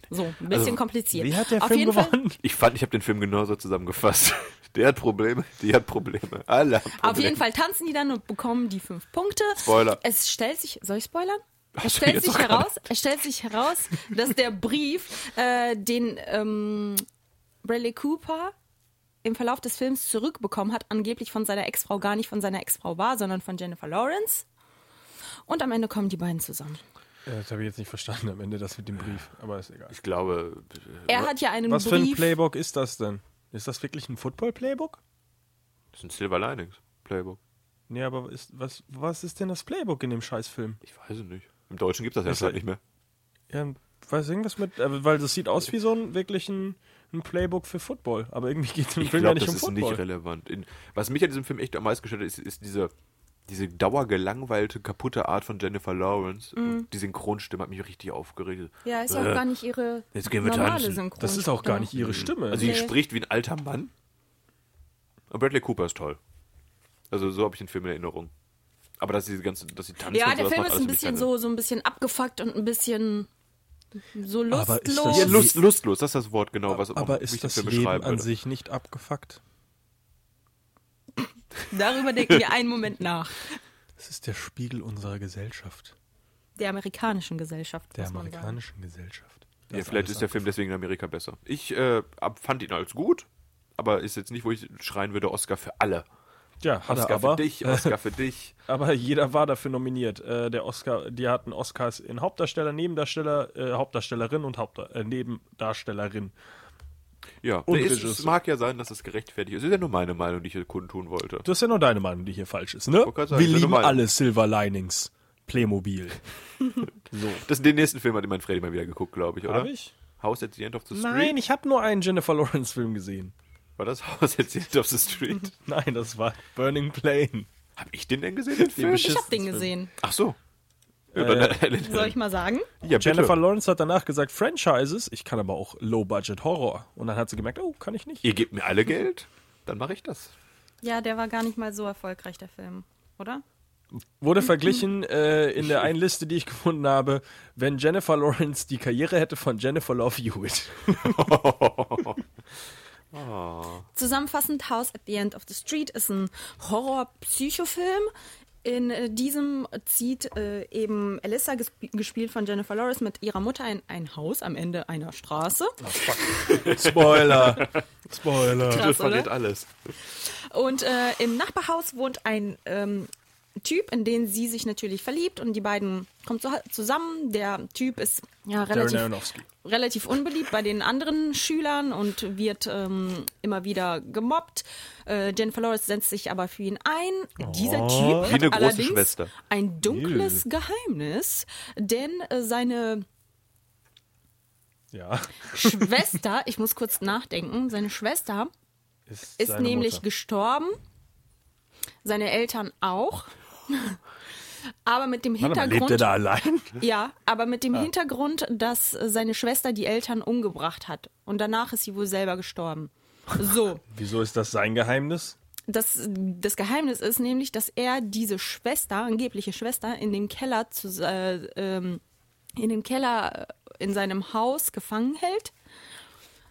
So, ein bisschen kompliziert. Also, Wie hat der Auf Film jeden Fall- gewonnen? Ich fand, ich habe den Film genauso zusammengefasst. Der hat Probleme, die hat Probleme. Alle haben Probleme. Auf jeden Fall tanzen die dann und bekommen die fünf Punkte. Spoiler. Es stellt sich, soll ich spoilern? Es so, stellt, jetzt sich doch gerade. heraus, es stellt sich heraus, dass der Brief, äh, den ähm, Bradley Cooper im Verlauf des Films zurückbekommen hat, angeblich von seiner Ex-Frau gar nicht von seiner Ex-Frau war, sondern von Jennifer Lawrence. Und am Ende kommen die beiden zusammen. Äh, Das habe ich jetzt nicht verstanden am Ende, das mit dem Brief. Aber ist egal. Ich glaube, äh, Er hat ja einen Was für ein Brief. Playbook ist das denn? Ist das wirklich ein Football-Playbook? das sind Silver Linings Playbook. Nee, aber ist, was, was ist denn das Playbook in dem Scheißfilm? Ich weiß es nicht. Im Deutschen gibt es das ja halt nicht mehr. Ja, weiß irgendwas mit, äh, weil das sieht aus wie so ein wirklich ein, ein Playbook für Football. Aber irgendwie geht es im Ich Film ja glaube, nicht das um ist nicht Football. relevant. In, was mich an diesem Film echt am meisten gestört hat, ist, ist diese, diese dauergelangweilte, kaputte Art von Jennifer Lawrence. Und die Synchronstimme hat mich richtig aufgeregt. Mhm. Äh. Ja, ist auch gar nicht ihre jetzt gehen wir normale tanzen. Synchron. Genau. das ist auch gar nicht ihre Stimme. Also, sie spricht wie ein alter Mann. Aber Bradley Cooper ist toll. Also, so habe ich den Film in Erinnerung. Aber dass diese ganze, dass sie tanzen Ja, und der sowas Film macht, ist alles ein für mich bisschen keine- so, so ein bisschen abgefuckt und ein bisschen so Aber ist das lustlos. Ja, so- lust, lustlos, das ist das Wort, genau. Was, aber wie ich den ist das Film Leben beschreiben an würde. sich nicht abgefuckt? Darüber denken wir einen Moment nach. Es ist der Spiegel unserer Gesellschaft, Der amerikanischen Gesellschaft. der muss man sagen. amerikanischen Gesellschaft. Ja, vielleicht ist der Film deswegen in Amerika besser. Ich äh, ab- fand ihn als gut, aber ist jetzt nicht, wo ich schreien würde, Oscar für alle. Ja, hat er Oscar aber. für dich, Oscar für dich. Aber jeder war dafür nominiert. Äh, der Oscar, die hatten Oscars in Hauptdarsteller, Nebendarsteller, äh, Hauptdarstellerin und Hauptda äh, Nebendarstellerin. Ja, Und Nee, es, es Regisseur. mag ja sein, dass es gerechtfertigt ist. Es ist ja nur meine Meinung, die ich hier kundtun wollte. Das ist ja nur deine Meinung, die hier falsch ist, ne? wollte gerade sagen, Wir das ist ja lieben nur meine. alle Silver Linings. Playmobil. Das, den nächsten Film hat immer ein Freddy mal wieder geguckt, glaube ich, oder? Hab ich? House at the End of the Street? Nein, ich habe nur einen Jennifer Lawrence Film gesehen. War das House at the End of the Street? Nein, das war Burning Plain. Hab ich den denn gesehen, den Film? Ich hab beschissensten den Film. gesehen. Ach so. Ja, dann- Soll ich mal sagen? ja, bitte. Jennifer Lawrence hat danach gesagt, Franchises, ich kann aber auch Low-Budget Horror. Und dann hat sie gemerkt, oh, kann ich nicht. Ihr gebt mir alle Geld? Dann mache ich das. Ja, der war gar nicht mal so erfolgreich, der Film, oder? Wurde verglichen äh, in der einen Liste, die ich gefunden habe, wenn Jennifer Lawrence die Karriere hätte von Jennifer Love Hewitt. Zusammenfassend, House at the End of the Street ist ein Horror-Psychofilm. In äh, diesem zieht äh, eben Alyssa, gesp gespielt von Jennifer Lawrence, mit ihrer Mutter in ein Haus am Ende einer Straße. Spoiler. Spoiler. Krass, das verrät oder? alles. Und äh, im Nachbarhaus wohnt ein ähm, Typ, in den sie sich natürlich verliebt und die beiden kommen zu, zusammen. Der Typ ist ja Darren relativ, Aronofsky. relativ unbeliebt bei den anderen Schülern und wird ähm, immer wieder gemobbt. Äh, Jennifer Lawrence setzt sich aber für ihn ein. Dieser Typ hat Oh. Wie eine große allerdings Schwester. ein dunkles Geheimnis, denn äh, seine Ja. Schwester, ich muss kurz nachdenken, seine Schwester ist seine nämlich Mutter. gestorben. Seine Eltern auch. Aber mit dem Warte mal, lebt Hintergrund, er da Ah. allein? ja, aber mit dem Hintergrund, dass äh, seine Schwester die Eltern umgebracht hat und danach ist sie wohl selber gestorben. So, Wieso ist das sein Geheimnis? das, das Geheimnis ist nämlich, dass er diese Schwester, angebliche Schwester, in dem Keller zu, äh, ähm, in dem Keller äh, in seinem Haus gefangen hält.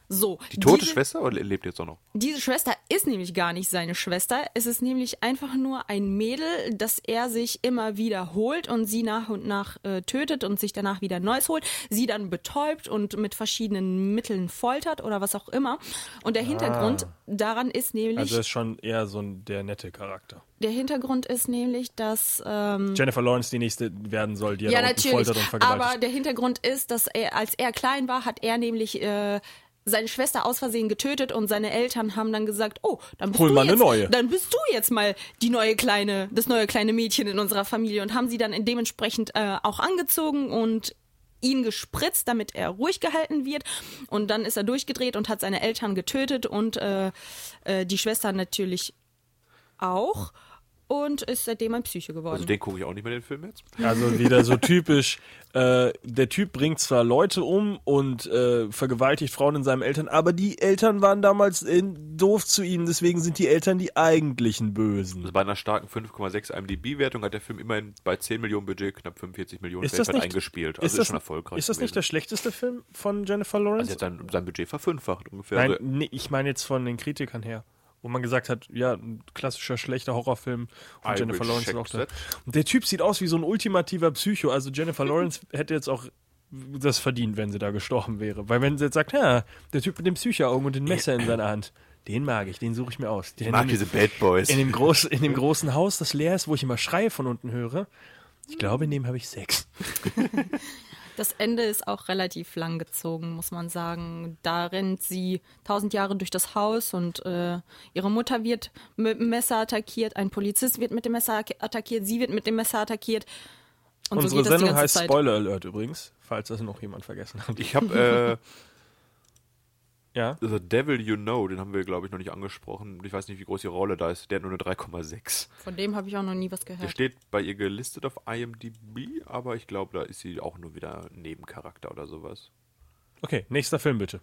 So, Die tote diese- Schwester oder lebt jetzt auch noch? diese Schwester ist nämlich gar nicht seine Schwester. Es ist nämlich einfach nur ein Mädel, das er sich immer wieder holt und sie nach und nach äh, tötet und sich danach wieder ein Neues holt, sie dann betäubt und mit verschiedenen Mitteln foltert oder was auch immer. Und der Hintergrund daran ist nämlich, Also ist schon eher so ein, der nette Charakter. der Hintergrund ist nämlich, dass ähm, Jennifer Lawrence die nächste werden soll, die er ja, da unten natürlich. foltert und vergewaltigt. Aber der Hintergrund ist, dass er, als er klein war, hat er nämlich äh, seine Schwester aus Versehen getötet und seine Eltern haben dann gesagt, oh, dann bist Hol du mal eine jetzt, neue. dann bist du jetzt mal die neue kleine, das neue kleine Mädchen in unserer Familie und haben sie dann dementsprechend äh, auch angezogen und ihn gespritzt, damit er ruhig gehalten wird. Und dann ist er durchgedreht und hat seine Eltern getötet und äh, äh, die Schwester natürlich auch. Und ist seitdem ein Psyche geworden. Also den gucke ich auch nicht mehr, den Film jetzt. Also wieder so typisch, äh, der Typ bringt zwar Leute um und äh, vergewaltigt Frauen in seinen Eltern, aber die Eltern waren damals äh, doof zu ihm, deswegen sind die Eltern die eigentlichen Bösen. Also bei einer starken 5,6 IMDb-Wertung hat der Film immerhin bei 10 Millionen Budget knapp 45 Millionen weltweit eingespielt. Also ist, schon erfolgreich. Ist das nicht der gewesen. schlechteste Film von Jennifer also er Lawrence? hat sein, sein Budget verfünffacht ungefähr. Nein, also, nee, ich meine jetzt von den Kritikern her. Wo man gesagt hat, ja, ein klassischer schlechter Horrorfilm und I Jennifer will Lawrence ist check auch da. that. Und der Typ sieht aus wie so ein ultimativer Psycho. Also Jennifer Lawrence hätte jetzt auch das verdient, wenn sie da gestorben wäre. Weil wenn sie jetzt sagt, ja, der Typ mit den Psycho-Augen und dem Messer in seiner Hand, den mag ich, den suche ich mir aus. Den ich mag in- diese Bad Boys. in dem, groß, in dem großen Haus, das leer ist, wo ich immer Schreie von unten höre. Ich glaube, in dem habe ich Sex. Das Ende ist auch relativ lang gezogen, muss man sagen. Da rennt sie tausend Jahre durch das Haus und äh, ihre Mutter wird mit dem Messer attackiert, ein Polizist wird mit dem Messer ak- attackiert, sie wird mit dem Messer attackiert. Und Unsere so geht Sendung das die ganze heißt Zeit. Spoiler Alert übrigens, falls das noch jemand vergessen hat. ich habe Ja. äh, The Devil You Know, den haben wir, glaube ich, noch nicht angesprochen. Ich weiß nicht, wie groß die Rolle da ist. Der hat nur eine 3,6. Von dem habe ich auch noch nie was Der gehört. steht bei ihr gelistet auf IMDb, aber ich glaube, da ist sie auch nur wieder Nebencharakter oder sowas. Okay, nächster Film bitte.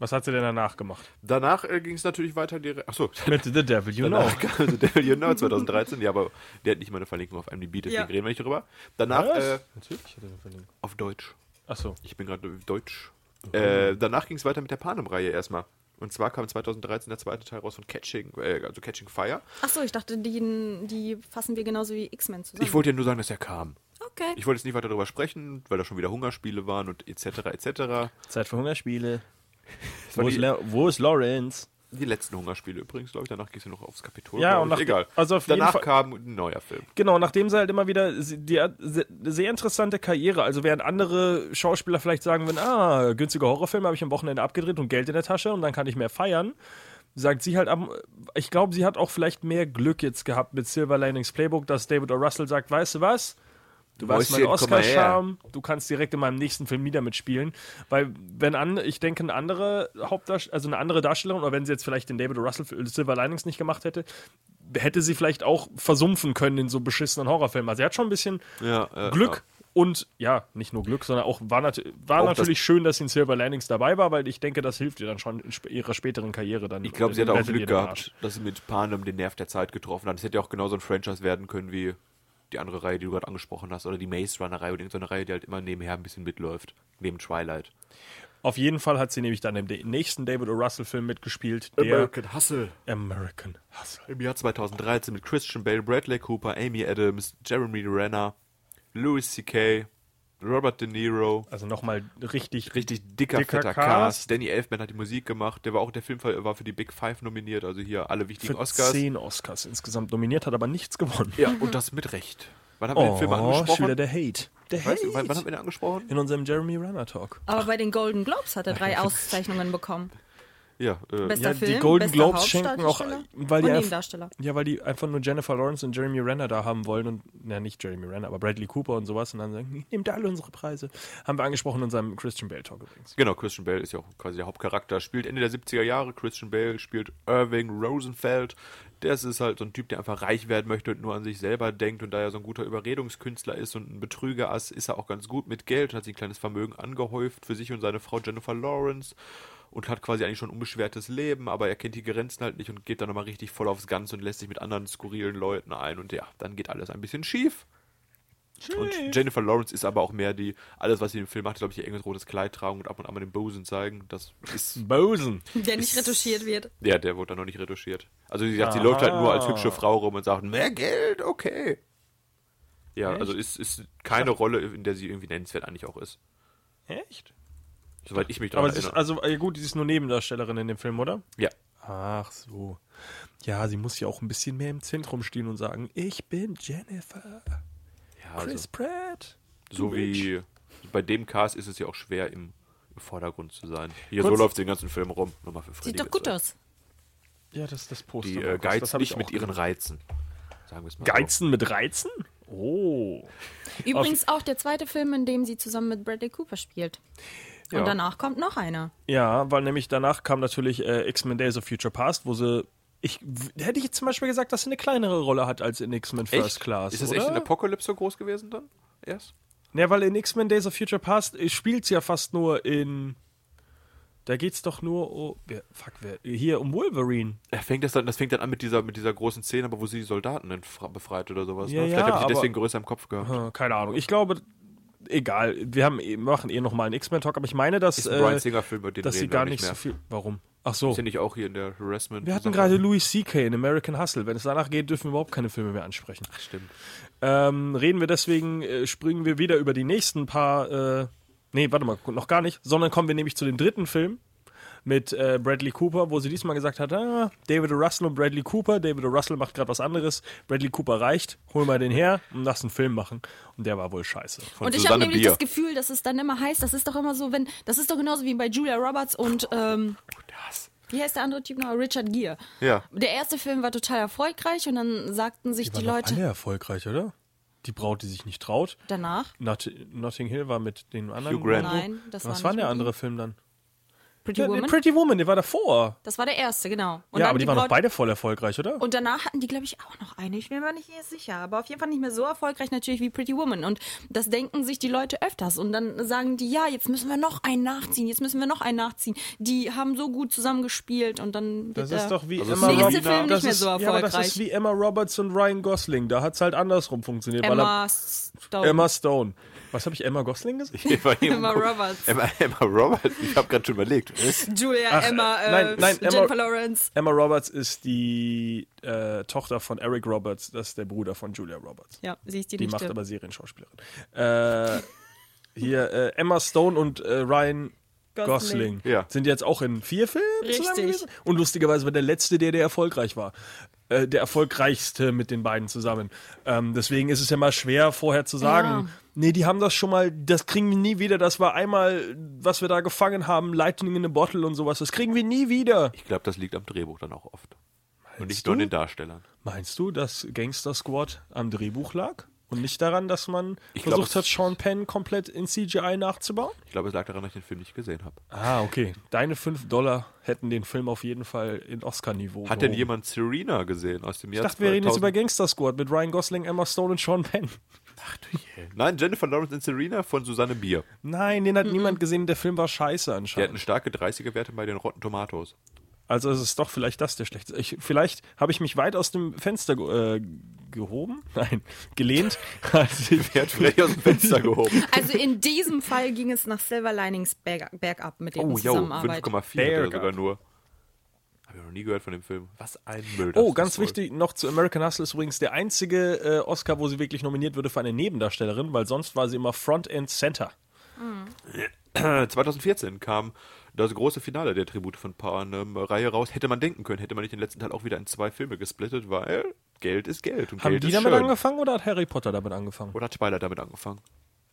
Was hat sie denn danach gemacht? Danach äh, ging es natürlich weiter direkt. Achso, Mit The Devil You Know. Danach kam The Devil You Know 2013, ja, aber der hat nicht mal eine Verlinkung auf IMDb, deswegen Ja. reden wir nicht drüber. Danach äh, Natürlich hat er eine Verlinkung. Oh. auf Deutsch. Achso. Ich bin gerade deutsch. Äh, danach ging es weiter mit der Panem-Reihe erstmal. Und zwar kam 2013 der zweite Teil raus von Catching, äh, also Catching Fire. Achso, ich dachte, die, die fassen wir genauso wie X-Men zusammen. Ich wollte dir nur sagen, dass er kam. okay. Ich wollte jetzt nicht weiter darüber sprechen, weil da schon wieder Hungerspiele waren und etc. etc. Zeit für Hungerspiele. war Wo ist, die- La wo ist Lawrence? Die letzten Hungerspiele übrigens, glaube ich. Danach ging es ja noch aufs Kapitol. Ja, glaub und ich. nach- egal. also auf jeden danach Fall- kam ein neuer Film. Genau, nachdem sie halt immer wieder, sie- die hat se- sehr interessante Karriere, also während andere Schauspieler vielleicht sagen würden, ah, günstiger Horrorfilm habe ich am Wochenende abgedreht und Geld in der Tasche und dann kann ich mehr feiern, sagt sie halt, am, ich glaube, sie hat auch vielleicht mehr Glück jetzt gehabt mit Silver Linings Playbook, dass David O. Russell sagt, weißt du was, du warst mein Mäuschen, komm mal her. Oscar-Charme, du kannst direkt in meinem nächsten Film wieder mitspielen, weil wenn an, ich denke, eine andere Hauptdarstellerin, also eine andere Darstellerin, oder wenn sie jetzt vielleicht den David O. Russell für Silver Linings nicht gemacht hätte, hätte sie vielleicht auch versumpfen können in so beschissenen Horrorfilmen. Also sie hat schon ein bisschen Ja, äh, Glück und ja, nicht nur Glück, sondern auch war, nat war Auch natürlich schön, dass sie in Silver Linings dabei war, weil ich denke, das hilft ihr dann schon in sp ihrer späteren Karriere dann. Ich glaube, sie hat Dann auch rettet ihr Glück den gehabt, Arsch. dass sie mit Panem den Nerv der Zeit getroffen hat. Es hätte ja auch genauso ein Franchise werden können wie die andere Reihe, die du gerade angesprochen hast, oder die Maze Runner-Reihe oder irgendeine Reihe, die halt immer nebenher ein bisschen mitläuft, neben Twilight. Auf jeden Fall hat sie nämlich dann im de- nächsten David O. Russell-Film mitgespielt, der Hustle. American Hustle. Im Jahr 2013 mit Christian Bale, Bradley Cooper, Amy Adams, Jeremy Renner, Louis C.K., Robert De Niro. Also nochmal richtig, Richtig dicker, Dicker fetter Cast. Cast. Danny Elfman hat die Musik gemacht. Der war auch, der Film war für die Big Five nominiert, also hier alle wichtigen für Oscars. zehn Oscars insgesamt nominiert, hat aber nichts gewonnen. Oh, Ja, und das mit Recht. Wann haben wir den Film angesprochen? Schüler der Hate. Der Weißt du, wann, Hate. wann haben wir den angesprochen? in unserem Jeremy Renner Talk. Aber bei den Golden Globes hat er drei Auszeichnungen bekommen. Ja, äh, Bester Ja, Film, die Golden bester Globes schenken auch, Hauptdarsteller weil die und einfach- Nebendarsteller. Ja, weil die einfach nur Jennifer Lawrence und Jeremy Renner da haben wollen und, na nicht Jeremy Renner, aber Bradley Cooper und sowas und dann sagen, nehmt alle unsere Preise. Haben wir angesprochen in unserem Christian Bale Talk übrigens. genau, Christian Bale ist ja auch quasi der Hauptcharakter. Spielt Ende der 70er Jahre. Christian Bale spielt Irving Rosenfeld. Das ist halt so ein Typ, der einfach reich werden möchte und nur an sich selber denkt. Und da er so ein guter Überredungskünstler ist und ein Betrügerass, ist er auch ganz gut mit Geld und hat sich ein kleines Vermögen angehäuft für sich und seine Frau Jennifer Lawrence. Und hat quasi eigentlich schon ein unbeschwertes Leben, aber er kennt die Grenzen halt nicht und geht dann nochmal richtig voll aufs Ganze und lässt sich mit anderen skurrilen Leuten ein. Und ja, dann geht alles ein bisschen schief. Und Jennifer Lawrence ist aber auch mehr die, alles, was sie im Film macht, glaube ich, ihr enges rotes Kleid tragen und ab und an mal den Bosen zeigen. Das ist. Bosen. Der nicht retuschiert wird. Ja, der wurde dann noch nicht retuschiert. Also sie sagt, sie läuft halt nur als hübsche Frau rum und sagt, mehr Geld, okay. Ja, also ist, ist keine Rolle, in der sie irgendwie nennenswert eigentlich auch ist. Echt? Soweit ich mich daran Aber sie ist, erinnere. also, ja gut, sie ist nur Nebendarstellerin in dem Film, oder? ja. Ach so. Ja, sie muss ja auch ein bisschen mehr im Zentrum stehen und sagen, ich bin Jennifer. ja Chris also, Pratt. so Du wie bei dem Cast ist es ja auch schwer im, im Vordergrund zu sein. Hier, so Kurz- läuft sie den ganzen Film rum. Nochmal für Freddy Sieht doch gut gezeigt. aus. Ja, das ist das Poster. Die äh, Markus, das geizt hab ich nicht auch mit ihren gesehen. Reizen. Sagen wir es mal so. Geizen mit Reizen? Oh. Übrigens auch der zweite Film, in dem sie zusammen mit Bradley Cooper spielt. Und Ja. danach kommt noch einer. Ja, weil nämlich danach kam natürlich äh, X-Men Days of Future Past, wo sie. Ich w- hätte ich jetzt zum Beispiel gesagt, dass sie eine kleinere Rolle hat als in X-Men First Class. Ist das oder? echt in Apocalypse so groß gewesen dann? Erst? Ja, weil in X-Men Days of Future Past äh, spielt's ja fast nur in. Da geht's doch nur um. Ja, fuck, wer? Hier um Wolverine. Ja, fängt das, dann, das fängt dann an mit dieser, mit dieser großen Szene, aber wo sie die Soldaten dann fra- befreit oder sowas. Ja, ne? Vielleicht ja, habe ich die aber- deswegen größer im Kopf gehabt. Hm, keine Ahnung. Ich glaube, egal. Wir haben, eh- machen eh nochmal einen X-Men-Talk, aber ich meine, dass. Ist ein Bryan Singer-Film, über den äh, dass sie reden wir gar nicht nicht so mehr. viel. Warum? Ach so. Ist ja nicht auch hier in der Harassment. Wir hatten Zusammenhang? gerade Louis C.K. in American Hustle. Wenn es danach geht, dürfen wir überhaupt keine Filme mehr ansprechen. Stimmt. Ähm, reden wir deswegen, äh, springen wir wieder über die nächsten paar. Äh, nee, warte mal, noch gar nicht. Sondern kommen wir nämlich zu dem dritten Film mit äh, Bradley Cooper, wo sie diesmal gesagt hat: ah, David O. Russell und Bradley Cooper. David O. Russell macht gerade was anderes. Bradley Cooper reicht. Hol mal den her und lass einen Film machen. Und der war wohl scheiße. Von Und ich habe Susanne nämlich Bier. das Gefühl, dass es dann immer heißt, das ist doch immer so, wenn, das ist doch genauso wie bei Julia Roberts und, ähm, wie heißt der andere Typ noch? Richard Gere. Ja. Der erste Film war total erfolgreich und dann sagten sich die, Waren doch Leute alle erfolgreich, oder? Die Braut, die sich nicht traut. danach, Not Notting Hill war mit dem anderen. Hugh Grant. Nein, das Was war war nicht denn der mit andere Film dann? Pretty Ja, Woman, Pretty Woman, der war davor. das war der erste, genau. Und ja, dann aber die waren doch Braut- beide voll erfolgreich, oder? Und danach hatten die, glaube ich, auch noch eine. Ich bin mir nicht sicher. Aber auf jeden Fall nicht mehr so erfolgreich natürlich wie Pretty Woman. Und das denken sich die Leute öfters. Und dann sagen die, ja, jetzt müssen wir noch einen nachziehen. Jetzt müssen wir noch einen nachziehen. Die haben so gut zusammengespielt. Und dann wird Das der ist doch wie Also Emma nächste Roberts. Film nicht das mehr ist, so Ja, aber das erfolgreich. ist wie Emma Roberts und Ryan Gosling. Da hat es halt andersrum funktioniert. Emma weil er, Stone. Emma Stone. Was habe ich Emma Gosling gesagt? Emma, Emma Roberts. Emma, Emma Roberts. Ich habe gerade schon überlegt. Julia, Ach, Emma, äh, äh, nein, nein, Emma- Jennifer Lawrence. Emma Roberts ist die äh, Tochter von Eric Roberts. Das ist der Bruder von Julia Roberts. Ja, sie ist die, Die Nichte. macht aber Serienschauspielerin. Äh, hier äh, Emma Stone und äh, Ryan Gosling, Gosling. Ja. sind jetzt auch in vier Filmen zusammen Richtig. gewesen. Und lustigerweise war der letzte, der der erfolgreich war. Äh, der erfolgreichste mit den beiden zusammen. Ähm, deswegen ist es ja mal schwer vorher zu sagen. Ja. Nee, die haben das schon mal, das kriegen wir nie wieder. Das war einmal, was wir da gefangen haben, Lightning in a Bottle und sowas. Das kriegen wir nie wieder. Ich glaube, das liegt am Drehbuch dann auch oft. Und nicht du? nur an den Darstellern. Meinst du, dass Gangster Squad am Drehbuch lag? Und nicht daran, dass man Ich glaub, versucht es- hat, Sean Penn komplett in CGI nachzubauen? Ich glaube, es lag daran, dass ich den Film nicht gesehen habe. Ah, okay. Deine 5 Dollar hätten den Film auf jeden Fall in Oscar-Niveau. Hat denn gehoben. jemand Serena gesehen aus dem Ich Jahr dachte, wir reden jetzt über 2000? Gangster Squad mit Ryan Gosling, Emma Stone und Sean Penn. Nein, Jennifer Lawrence und Serena von Susanne Bier. Nein, den hat niemand gesehen. Der Film war scheiße Die anscheinend. hatten starke 30er-Werte bei den Rotten Tomatoes. Also es ist doch vielleicht das der schlechteste. Ich, vielleicht habe ich mich weit aus dem Fenster ge- äh, gehoben. Nein, gelehnt. als ich- Der hat vielleicht aus dem Fenster gehoben. Also in diesem Fall ging es nach Silver Linings berg, bergab mit denen Oh, ja, Zusammenarbeit. 5,4 hat Berg er sogar ab. nur. Habe ich noch nie gehört von dem Film. Was ein Müll. das Oh, ist ganz wohl. wichtig noch zu American Hustle ist übrigens der einzige äh, Oscar, wo sie wirklich nominiert wurde für eine Nebendarstellerin, weil sonst war sie immer Front and Center. 2014 kam das große Finale der Tribute von Panem-Reihe raus. Hätte man denken können, hätte man nicht den letzten Teil auch wieder in zwei Filme gesplittet, weil Geld ist Geld und Haben Geld die ist damit schön. angefangen oder hat Harry Potter damit angefangen? Oder hat Twilight damit angefangen?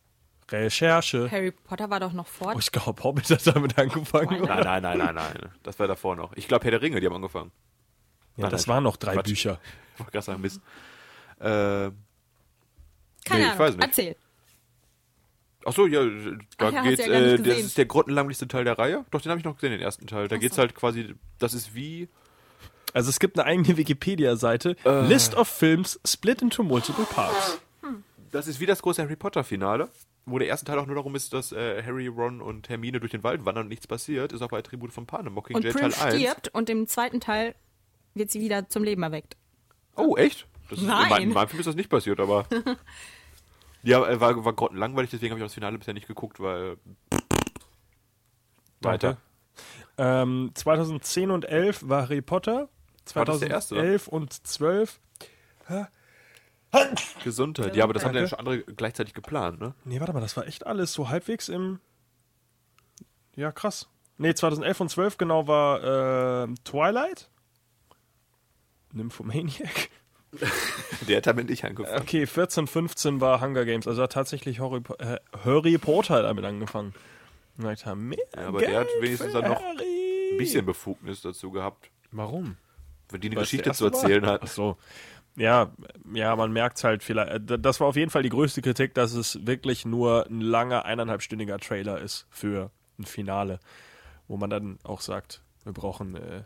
Recherche. Harry Potter war doch noch fort. Oh, ich glaube, Hobbit hat damit angefangen. Nein, nein, nein, nein, nein. Das war davor noch. Ich glaube, Herr der Ringe, die haben angefangen. Ja, das Quatsch. waren noch drei Quatsch. Bücher. Ich wollte gerade sagen, Mist. Äh, Keine nee, ich Ahnung. weiß nicht. Erzähl. Ach so, ja, äh, da Ach ja, hast geht, du ja gar nicht äh, das gesehen. ist der grottenlangweiligste Teil der Reihe. Doch, den habe ich noch gesehen, den ersten Teil. Da geht's halt quasi, das ist wie, Also es gibt eine eigene Wikipedia-Seite. Äh. List of Films split into multiple parts. das ist wie das große Harry Potter Finale, wo der erste Teil auch nur darum ist, dass äh, Harry, Ron und Hermine durch den Wald wandern und nichts passiert, ist auch bei Attribut von Panem, Und Mockingjay Teil Prince 1. stirbt und im zweiten Teil wird sie wieder zum Leben erweckt. Oh, echt? Das ist, In Nein. meinem, in meinem Film ist das nicht passiert, aber ja, äh, war, war grottenlangweilig, deswegen habe ich auch das Finale bisher nicht geguckt, weil weiter. Ähm, 2010 und 11 war Harry Potter. War das der erste, oder? 2011 und 12. Gesundheit. Ja, aber das haben ja Danke. schon andere gleichzeitig geplant, ne? Nee, warte mal, das war echt alles so halbwegs im... Ja, krass. Nee, 2011 und 12 genau war ähm, Twilight. Nymphomaniac. Der hat damit nicht angefangen. Okay, 14, 15 war Hunger Games. Also hat tatsächlich Harry, Po- äh, Harry Potter damit angefangen. Und gesagt haben, mehr Ja, aber der hat Geld wenigstens für dann noch Harry. Ein bisschen Befugnis dazu gehabt, Warum? wenn die eine Weil es der Geschichte zu erste war? erzählen hat. Ach so. ja, ja, man merkt es halt vielleicht. äh, Das war auf jeden Fall die größte Kritik, dass es wirklich nur ein langer, eineinhalbstündiger Trailer ist für ein Finale, wo man dann auch sagt, wir brauchen äh,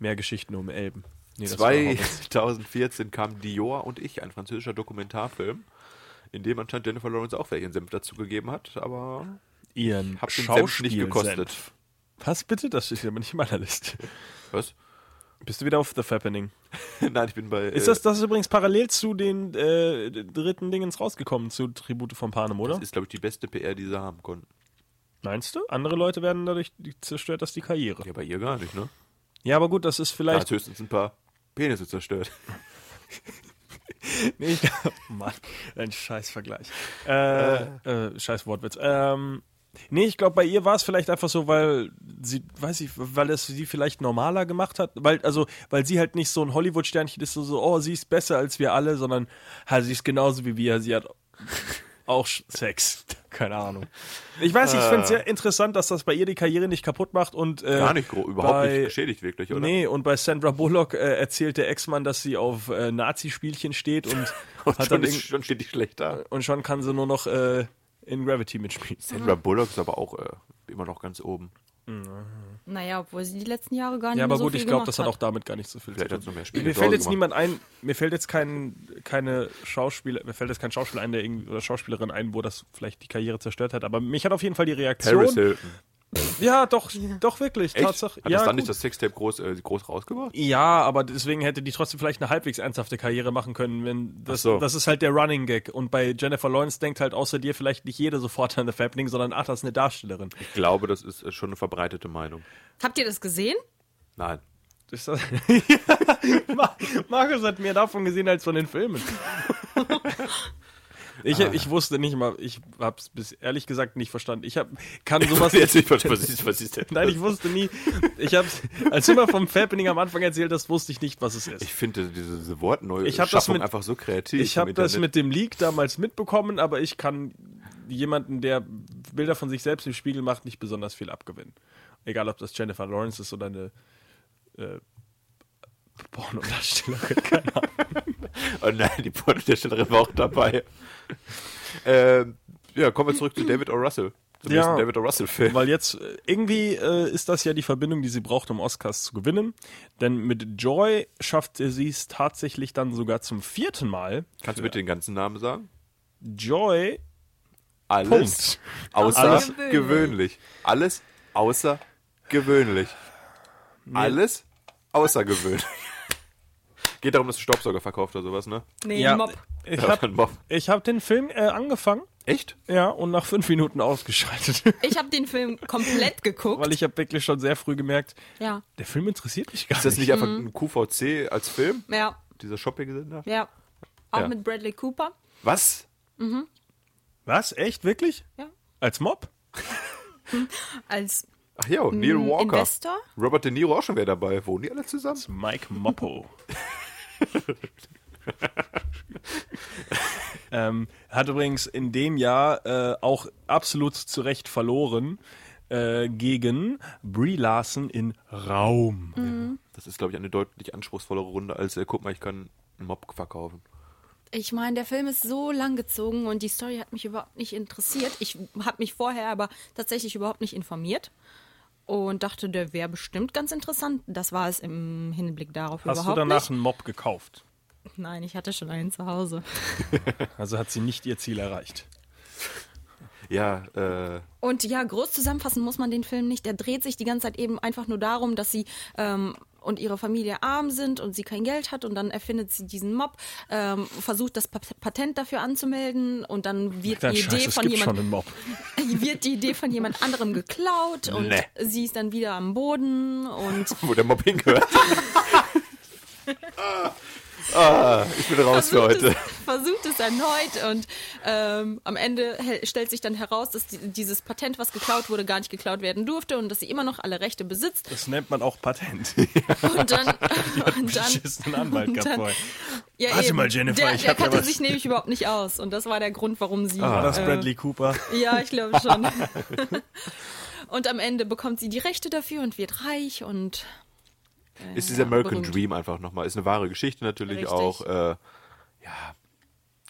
mehr Geschichten um Elben. Nee, das war Hobbit. 2014 kam Dior und ich, ein französischer Dokumentarfilm, in dem anscheinend Jennifer Lawrence auch welchen Senf dazu gegeben hat, aber ihren hab den Senf Schauspiel nicht gekostet. Senf. Was bitte? Das ist aber nicht in meiner Liste. Was? Bist du wieder auf The Fappening? Nein, ich bin bei. Ist äh, das, das ist übrigens parallel zu den äh, dritten Dingens rausgekommen, zu Tribute von Panem, oder? Das äh, ist, glaube ich, die beste PR, die sie haben konnten. Meinst du? Andere Leute werden dadurch zerstört, dass die Karriere. Ja, bei ihr gar nicht, ne? Ja, aber gut, das ist Da vielleicht. hat höchstens ein paar Penisse zerstört. Nee, ich, Mann, ein Scheißvergleich. Äh, äh, scheiß Wortwitz. Ähm, nee, ich glaube, bei ihr war es vielleicht einfach so, weil sie, weiß ich, weil es sie vielleicht normaler gemacht hat, weil, also, weil sie halt nicht so ein Hollywood-Sternchen ist, so, so, oh, sie ist besser als wir alle, sondern ha, sie ist genauso wie wir, sie hat auch Sch- Sex. Keine Ahnung. Ich weiß nicht, ich finde es sehr interessant, dass das bei ihr die Karriere nicht kaputt macht und äh, Äh. Gar nicht, gro- überhaupt bei- nicht geschädigt, wirklich, oder? Nee, und bei Sandra Bullock äh, erzählt der Ex-Mann, dass sie auf äh, Nazi-Spielchen steht und, Und hat schon, dann ist, irgend- schon steht die schlecht da. und schon kann sie nur noch äh, in Gravity mitspielen. Sandra Bullock ist aber auch äh, immer noch ganz oben. Naja, obwohl sie die letzten Jahre gar nicht Ja, mehr aber so gut, viel ich glaube, gemacht das hat auch damit gar nicht so viel Vielleicht zu hat es tun. noch mehr Spiele Mir zu fällt Hause jetzt niemand ein, mir fällt jetzt kein, keine Schauspieler, mir fällt jetzt kein Schauspieler ein, der irgendwie, oder Schauspielerin ein, wo das vielleicht die Karriere zerstört hat, aber mich hat auf jeden Fall die Reaktion. Paris Hilton. Ja, doch, doch wirklich, Echt? Tatsache. Hat ja, das dann gut. nicht das Sextape groß, äh, groß rausgebracht? Ja, aber deswegen hätte die trotzdem vielleicht eine halbwegs ernsthafte Karriere machen können, wenn das, Ach so. das ist halt der Running Gag. Und bei Jennifer Lawrence denkt halt außer dir vielleicht nicht jeder sofort an The Fappening, sondern ach, das ist eine Darstellerin. Ich glaube, das ist äh, schon eine verbreitete Meinung. Habt ihr das gesehen? Nein. Ist das Mar- Markus hat mehr davon gesehen als von den Filmen. Ah. Ich, ich wusste nicht mal, ich hab's bis ehrlich gesagt nicht verstanden. Ich hab, kann sowas jetzt nicht, was, was, ist, was ist denn? Nein, ich wusste nie. Ich hab's, als du mal vom Fappening am Anfang erzählt hast, wusste ich nicht, was es ist. Ich finde diese, diese Wortneue Ich hab das Schaffung mit- einfach so kreativ. Ich im habe das Internet. mit dem Leak damals mitbekommen, aber ich kann jemanden, der Bilder von sich selbst im Spiegel macht, nicht besonders viel abgewinnen. Egal, ob das Jennifer Lawrence ist oder eine äh, Pornodarstellerin. Keine Ahnung. Oh nein, die Pornodarstellerin war auch dabei. ähm, ja, kommen wir zurück zu David O. Russell. Zum Ja. nächsten David O. Russell-Film. Weil jetzt äh, irgendwie äh, ist das ja die Verbindung, die sie braucht, um Oscars zu gewinnen. Denn mit Joy schafft sie es tatsächlich dann sogar zum vierten Mal. Kannst du bitte den ganzen Namen sagen? Joy Alles außergewöhnlich. Alles außergewöhnlich. Alles außergewöhnlich. Geht darum, dass du Staubsauger verkauft oder sowas, ne? Nee, Ja, Mob. Ich Ja, habe dann Bob. ich hab den Film äh, angefangen, Echt? ja, und nach fünf Minuten ausgeschaltet. Ich habe den Film komplett geguckt. weil ich habe wirklich schon sehr früh gemerkt, ja, der Film interessiert mich gar Ist das nicht. nicht einfach ein QVC als Film? ja, Dieser Shopping-Sender? ja. Auch Ja. mit Bradley Cooper. Was? Was? Echt? Wirklich? Ja. Als Mob? Als Ach ja, Neil Walker. Investor? Robert De Niro auch schon wieder dabei. Wohnen die alle zusammen? Mike Moppo. ähm, hat übrigens in dem Jahr äh, auch absolut zu Recht verloren äh, gegen Brie Larson in Raum. Mhm. Das ist, glaube ich, eine deutlich anspruchsvollere Runde als, äh, guck mal, ich kann einen Mob verkaufen. Ich meine, der Film ist so lang gezogen und die Story hat mich überhaupt nicht interessiert. Ich habe mich vorher aber tatsächlich überhaupt nicht informiert und dachte, der wäre bestimmt ganz interessant. Das war es im Hinblick darauf Hast du überhaupt danach nicht. einen Mob gekauft? Nein, ich hatte schon einen zu Hause. Also hat sie nicht ihr Ziel erreicht. Ja, äh, Und ja, groß zusammenfassen muss man den Film nicht. Der dreht sich die ganze Zeit eben einfach nur darum, dass sie ähm, und ihre Familie arm sind und sie kein Geld hat und dann erfindet sie diesen Mob, ähm, versucht das Pat- Patent dafür anzumelden und dann wird Dann die scheiße, Idee es von gibt schon jemandem einen Mob. wird die Idee von jemand anderem geklaut und Nee. sie ist dann wieder am Boden und wo der Mob hingehört. ah, ich bin raus für heute. es, versucht es erneut und ähm, am Ende hel- stellt sich dann heraus, dass die, dieses Patent, was geklaut wurde, gar nicht geklaut werden durfte und dass sie immer noch alle Rechte besitzt Das nennt man auch Patent. und dann, und dann Beschissenen Anwalt gehabt dann- vorher. ja, Warte mal, Jennifer, der, ich der hab da kannte was. Ah, sich nämlich überhaupt nicht aus und das war der Grund, warum sie Ah. War das äh, Bradley Cooper? Ja, ich glaube schon. und am Ende bekommt sie die Rechte dafür und wird reich und ist ja, dieser American berühmt. Dream einfach nochmal. Ist eine wahre Geschichte natürlich Richtig. auch. Äh, ja,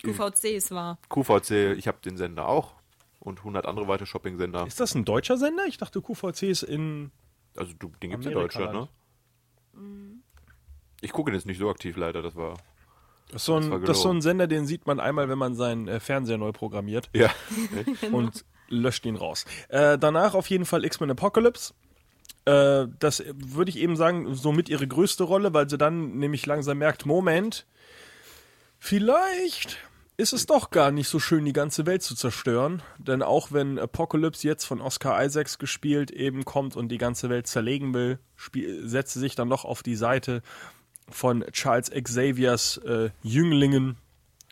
Hm. QVC es war. QVC, ich habe den Sender auch und 100 andere weitere Shopping-Sender. Ist das ein deutscher Sender? Ich dachte, QVC ist in. Also du, den gibt's in Amerika Deutschland, ne? Mhm. halt. Ich gucke den jetzt nicht so aktiv leider, das war. Das ist, so Das war ein, das ist so gelogen. ein Sender, den sieht man einmal, wenn man seinen äh, Fernseher neu programmiert Ja. und löscht ihn raus. Äh, danach auf jeden Fall X-Men Apocalypse. Äh, das äh, würde ich eben sagen, somit ihre größte Rolle, weil sie dann nämlich langsam merkt, Moment, vielleicht ist es doch gar nicht so schön, die ganze Welt zu zerstören. Denn auch wenn Apocalypse jetzt von Oscar Isaacs gespielt eben kommt und die ganze Welt zerlegen will, spie- setzt sie sich dann doch auf die Seite von Charles Xaviers äh, Jünglingen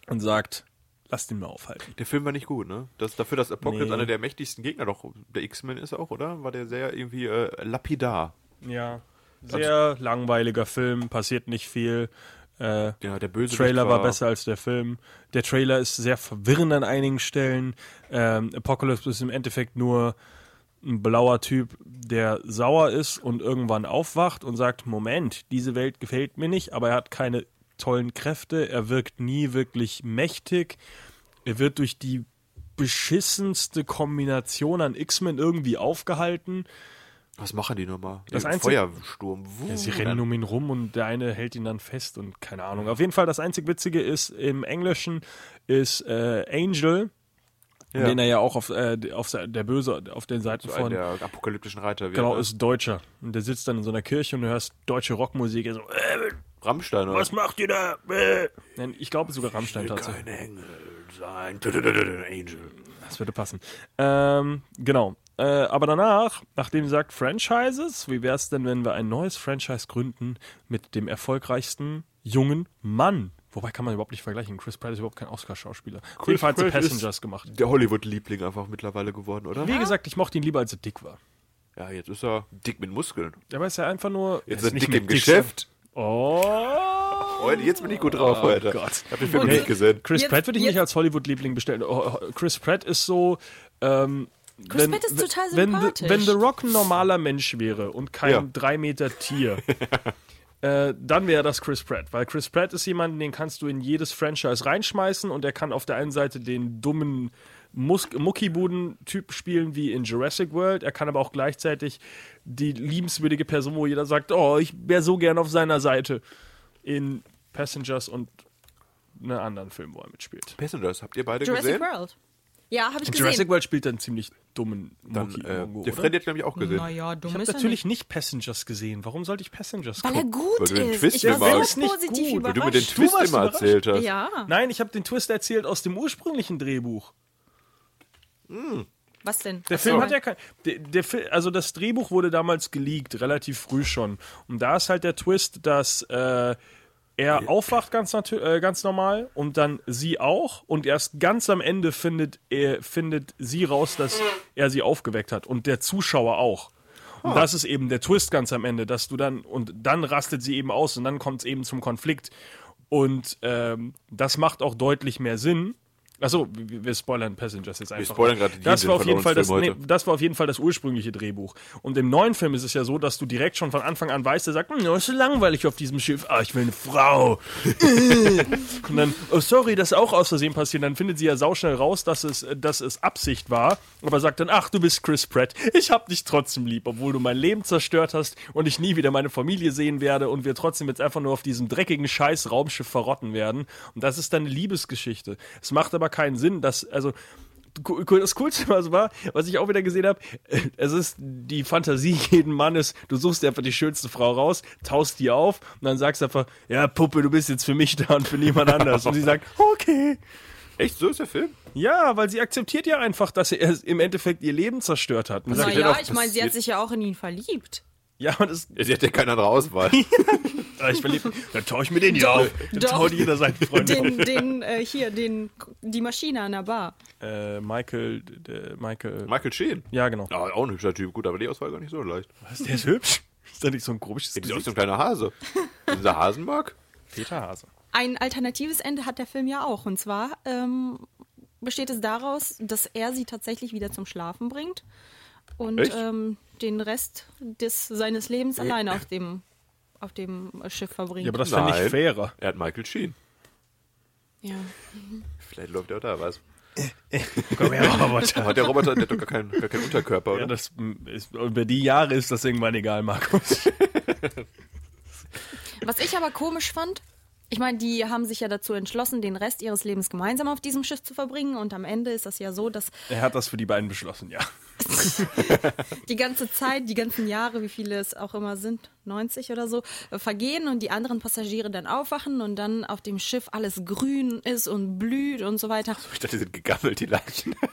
und sagt, lasst ihn mal aufhalten. Der Film war nicht gut, ne? Das, dafür, dass Apocalypse Nee. einer der mächtigsten Gegner doch der X-Men ist auch, oder? War der sehr irgendwie äh, lapidar. Ja. Sehr langweiliger Film, passiert nicht viel. Äh, Ja, Genau, der böse Trailer war besser als der Film. Der Trailer ist sehr verwirrend an einigen Stellen. Ähm, Apocalypse ist im Endeffekt nur ein blauer Typ, der sauer ist und irgendwann aufwacht und sagt, Moment, diese Welt gefällt mir nicht, aber er hat keine tollen Kräfte, er wirkt nie wirklich mächtig, er wird durch die beschissenste Kombination an X-Men irgendwie aufgehalten. Was machen die nochmal? Das Der einzige- Feuersturm. Ja, sie rennen um ihn rum und der eine hält ihn dann fest und keine Ahnung. Auf jeden Fall das einzig Witzige ist im Englischen ist äh, Angel, Ja. den er ja auch auf, äh, auf se- der böse auf den Seiten So ein von der apokalyptischen Reiter. wie genau er- ne? ist Deutscher und der sitzt dann in so einer Kirche und du hörst deutsche Rockmusik. Er so, äh, Rammstein, oder? was macht ihr da? Äh. Nein, Ich glaube sogar Rammstein tatsächlich. Engel sein. Angel. Das würde passen. Ähm, genau. Äh, aber danach, nachdem sie sagt Franchises, wie wäre es denn, wenn wir ein neues Franchise gründen mit dem erfolgreichsten jungen Mann? Wobei kann man überhaupt nicht vergleichen. Chris Pratt ist überhaupt kein Oscar-Schauspieler. Auf jeden Fall hat sie Pratt ist- Ah. Passengers gemacht. Der Hollywood-Liebling einfach mittlerweile geworden, oder? Wie gesagt, ich mochte ihn lieber, als er dick war. Ja, jetzt ist er dick mit Muskeln. Aber ist ja einfach nur. Jetzt er ist er dick mehr im dick, Geschäft. Oh! Heute, jetzt bin ich gut drauf, oh Alter. Gott. Ich hab den Film Und- noch nicht gesehen. Chris Jetzt- Pratt würde ich nicht jetzt- als Hollywood-Liebling bestellen. Oh, oh, Chris Pratt ist so. Ähm, Chris wenn- Pratt ist wenn- total wenn, sympathisch. The- Wenn The Rock ein normaler Mensch wäre und kein Ja. drei Meter Tier, äh, dann wäre das Chris Pratt. Weil Chris Pratt ist jemand, den kannst du in jedes Franchise reinschmeißen und er kann auf der einen Seite den dummen Mus Muckibuden-Typ spielen wie in Jurassic World. Er kann aber auch gleichzeitig die liebenswürdige Person, wo jeder sagt, oh, ich wäre so gern auf seiner Seite in Passengers und einem anderen Film, wo er mitspielt. Passengers, habt ihr beide Jurassic gesehen? World. Ja, habe ich gesehen. Jurassic World spielt einen ziemlich dummen Dann, Mucki. äh, Mongo, der oder? Freddy hat, glaube ich, auch gesehen. Naja, dumm ich habe ist er natürlich nicht Passengers gesehen. Warum sollte ich Passengers Weil er gucken? gut Weil du den ist. Twist ich mir war magst. so positiv Gut, Weil überrascht. du mir den Twist warst immer überrascht. erzählt hast. Ja, Nein, ich habe den Twist erzählt aus dem ursprünglichen Drehbuch. was denn? Der Ach Film so. hat ja kein. Der, der, Fi- also das Drehbuch wurde damals geleakt, relativ früh schon. Und da ist halt der Twist, dass äh, er aufwacht ganz, natür- äh, ganz normal und dann sie auch. Und erst ganz am Ende findet, er, findet sie raus, dass er sie aufgeweckt hat. Und der Zuschauer auch. Und Ah. das ist eben der Twist ganz am Ende, dass du dann, und dann rastet sie eben aus und dann kommt es eben zum Konflikt. Und ähm, das macht auch deutlich mehr Sinn. Achso, wir wir spoilern Passengers jetzt einfach. spoilern gerade die das Idee war auf von jeden uns Fall das, Film nee, heute. das war auf jeden Fall das ursprüngliche Drehbuch. Und im neuen Film ist es ja so, dass du direkt schon von Anfang an weißt, der sagt, hm, ist so langweilig auf diesem Schiff, ah, ich will eine Frau. und dann, oh sorry, das ist auch aus Versehen passiert. Dann findet sie ja sauschnell raus, dass es, äh, dass es Absicht war, aber sagt dann, ach, du bist Chris Pratt, ich hab dich trotzdem lieb, obwohl du mein Leben zerstört hast und ich nie wieder meine Familie sehen werde und wir trotzdem jetzt einfach nur auf diesem dreckigen Scheiß Raumschiff verrotten werden. Und das ist dann eine Liebesgeschichte. Es macht aber keinen Sinn, dass, also, Cool- cool- das Coolste was war, was ich auch wieder gesehen habe, äh, es ist die Fantasie jeden Mannes, du suchst dir einfach die schönste Frau raus, taust die auf und dann sagst du einfach, ja Puppe, du bist jetzt für mich da und für niemand anders. Und sie sagt, okay. Echt, so ist der Film? Ja, weil sie akzeptiert ja einfach, dass er es im Endeffekt ihr Leben zerstört hat. Und Na sagt, denn ja, auch ich meine, sie hat passiert? sich ja auch in ihn verliebt. ja, und das, Ja, sie hat ja keine andere Auswahl. ah, ich verliebe mich. Dann tau ich mir den hier auf. Dann doch. taut jeder seinen Freund auf. Den, den, äh, hier, den, die Maschine an der Bar. Äh, Michael, äh, Michael, Michael Sheen. ja genau. Ja, auch ein hübscher Typ. Gut, aber die Auswahl gar nicht so leicht. Was, der ist hübsch? Ist da nicht so ein komisches Die ist auch Gesicht? so ein kleiner Hase. Dieser Hasenmark? Peter Hase. Ein alternatives Ende hat der Film ja auch. Und zwar ähm, besteht es daraus, dass er sie tatsächlich wieder zum Schlafen bringt und Echt? ähm, den Rest des, seines Lebens alleine auf dem auf dem Schiff verbringt. Äh. Ja, aber das wäre nicht Nein. fairer. Er hat Michael Sheen. Ja. Vielleicht läuft er da was. Komm her, Roboter. Aber der Roboter, der hat doch gar keinen, gar keinen Unterkörper, Ja, oder? das ist, über die Jahre ist das irgendwann egal, Markus. Was ich aber komisch fand, ich meine, die haben sich ja dazu entschlossen, den Rest ihres Lebens gemeinsam auf diesem Schiff zu verbringen. Und am Ende ist das ja so, dass Er hat das für die beiden beschlossen, ja. die ganze Zeit, die ganzen Jahre, wie viele es auch immer sind, 90 oder so, äh, vergehen und die anderen Passagiere dann aufwachen und dann auf dem Schiff alles grün ist und blüht und so weiter. ich dachte, die sind gegammelt, die Leichen.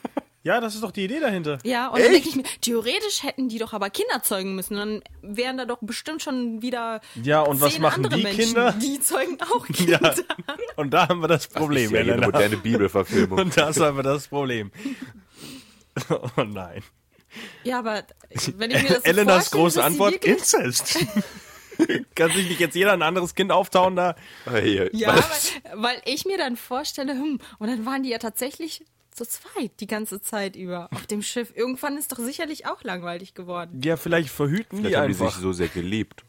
Ja, das ist doch die Idee dahinter. Ja, und dann denke ich mir, theoretisch hätten die doch aber Kinder zeugen müssen. Dann wären da doch bestimmt schon wieder Ja, und was zehn machen andere die Menschen, Kinder? Die zeugen auch Kinder. Und da haben wir das Problem, ja jede Elena. moderne Bibelverfilmung. Und das ist einfach das Problem. Oh nein. Ja, aber äh, wenn ich mir das so Elenas vorstelle, dass große die Antwort, wirklich- Inzest. Kann sich nicht jetzt jeder ein anderes Kind auftauen da? Ah, hier. Ja, Was? weil, weil ich mir dann vorstelle, hm, und dann waren die ja tatsächlich zu zweit die ganze Zeit über auf dem Schiff. Irgendwann ist doch sicherlich auch langweilig geworden. Ja, vielleicht verhüten Vielleicht die haben die sich einfach. so sehr geliebt.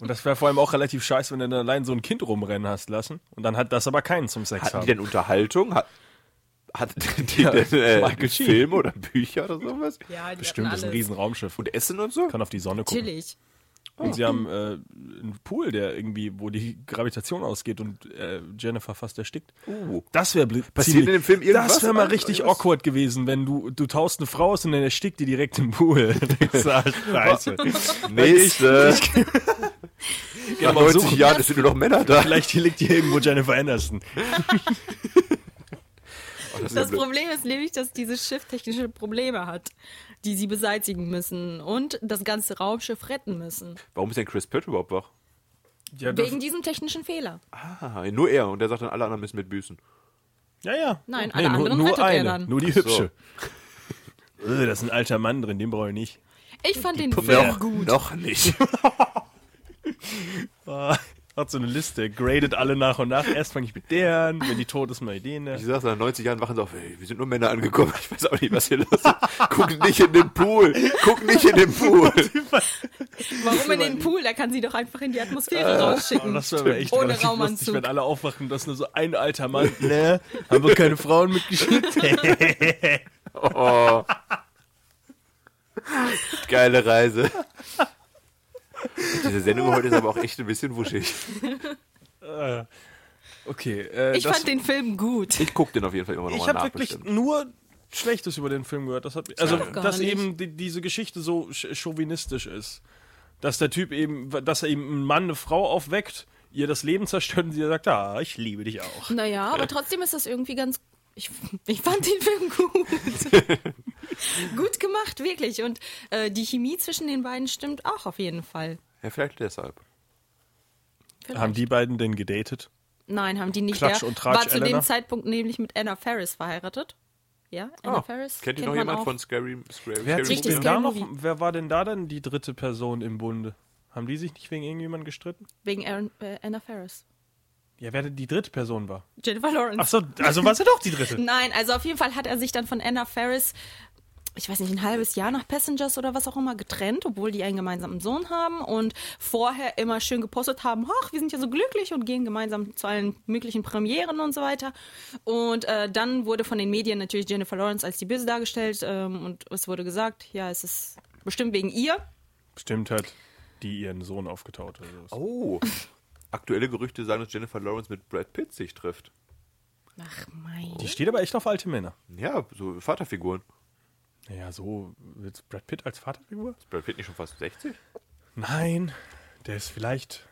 Und das wäre vor allem auch relativ scheiße, wenn du dann allein so ein Kind rumrennen hast lassen. Und dann hat das aber keinen zum Sex Hatten die haben. denn Unterhaltung? Hat, hat die denn äh, Michael Sheen. Filme oder Bücher oder sowas? Ja, die Bestimmt, das ist ein Riesenraumschiff. Und Und Essen und so? kann auf die Sonne gucken. Natürlich. Und sie haben äh, einen Pool, der irgendwie, wo die Gravitation ausgeht und äh, Jennifer fast erstickt. Uh. Das wäre Passiert in dem Film irgendwas? Das wäre mal Alter, richtig irgendwas? awkward gewesen, wenn du du taust eine Frau aus und dann erstickt die direkt im Pool. das halt war scheiße. Nächste. Nach mal 90 suchen. Jahren es sind nur noch Männer da. Vielleicht liegt hier irgendwo Jennifer Anderson. Oh, Das Problem ist nämlich, dass dieses Schiff technische Probleme hat, die sie beseitigen müssen und das ganze Raumschiff retten müssen. Warum ist denn Chris Pratt überhaupt wach? Ja, das, Wegen diesem technischen Fehler. Ah, nur er. Und der sagt dann, alle anderen müssen mit büßen. ja, ja. Nein, alle nur, anderen nur rettet er eine, dann. Nur die Ach so. hübsche. Äh, das ist ein alter Mann drin, den brauche ich nicht. Ich fand den Noch, Film gut. noch nicht. Ah, Hat so eine Liste, gradet alle nach und nach. Erst fange ich mit der an, wenn die tot ist, mal den. Ich sag's, nach 90 Jahren wachen sie auf, ey, wir sind nur Männer angekommen. Ich weiß auch nicht, was hier los ist. Guck nicht in den Pool. Guck nicht in den Pool. Warum in den Pool? Da kann sie doch einfach in die Atmosphäre Oh, rausschicken. das wäre aber echt Ohne relativ Raumanzug. lustig, wenn alle aufwachen und das ist nur so ein alter Mann. ne? Haben wir keine Frauen mitgeschickt? Oh. Geile Reise. Diese Sendung heute ist aber auch echt ein bisschen wuschig. okay, äh, Ich das, fand den Film gut. Ich guck den auf jeden Fall immer ich nochmal habe nach. wirklich bestimmt. nur Schlechtes über den Film gehört. Das hat, also, gar dass nicht. eben die, diese Geschichte so sch- chauvinistisch ist. Dass der Typ eben, dass er eben einen Mann, eine Frau aufweckt, ihr das Leben zerstört und sie sagt, ah, ich liebe dich auch. Naja, Äh. aber trotzdem ist das irgendwie ganz. Ich, ich fand den Film gut. gut gemacht, wirklich. Und äh, die Chemie zwischen den beiden stimmt auch auf jeden Fall. Ja, vielleicht deshalb. Haben die beiden denn gedatet? Nein, haben die nicht. Klatsch Der und Tratsch, war zu Elena? dem Zeitpunkt nämlich mit Anna Ferris verheiratet. Ja, Anna Ah, Ferris. Kennt ihr noch man jemand auch. von Scary, Scary, Wer, hat Scary sich Richtig denn Movie? da Scary noch, Movie. wer war denn da dann die dritte Person im Bunde? Haben die sich nicht wegen irgendjemandem gestritten? Wegen Aaron, äh, Anna Ferris. Ja, wer denn die dritte Person war. Jennifer Lawrence. Ach so, also war sie doch die dritte. Nein, also auf jeden Fall hat er sich dann von Anna Ferris, ich weiß nicht, ein halbes Jahr nach Passengers oder was auch immer getrennt, obwohl die einen gemeinsamen Sohn haben und vorher immer schön gepostet haben, ach, wir sind ja so glücklich und gehen gemeinsam zu allen möglichen Premieren und so weiter. Und äh, dann wurde von den Medien natürlich Jennifer Lawrence als die Böse dargestellt ähm, und es wurde gesagt, ja, es ist bestimmt wegen ihr. Bestimmt hat halt, die ihren Sohn aufgetaut. Oder so. Oh. Aktuelle Gerüchte sagen, dass Jennifer Lawrence mit Brad Pitt sich trifft. Ach mein. Die steht aber echt auf alte Männer. Ja, so Vaterfiguren. Naja, so jetzt Brad Pitt als Vaterfigur? Ist Brad Pitt nicht schon fast 60? Nein, der ist vielleicht,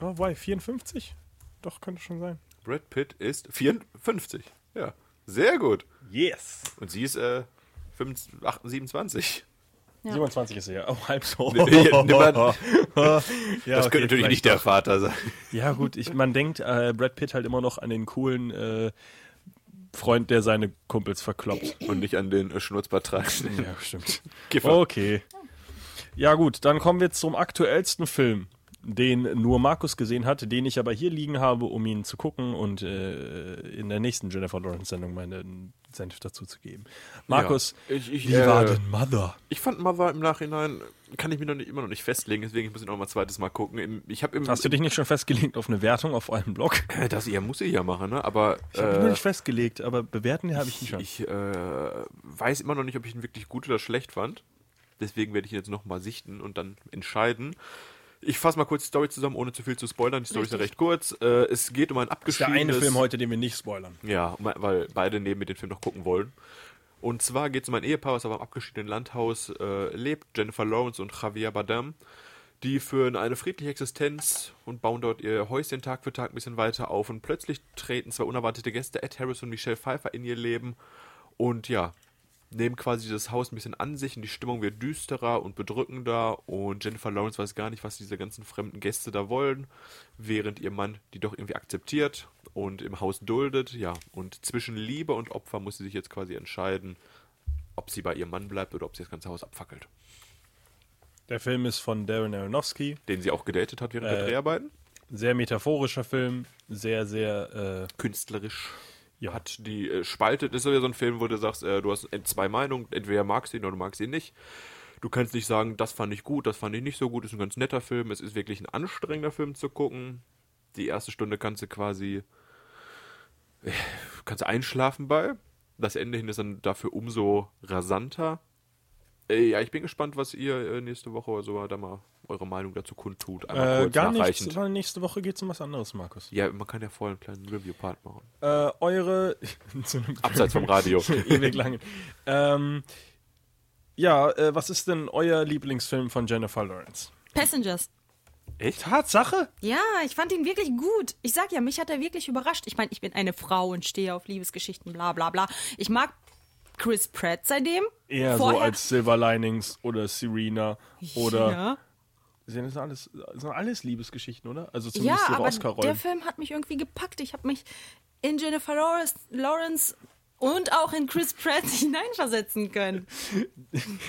oh, why, 54? Doch, könnte schon sein. Brad Pitt ist 54. Ja, sehr gut. Yes. Und sie ist äh, 25, 8, 27. 27 ist er ja, oh, halb so. nimm mal- ja, das okay, könnte natürlich vielleicht nicht der Vater sein. Ja, gut, ich, man denkt äh, Brad Pitt halt immer noch an den coolen äh, Freund, der seine Kumpels verkloppt. Und nicht an den äh, Schnurzbart tragen. Ja, stimmt. Kiffer. Okay. Ja, gut, dann kommen wir zum aktuellsten Film. den nur Markus gesehen hat, den ich aber hier liegen habe, um ihn zu gucken und äh, in der nächsten Jennifer Lawrence-Sendung meinen Senf dazu zu geben. Markus, Ja. Ich- ich, wie äh, war denn Mother? Ich fand Mother im Nachhinein, kann ich mir noch nicht, immer noch nicht festlegen, deswegen muss ich noch mal ein zweites Mal gucken. Im- Ich habe im, Hast du dich nicht schon festgelegt auf eine Wertung auf einem Blog? Äh, Das ja, muss ich ja machen, ne? Aber Ich habe mich noch äh, nicht festgelegt, aber bewerten habe ich nicht schon. ich äh, weiß immer noch nicht, ob ich ihn wirklich gut oder schlecht fand. Deswegen werde ich ihn jetzt nochmal sichten und dann entscheiden. Ich fasse mal kurz die Story zusammen, ohne zu viel zu spoilern. Die Story ist ja recht kurz. Äh, es geht um ein ist der abgeschiedenes... eine Film heute, den wir nicht spoilern. Ja, me- weil beide neben mir den Film noch gucken wollen. Und zwar geht es um ein Ehepaar, was auf einem abgeschiedenen Landhaus äh, lebt. Jennifer Lawrence und Javier Bardem. Die führen eine friedliche Existenz und bauen dort ihr Häuschen Tag für Tag ein bisschen weiter auf. Und plötzlich treten zwei unerwartete Gäste, Ed Harris und Michelle Pfeiffer, in ihr Leben. Und ja, nehmen quasi das Haus ein bisschen an sich und die Stimmung wird düsterer und bedrückender und Jennifer Lawrence weiß gar nicht, was diese ganzen fremden Gäste da wollen, während ihr Mann die doch irgendwie akzeptiert und im Haus duldet, ja, und zwischen Liebe und Opfer muss sie sich jetzt quasi entscheiden, ob sie bei ihrem Mann bleibt oder ob sie das ganze Haus abfackelt. Der Film ist von Darren Aronofsky. Den sie auch gedatet hat während der Äh, Dreharbeiten. Sehr metaphorischer Film, sehr, sehr. Äh, Künstlerisch. Ja. Hat die äh, spaltet, ist ja so ein Film, wo du sagst, äh, du hast ent- zwei Meinungen, entweder magst du ihn oder du magst ihn nicht. Du kannst nicht sagen, das fand ich gut, das fand ich nicht so gut, ist ein ganz netter Film, es ist wirklich ein anstrengender Film zu gucken. Die erste Stunde kannst du quasi äh, kannst du einschlafen bei. Das Ende hin ist dann dafür umso rasanter. Äh, Ja, ich bin gespannt, was ihr äh, nächste Woche oder so da mal eure Meinung dazu kundtut. Einmal äh, kurz gar nachreichend. nichts, weil nächste Woche geht es um was anderes, Markus. Ja, man kann ja vorher einen kleinen Review-Part machen. Äh, eure. zu einem Abseits vom Radio. ewig lang. Ähm, ja, äh, was ist denn euer Lieblingsfilm von Jennifer Lawrence? Passengers. Echt? Tatsache? Ja, ich fand ihn wirklich gut. Ich sag ja, mich hat er wirklich überrascht. Ich meine, ich bin eine Frau und stehe auf Liebesgeschichten, bla bla bla. Ich mag Chris Pratt seitdem. Eher so als Silver Linings oder Serena oder. Ja, Sind das alles, sind alles Liebesgeschichten, oder? Also ja zumindest ihre aber der Oscar-Rollen. Film hat mich irgendwie gepackt. Ich habe mich in Jennifer Lawrence, Lawrence und auch in Chris Pratt hineinversetzen können.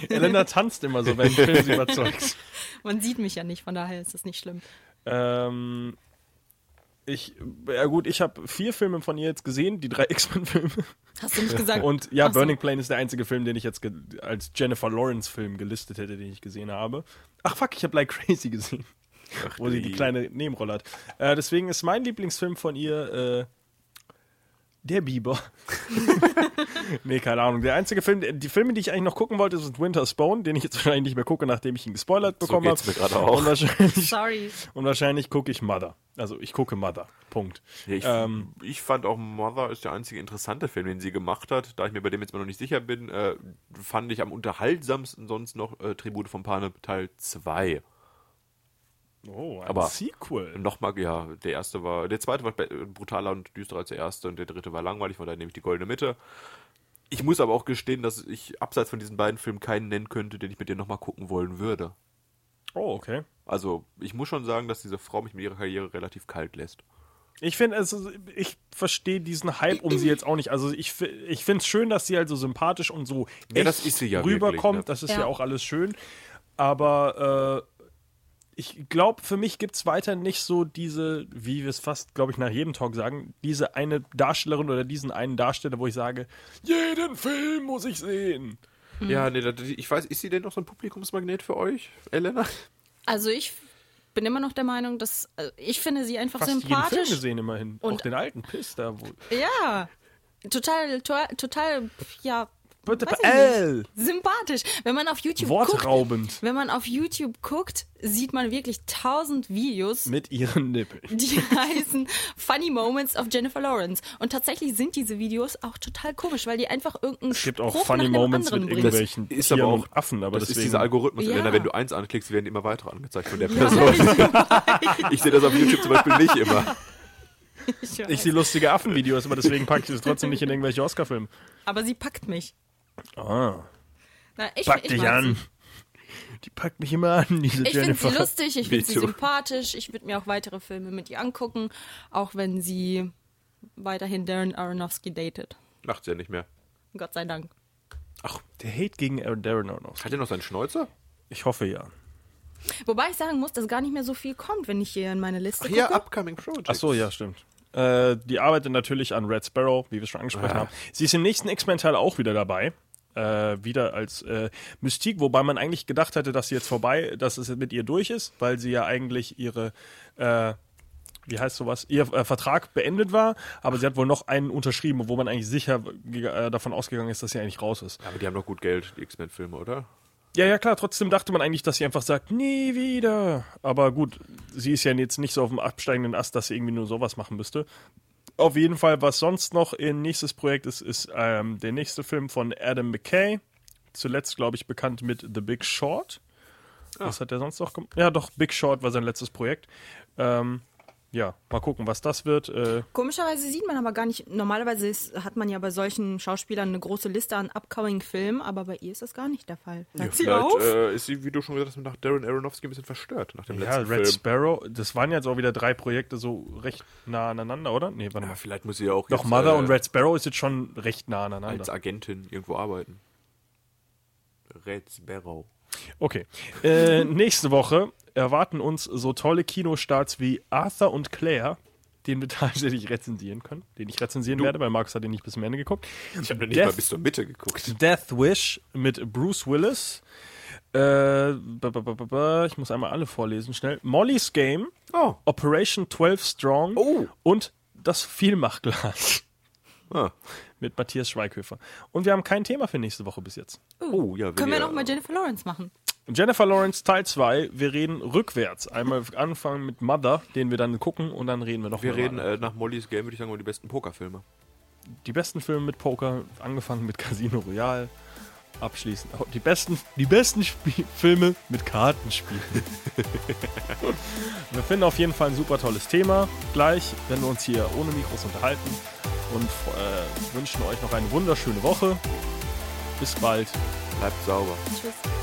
Elena tanzt immer so, wenn ein Film sie überzeugt. Man sieht mich ja nicht, von daher ist das nicht schlimm. Ähm, ich, ja gut, ich habe vier Filme von ihr jetzt gesehen, die drei X-Men-Filme. Hast du nicht gesagt? Und ja, Ach so. Burning Plain ist der einzige Film, den ich jetzt ge- als Jennifer Lawrence-Film gelistet hätte, den ich gesehen habe. Ach fuck, ich habe Like Crazy gesehen. wo sie die je. kleine Nebenrolle hat. Äh, deswegen ist mein Lieblingsfilm von ihr äh, Der Biber. nee, keine Ahnung. Der einzige Film, äh, die Filme, die ich eigentlich noch gucken wollte, sind Winter's Bone, den ich jetzt wahrscheinlich nicht mehr gucke, nachdem ich ihn gespoilert bekommen geht's mir gerade habe. auch. Und wahrscheinlich, Sorry. und wahrscheinlich gucke ich Mother. Also ich gucke Mother. Punkt. Ja, ich, ähm, ich fand auch Mother ist der einzige interessante Film, den sie gemacht hat. Da ich mir bei dem jetzt mal noch nicht sicher bin, äh, fand ich am unterhaltsamsten sonst noch äh, Tribute von Panem Teil 2. oh, ein aber- Sequel. Nochmal, ja, der erste war, der zweite war be- brutaler und düsterer als der erste und der dritte war langweilig, von daher nehme ich die goldene Mitte. Ich muss aber auch gestehen, dass ich abseits von diesen beiden Filmen keinen nennen könnte, den ich mit dir nochmal gucken wollen würde. Oh, okay. Also, ich muss schon sagen, dass diese Frau mich mit ihrer Karriere relativ kalt lässt. Ich finde, also, ich verstehe diesen Hype um sie jetzt auch nicht. Also ich, fi- ich finde es schön, dass sie halt so sympathisch und so Ja, das ist sie ja rüberkommt. wirklich, ne? Das ist ja. Ja. auch alles schön. Aber äh, ich glaube, für mich gibt es weiter nicht so diese, wie wir es fast, glaube ich, nach jedem Talk sagen, diese eine Darstellerin oder diesen einen Darsteller, wo ich sage, jeden Film muss ich sehen. Ja, nee, da- ich weiß, ist sie denn noch so ein Publikumsmagnet für euch, Elena? Also ich bin immer noch der Meinung, dass also ich finde sie einfach Fast jeden Film sympathisch. gesehen immerhin. auch Und- den alten Piss da. Wo, Ja. Total, total, total ja. Bitte weiß ich beeil! nicht. Sympathisch. Wenn man auf YouTube Wortraubend. guckt, wenn man auf YouTube guckt, sieht man wirklich tausend Videos, mit ihren Nippeln. die heißen Funny Moments of Jennifer Lawrence. Und tatsächlich sind diese Videos auch total komisch, weil die einfach irgendeinen Es gibt auch Spruch funny nach dem Moments mit anderen bringen. irgendwelchen Das ist Tieren aber auch- und Affen, aber das deswegen, ist dieser Algorithmus, Ja. Elena, wenn du eins anklickst, werden immer weitere angezeigt von der Person. ich sehe das auf YouTube zum Beispiel nicht immer. ich sehe lustige Affenvideos, aber deswegen packe ich es trotzdem nicht in irgendwelche Oscar-Filme. Aber sie packt mich. Ah, Na, ich, pack ich dich mag an. Die packt mich immer an, diese Ich finde Jennifer. sie lustig, ich Me finde sie too. sympathisch, ich würde mir auch weitere Filme mit ihr angucken, auch wenn sie weiterhin Darren Aronofsky datet. Macht's ja nicht mehr. Gott sei Dank. Ach, der Hate gegen Aaron Darren auch noch. Hat er noch seinen Schnäuzer? Ich hoffe ja. Wobei ich sagen muss, dass gar nicht mehr so viel kommt, wenn ich hier in meine Liste Ach ja, gucke. Upcoming Projects. Ach so, ja, stimmt. Äh, die arbeitet natürlich an Red Sparrow, wie wir es schon angesprochen haben. Sie ist im nächsten X-Men-Teil auch wieder dabei. Äh, wieder als äh, Mystik, wobei man eigentlich gedacht hatte, dass sie jetzt vorbei, dass es mit ihr durch ist, weil sie ja eigentlich ihre, äh, wie heißt sowas, ihr äh, Vertrag beendet war, aber sie hat wohl noch einen unterschrieben, wo man eigentlich sicher ge- äh, davon ausgegangen ist, dass sie eigentlich raus ist. Ja, Aber die haben doch gut Geld, die X-Men-Filme, oder? Ja, ja, klar, trotzdem dachte man eigentlich, dass sie einfach sagt, nie wieder. Aber gut, sie ist ja jetzt nicht so auf dem absteigenden Ast, dass sie irgendwie nur sowas machen müsste. Auf jeden Fall, was sonst noch in nächstes Projekt ist, ist ähm, der nächste Film von Adam McKay. Zuletzt, glaube ich, bekannt mit The Big Short. Ah. Was hat er sonst noch gemacht? Ja, doch, Big Short war sein letztes Projekt. Ähm, ja, mal gucken, was das wird. Äh, Komischerweise sieht man aber gar nicht, normalerweise ist, hat man ja bei solchen Schauspielern eine große Liste an upcoming Filmen, aber bei ihr ist das gar nicht der Fall. Sagt sie Vielleicht auf? äh, ist sie, wie du schon gesagt hast, nach Darren Aronofsky ein bisschen verstört nach dem ja, letzten Red Film. Sparrow. Das waren jetzt auch wieder drei Projekte so recht nah aneinander, oder? Nee, warte mal. Ja, vielleicht muss sie ja auch Doch, jetzt, Mother äh, und Red Sparrow ist jetzt schon recht nah als aneinander. Agentin irgendwo arbeiten. Red Sparrow. Okay. Äh, nächste Woche erwarten uns so tolle Kinostarts wie Arthur und Claire, den wir tatsächlich rezensieren können, den ich rezensieren werde, weil Markus hat den nicht bis zum Ende geguckt. Ich habe noch nicht Death- mal bis zur Mitte geguckt. Death Wish mit Bruce Willis. Äh, ba, ba, ba, ba, ba, ich muss einmal alle vorlesen, schnell. Molly's Game, Oh. Operation 12 Strong Oh. und das Vielmachglas Ah. mit Matthias Schweighöfer. Und wir haben kein Thema für nächste Woche bis jetzt. Oh, ja, wenn Können wir ihr- noch mal Jennifer Lawrence machen? Jennifer Lawrence Teil 2, wir reden rückwärts. Einmal anfangen mit Mother, den wir dann gucken und dann reden wir noch Wir mal reden weiter. äh, nach Mollys Game, würde ich sagen, über die besten Pokerfilme. die besten Filme mit Poker, angefangen mit Casino Royale, abschließend oh, die besten die besten Spie Filme mit Kartenspielen. wir finden auf jeden Fall ein super tolles Thema gleich, wenn wir uns hier ohne Mikros unterhalten und äh, wünschen euch noch eine wunderschöne Woche. Bis bald. Bleibt sauber. Tschüss.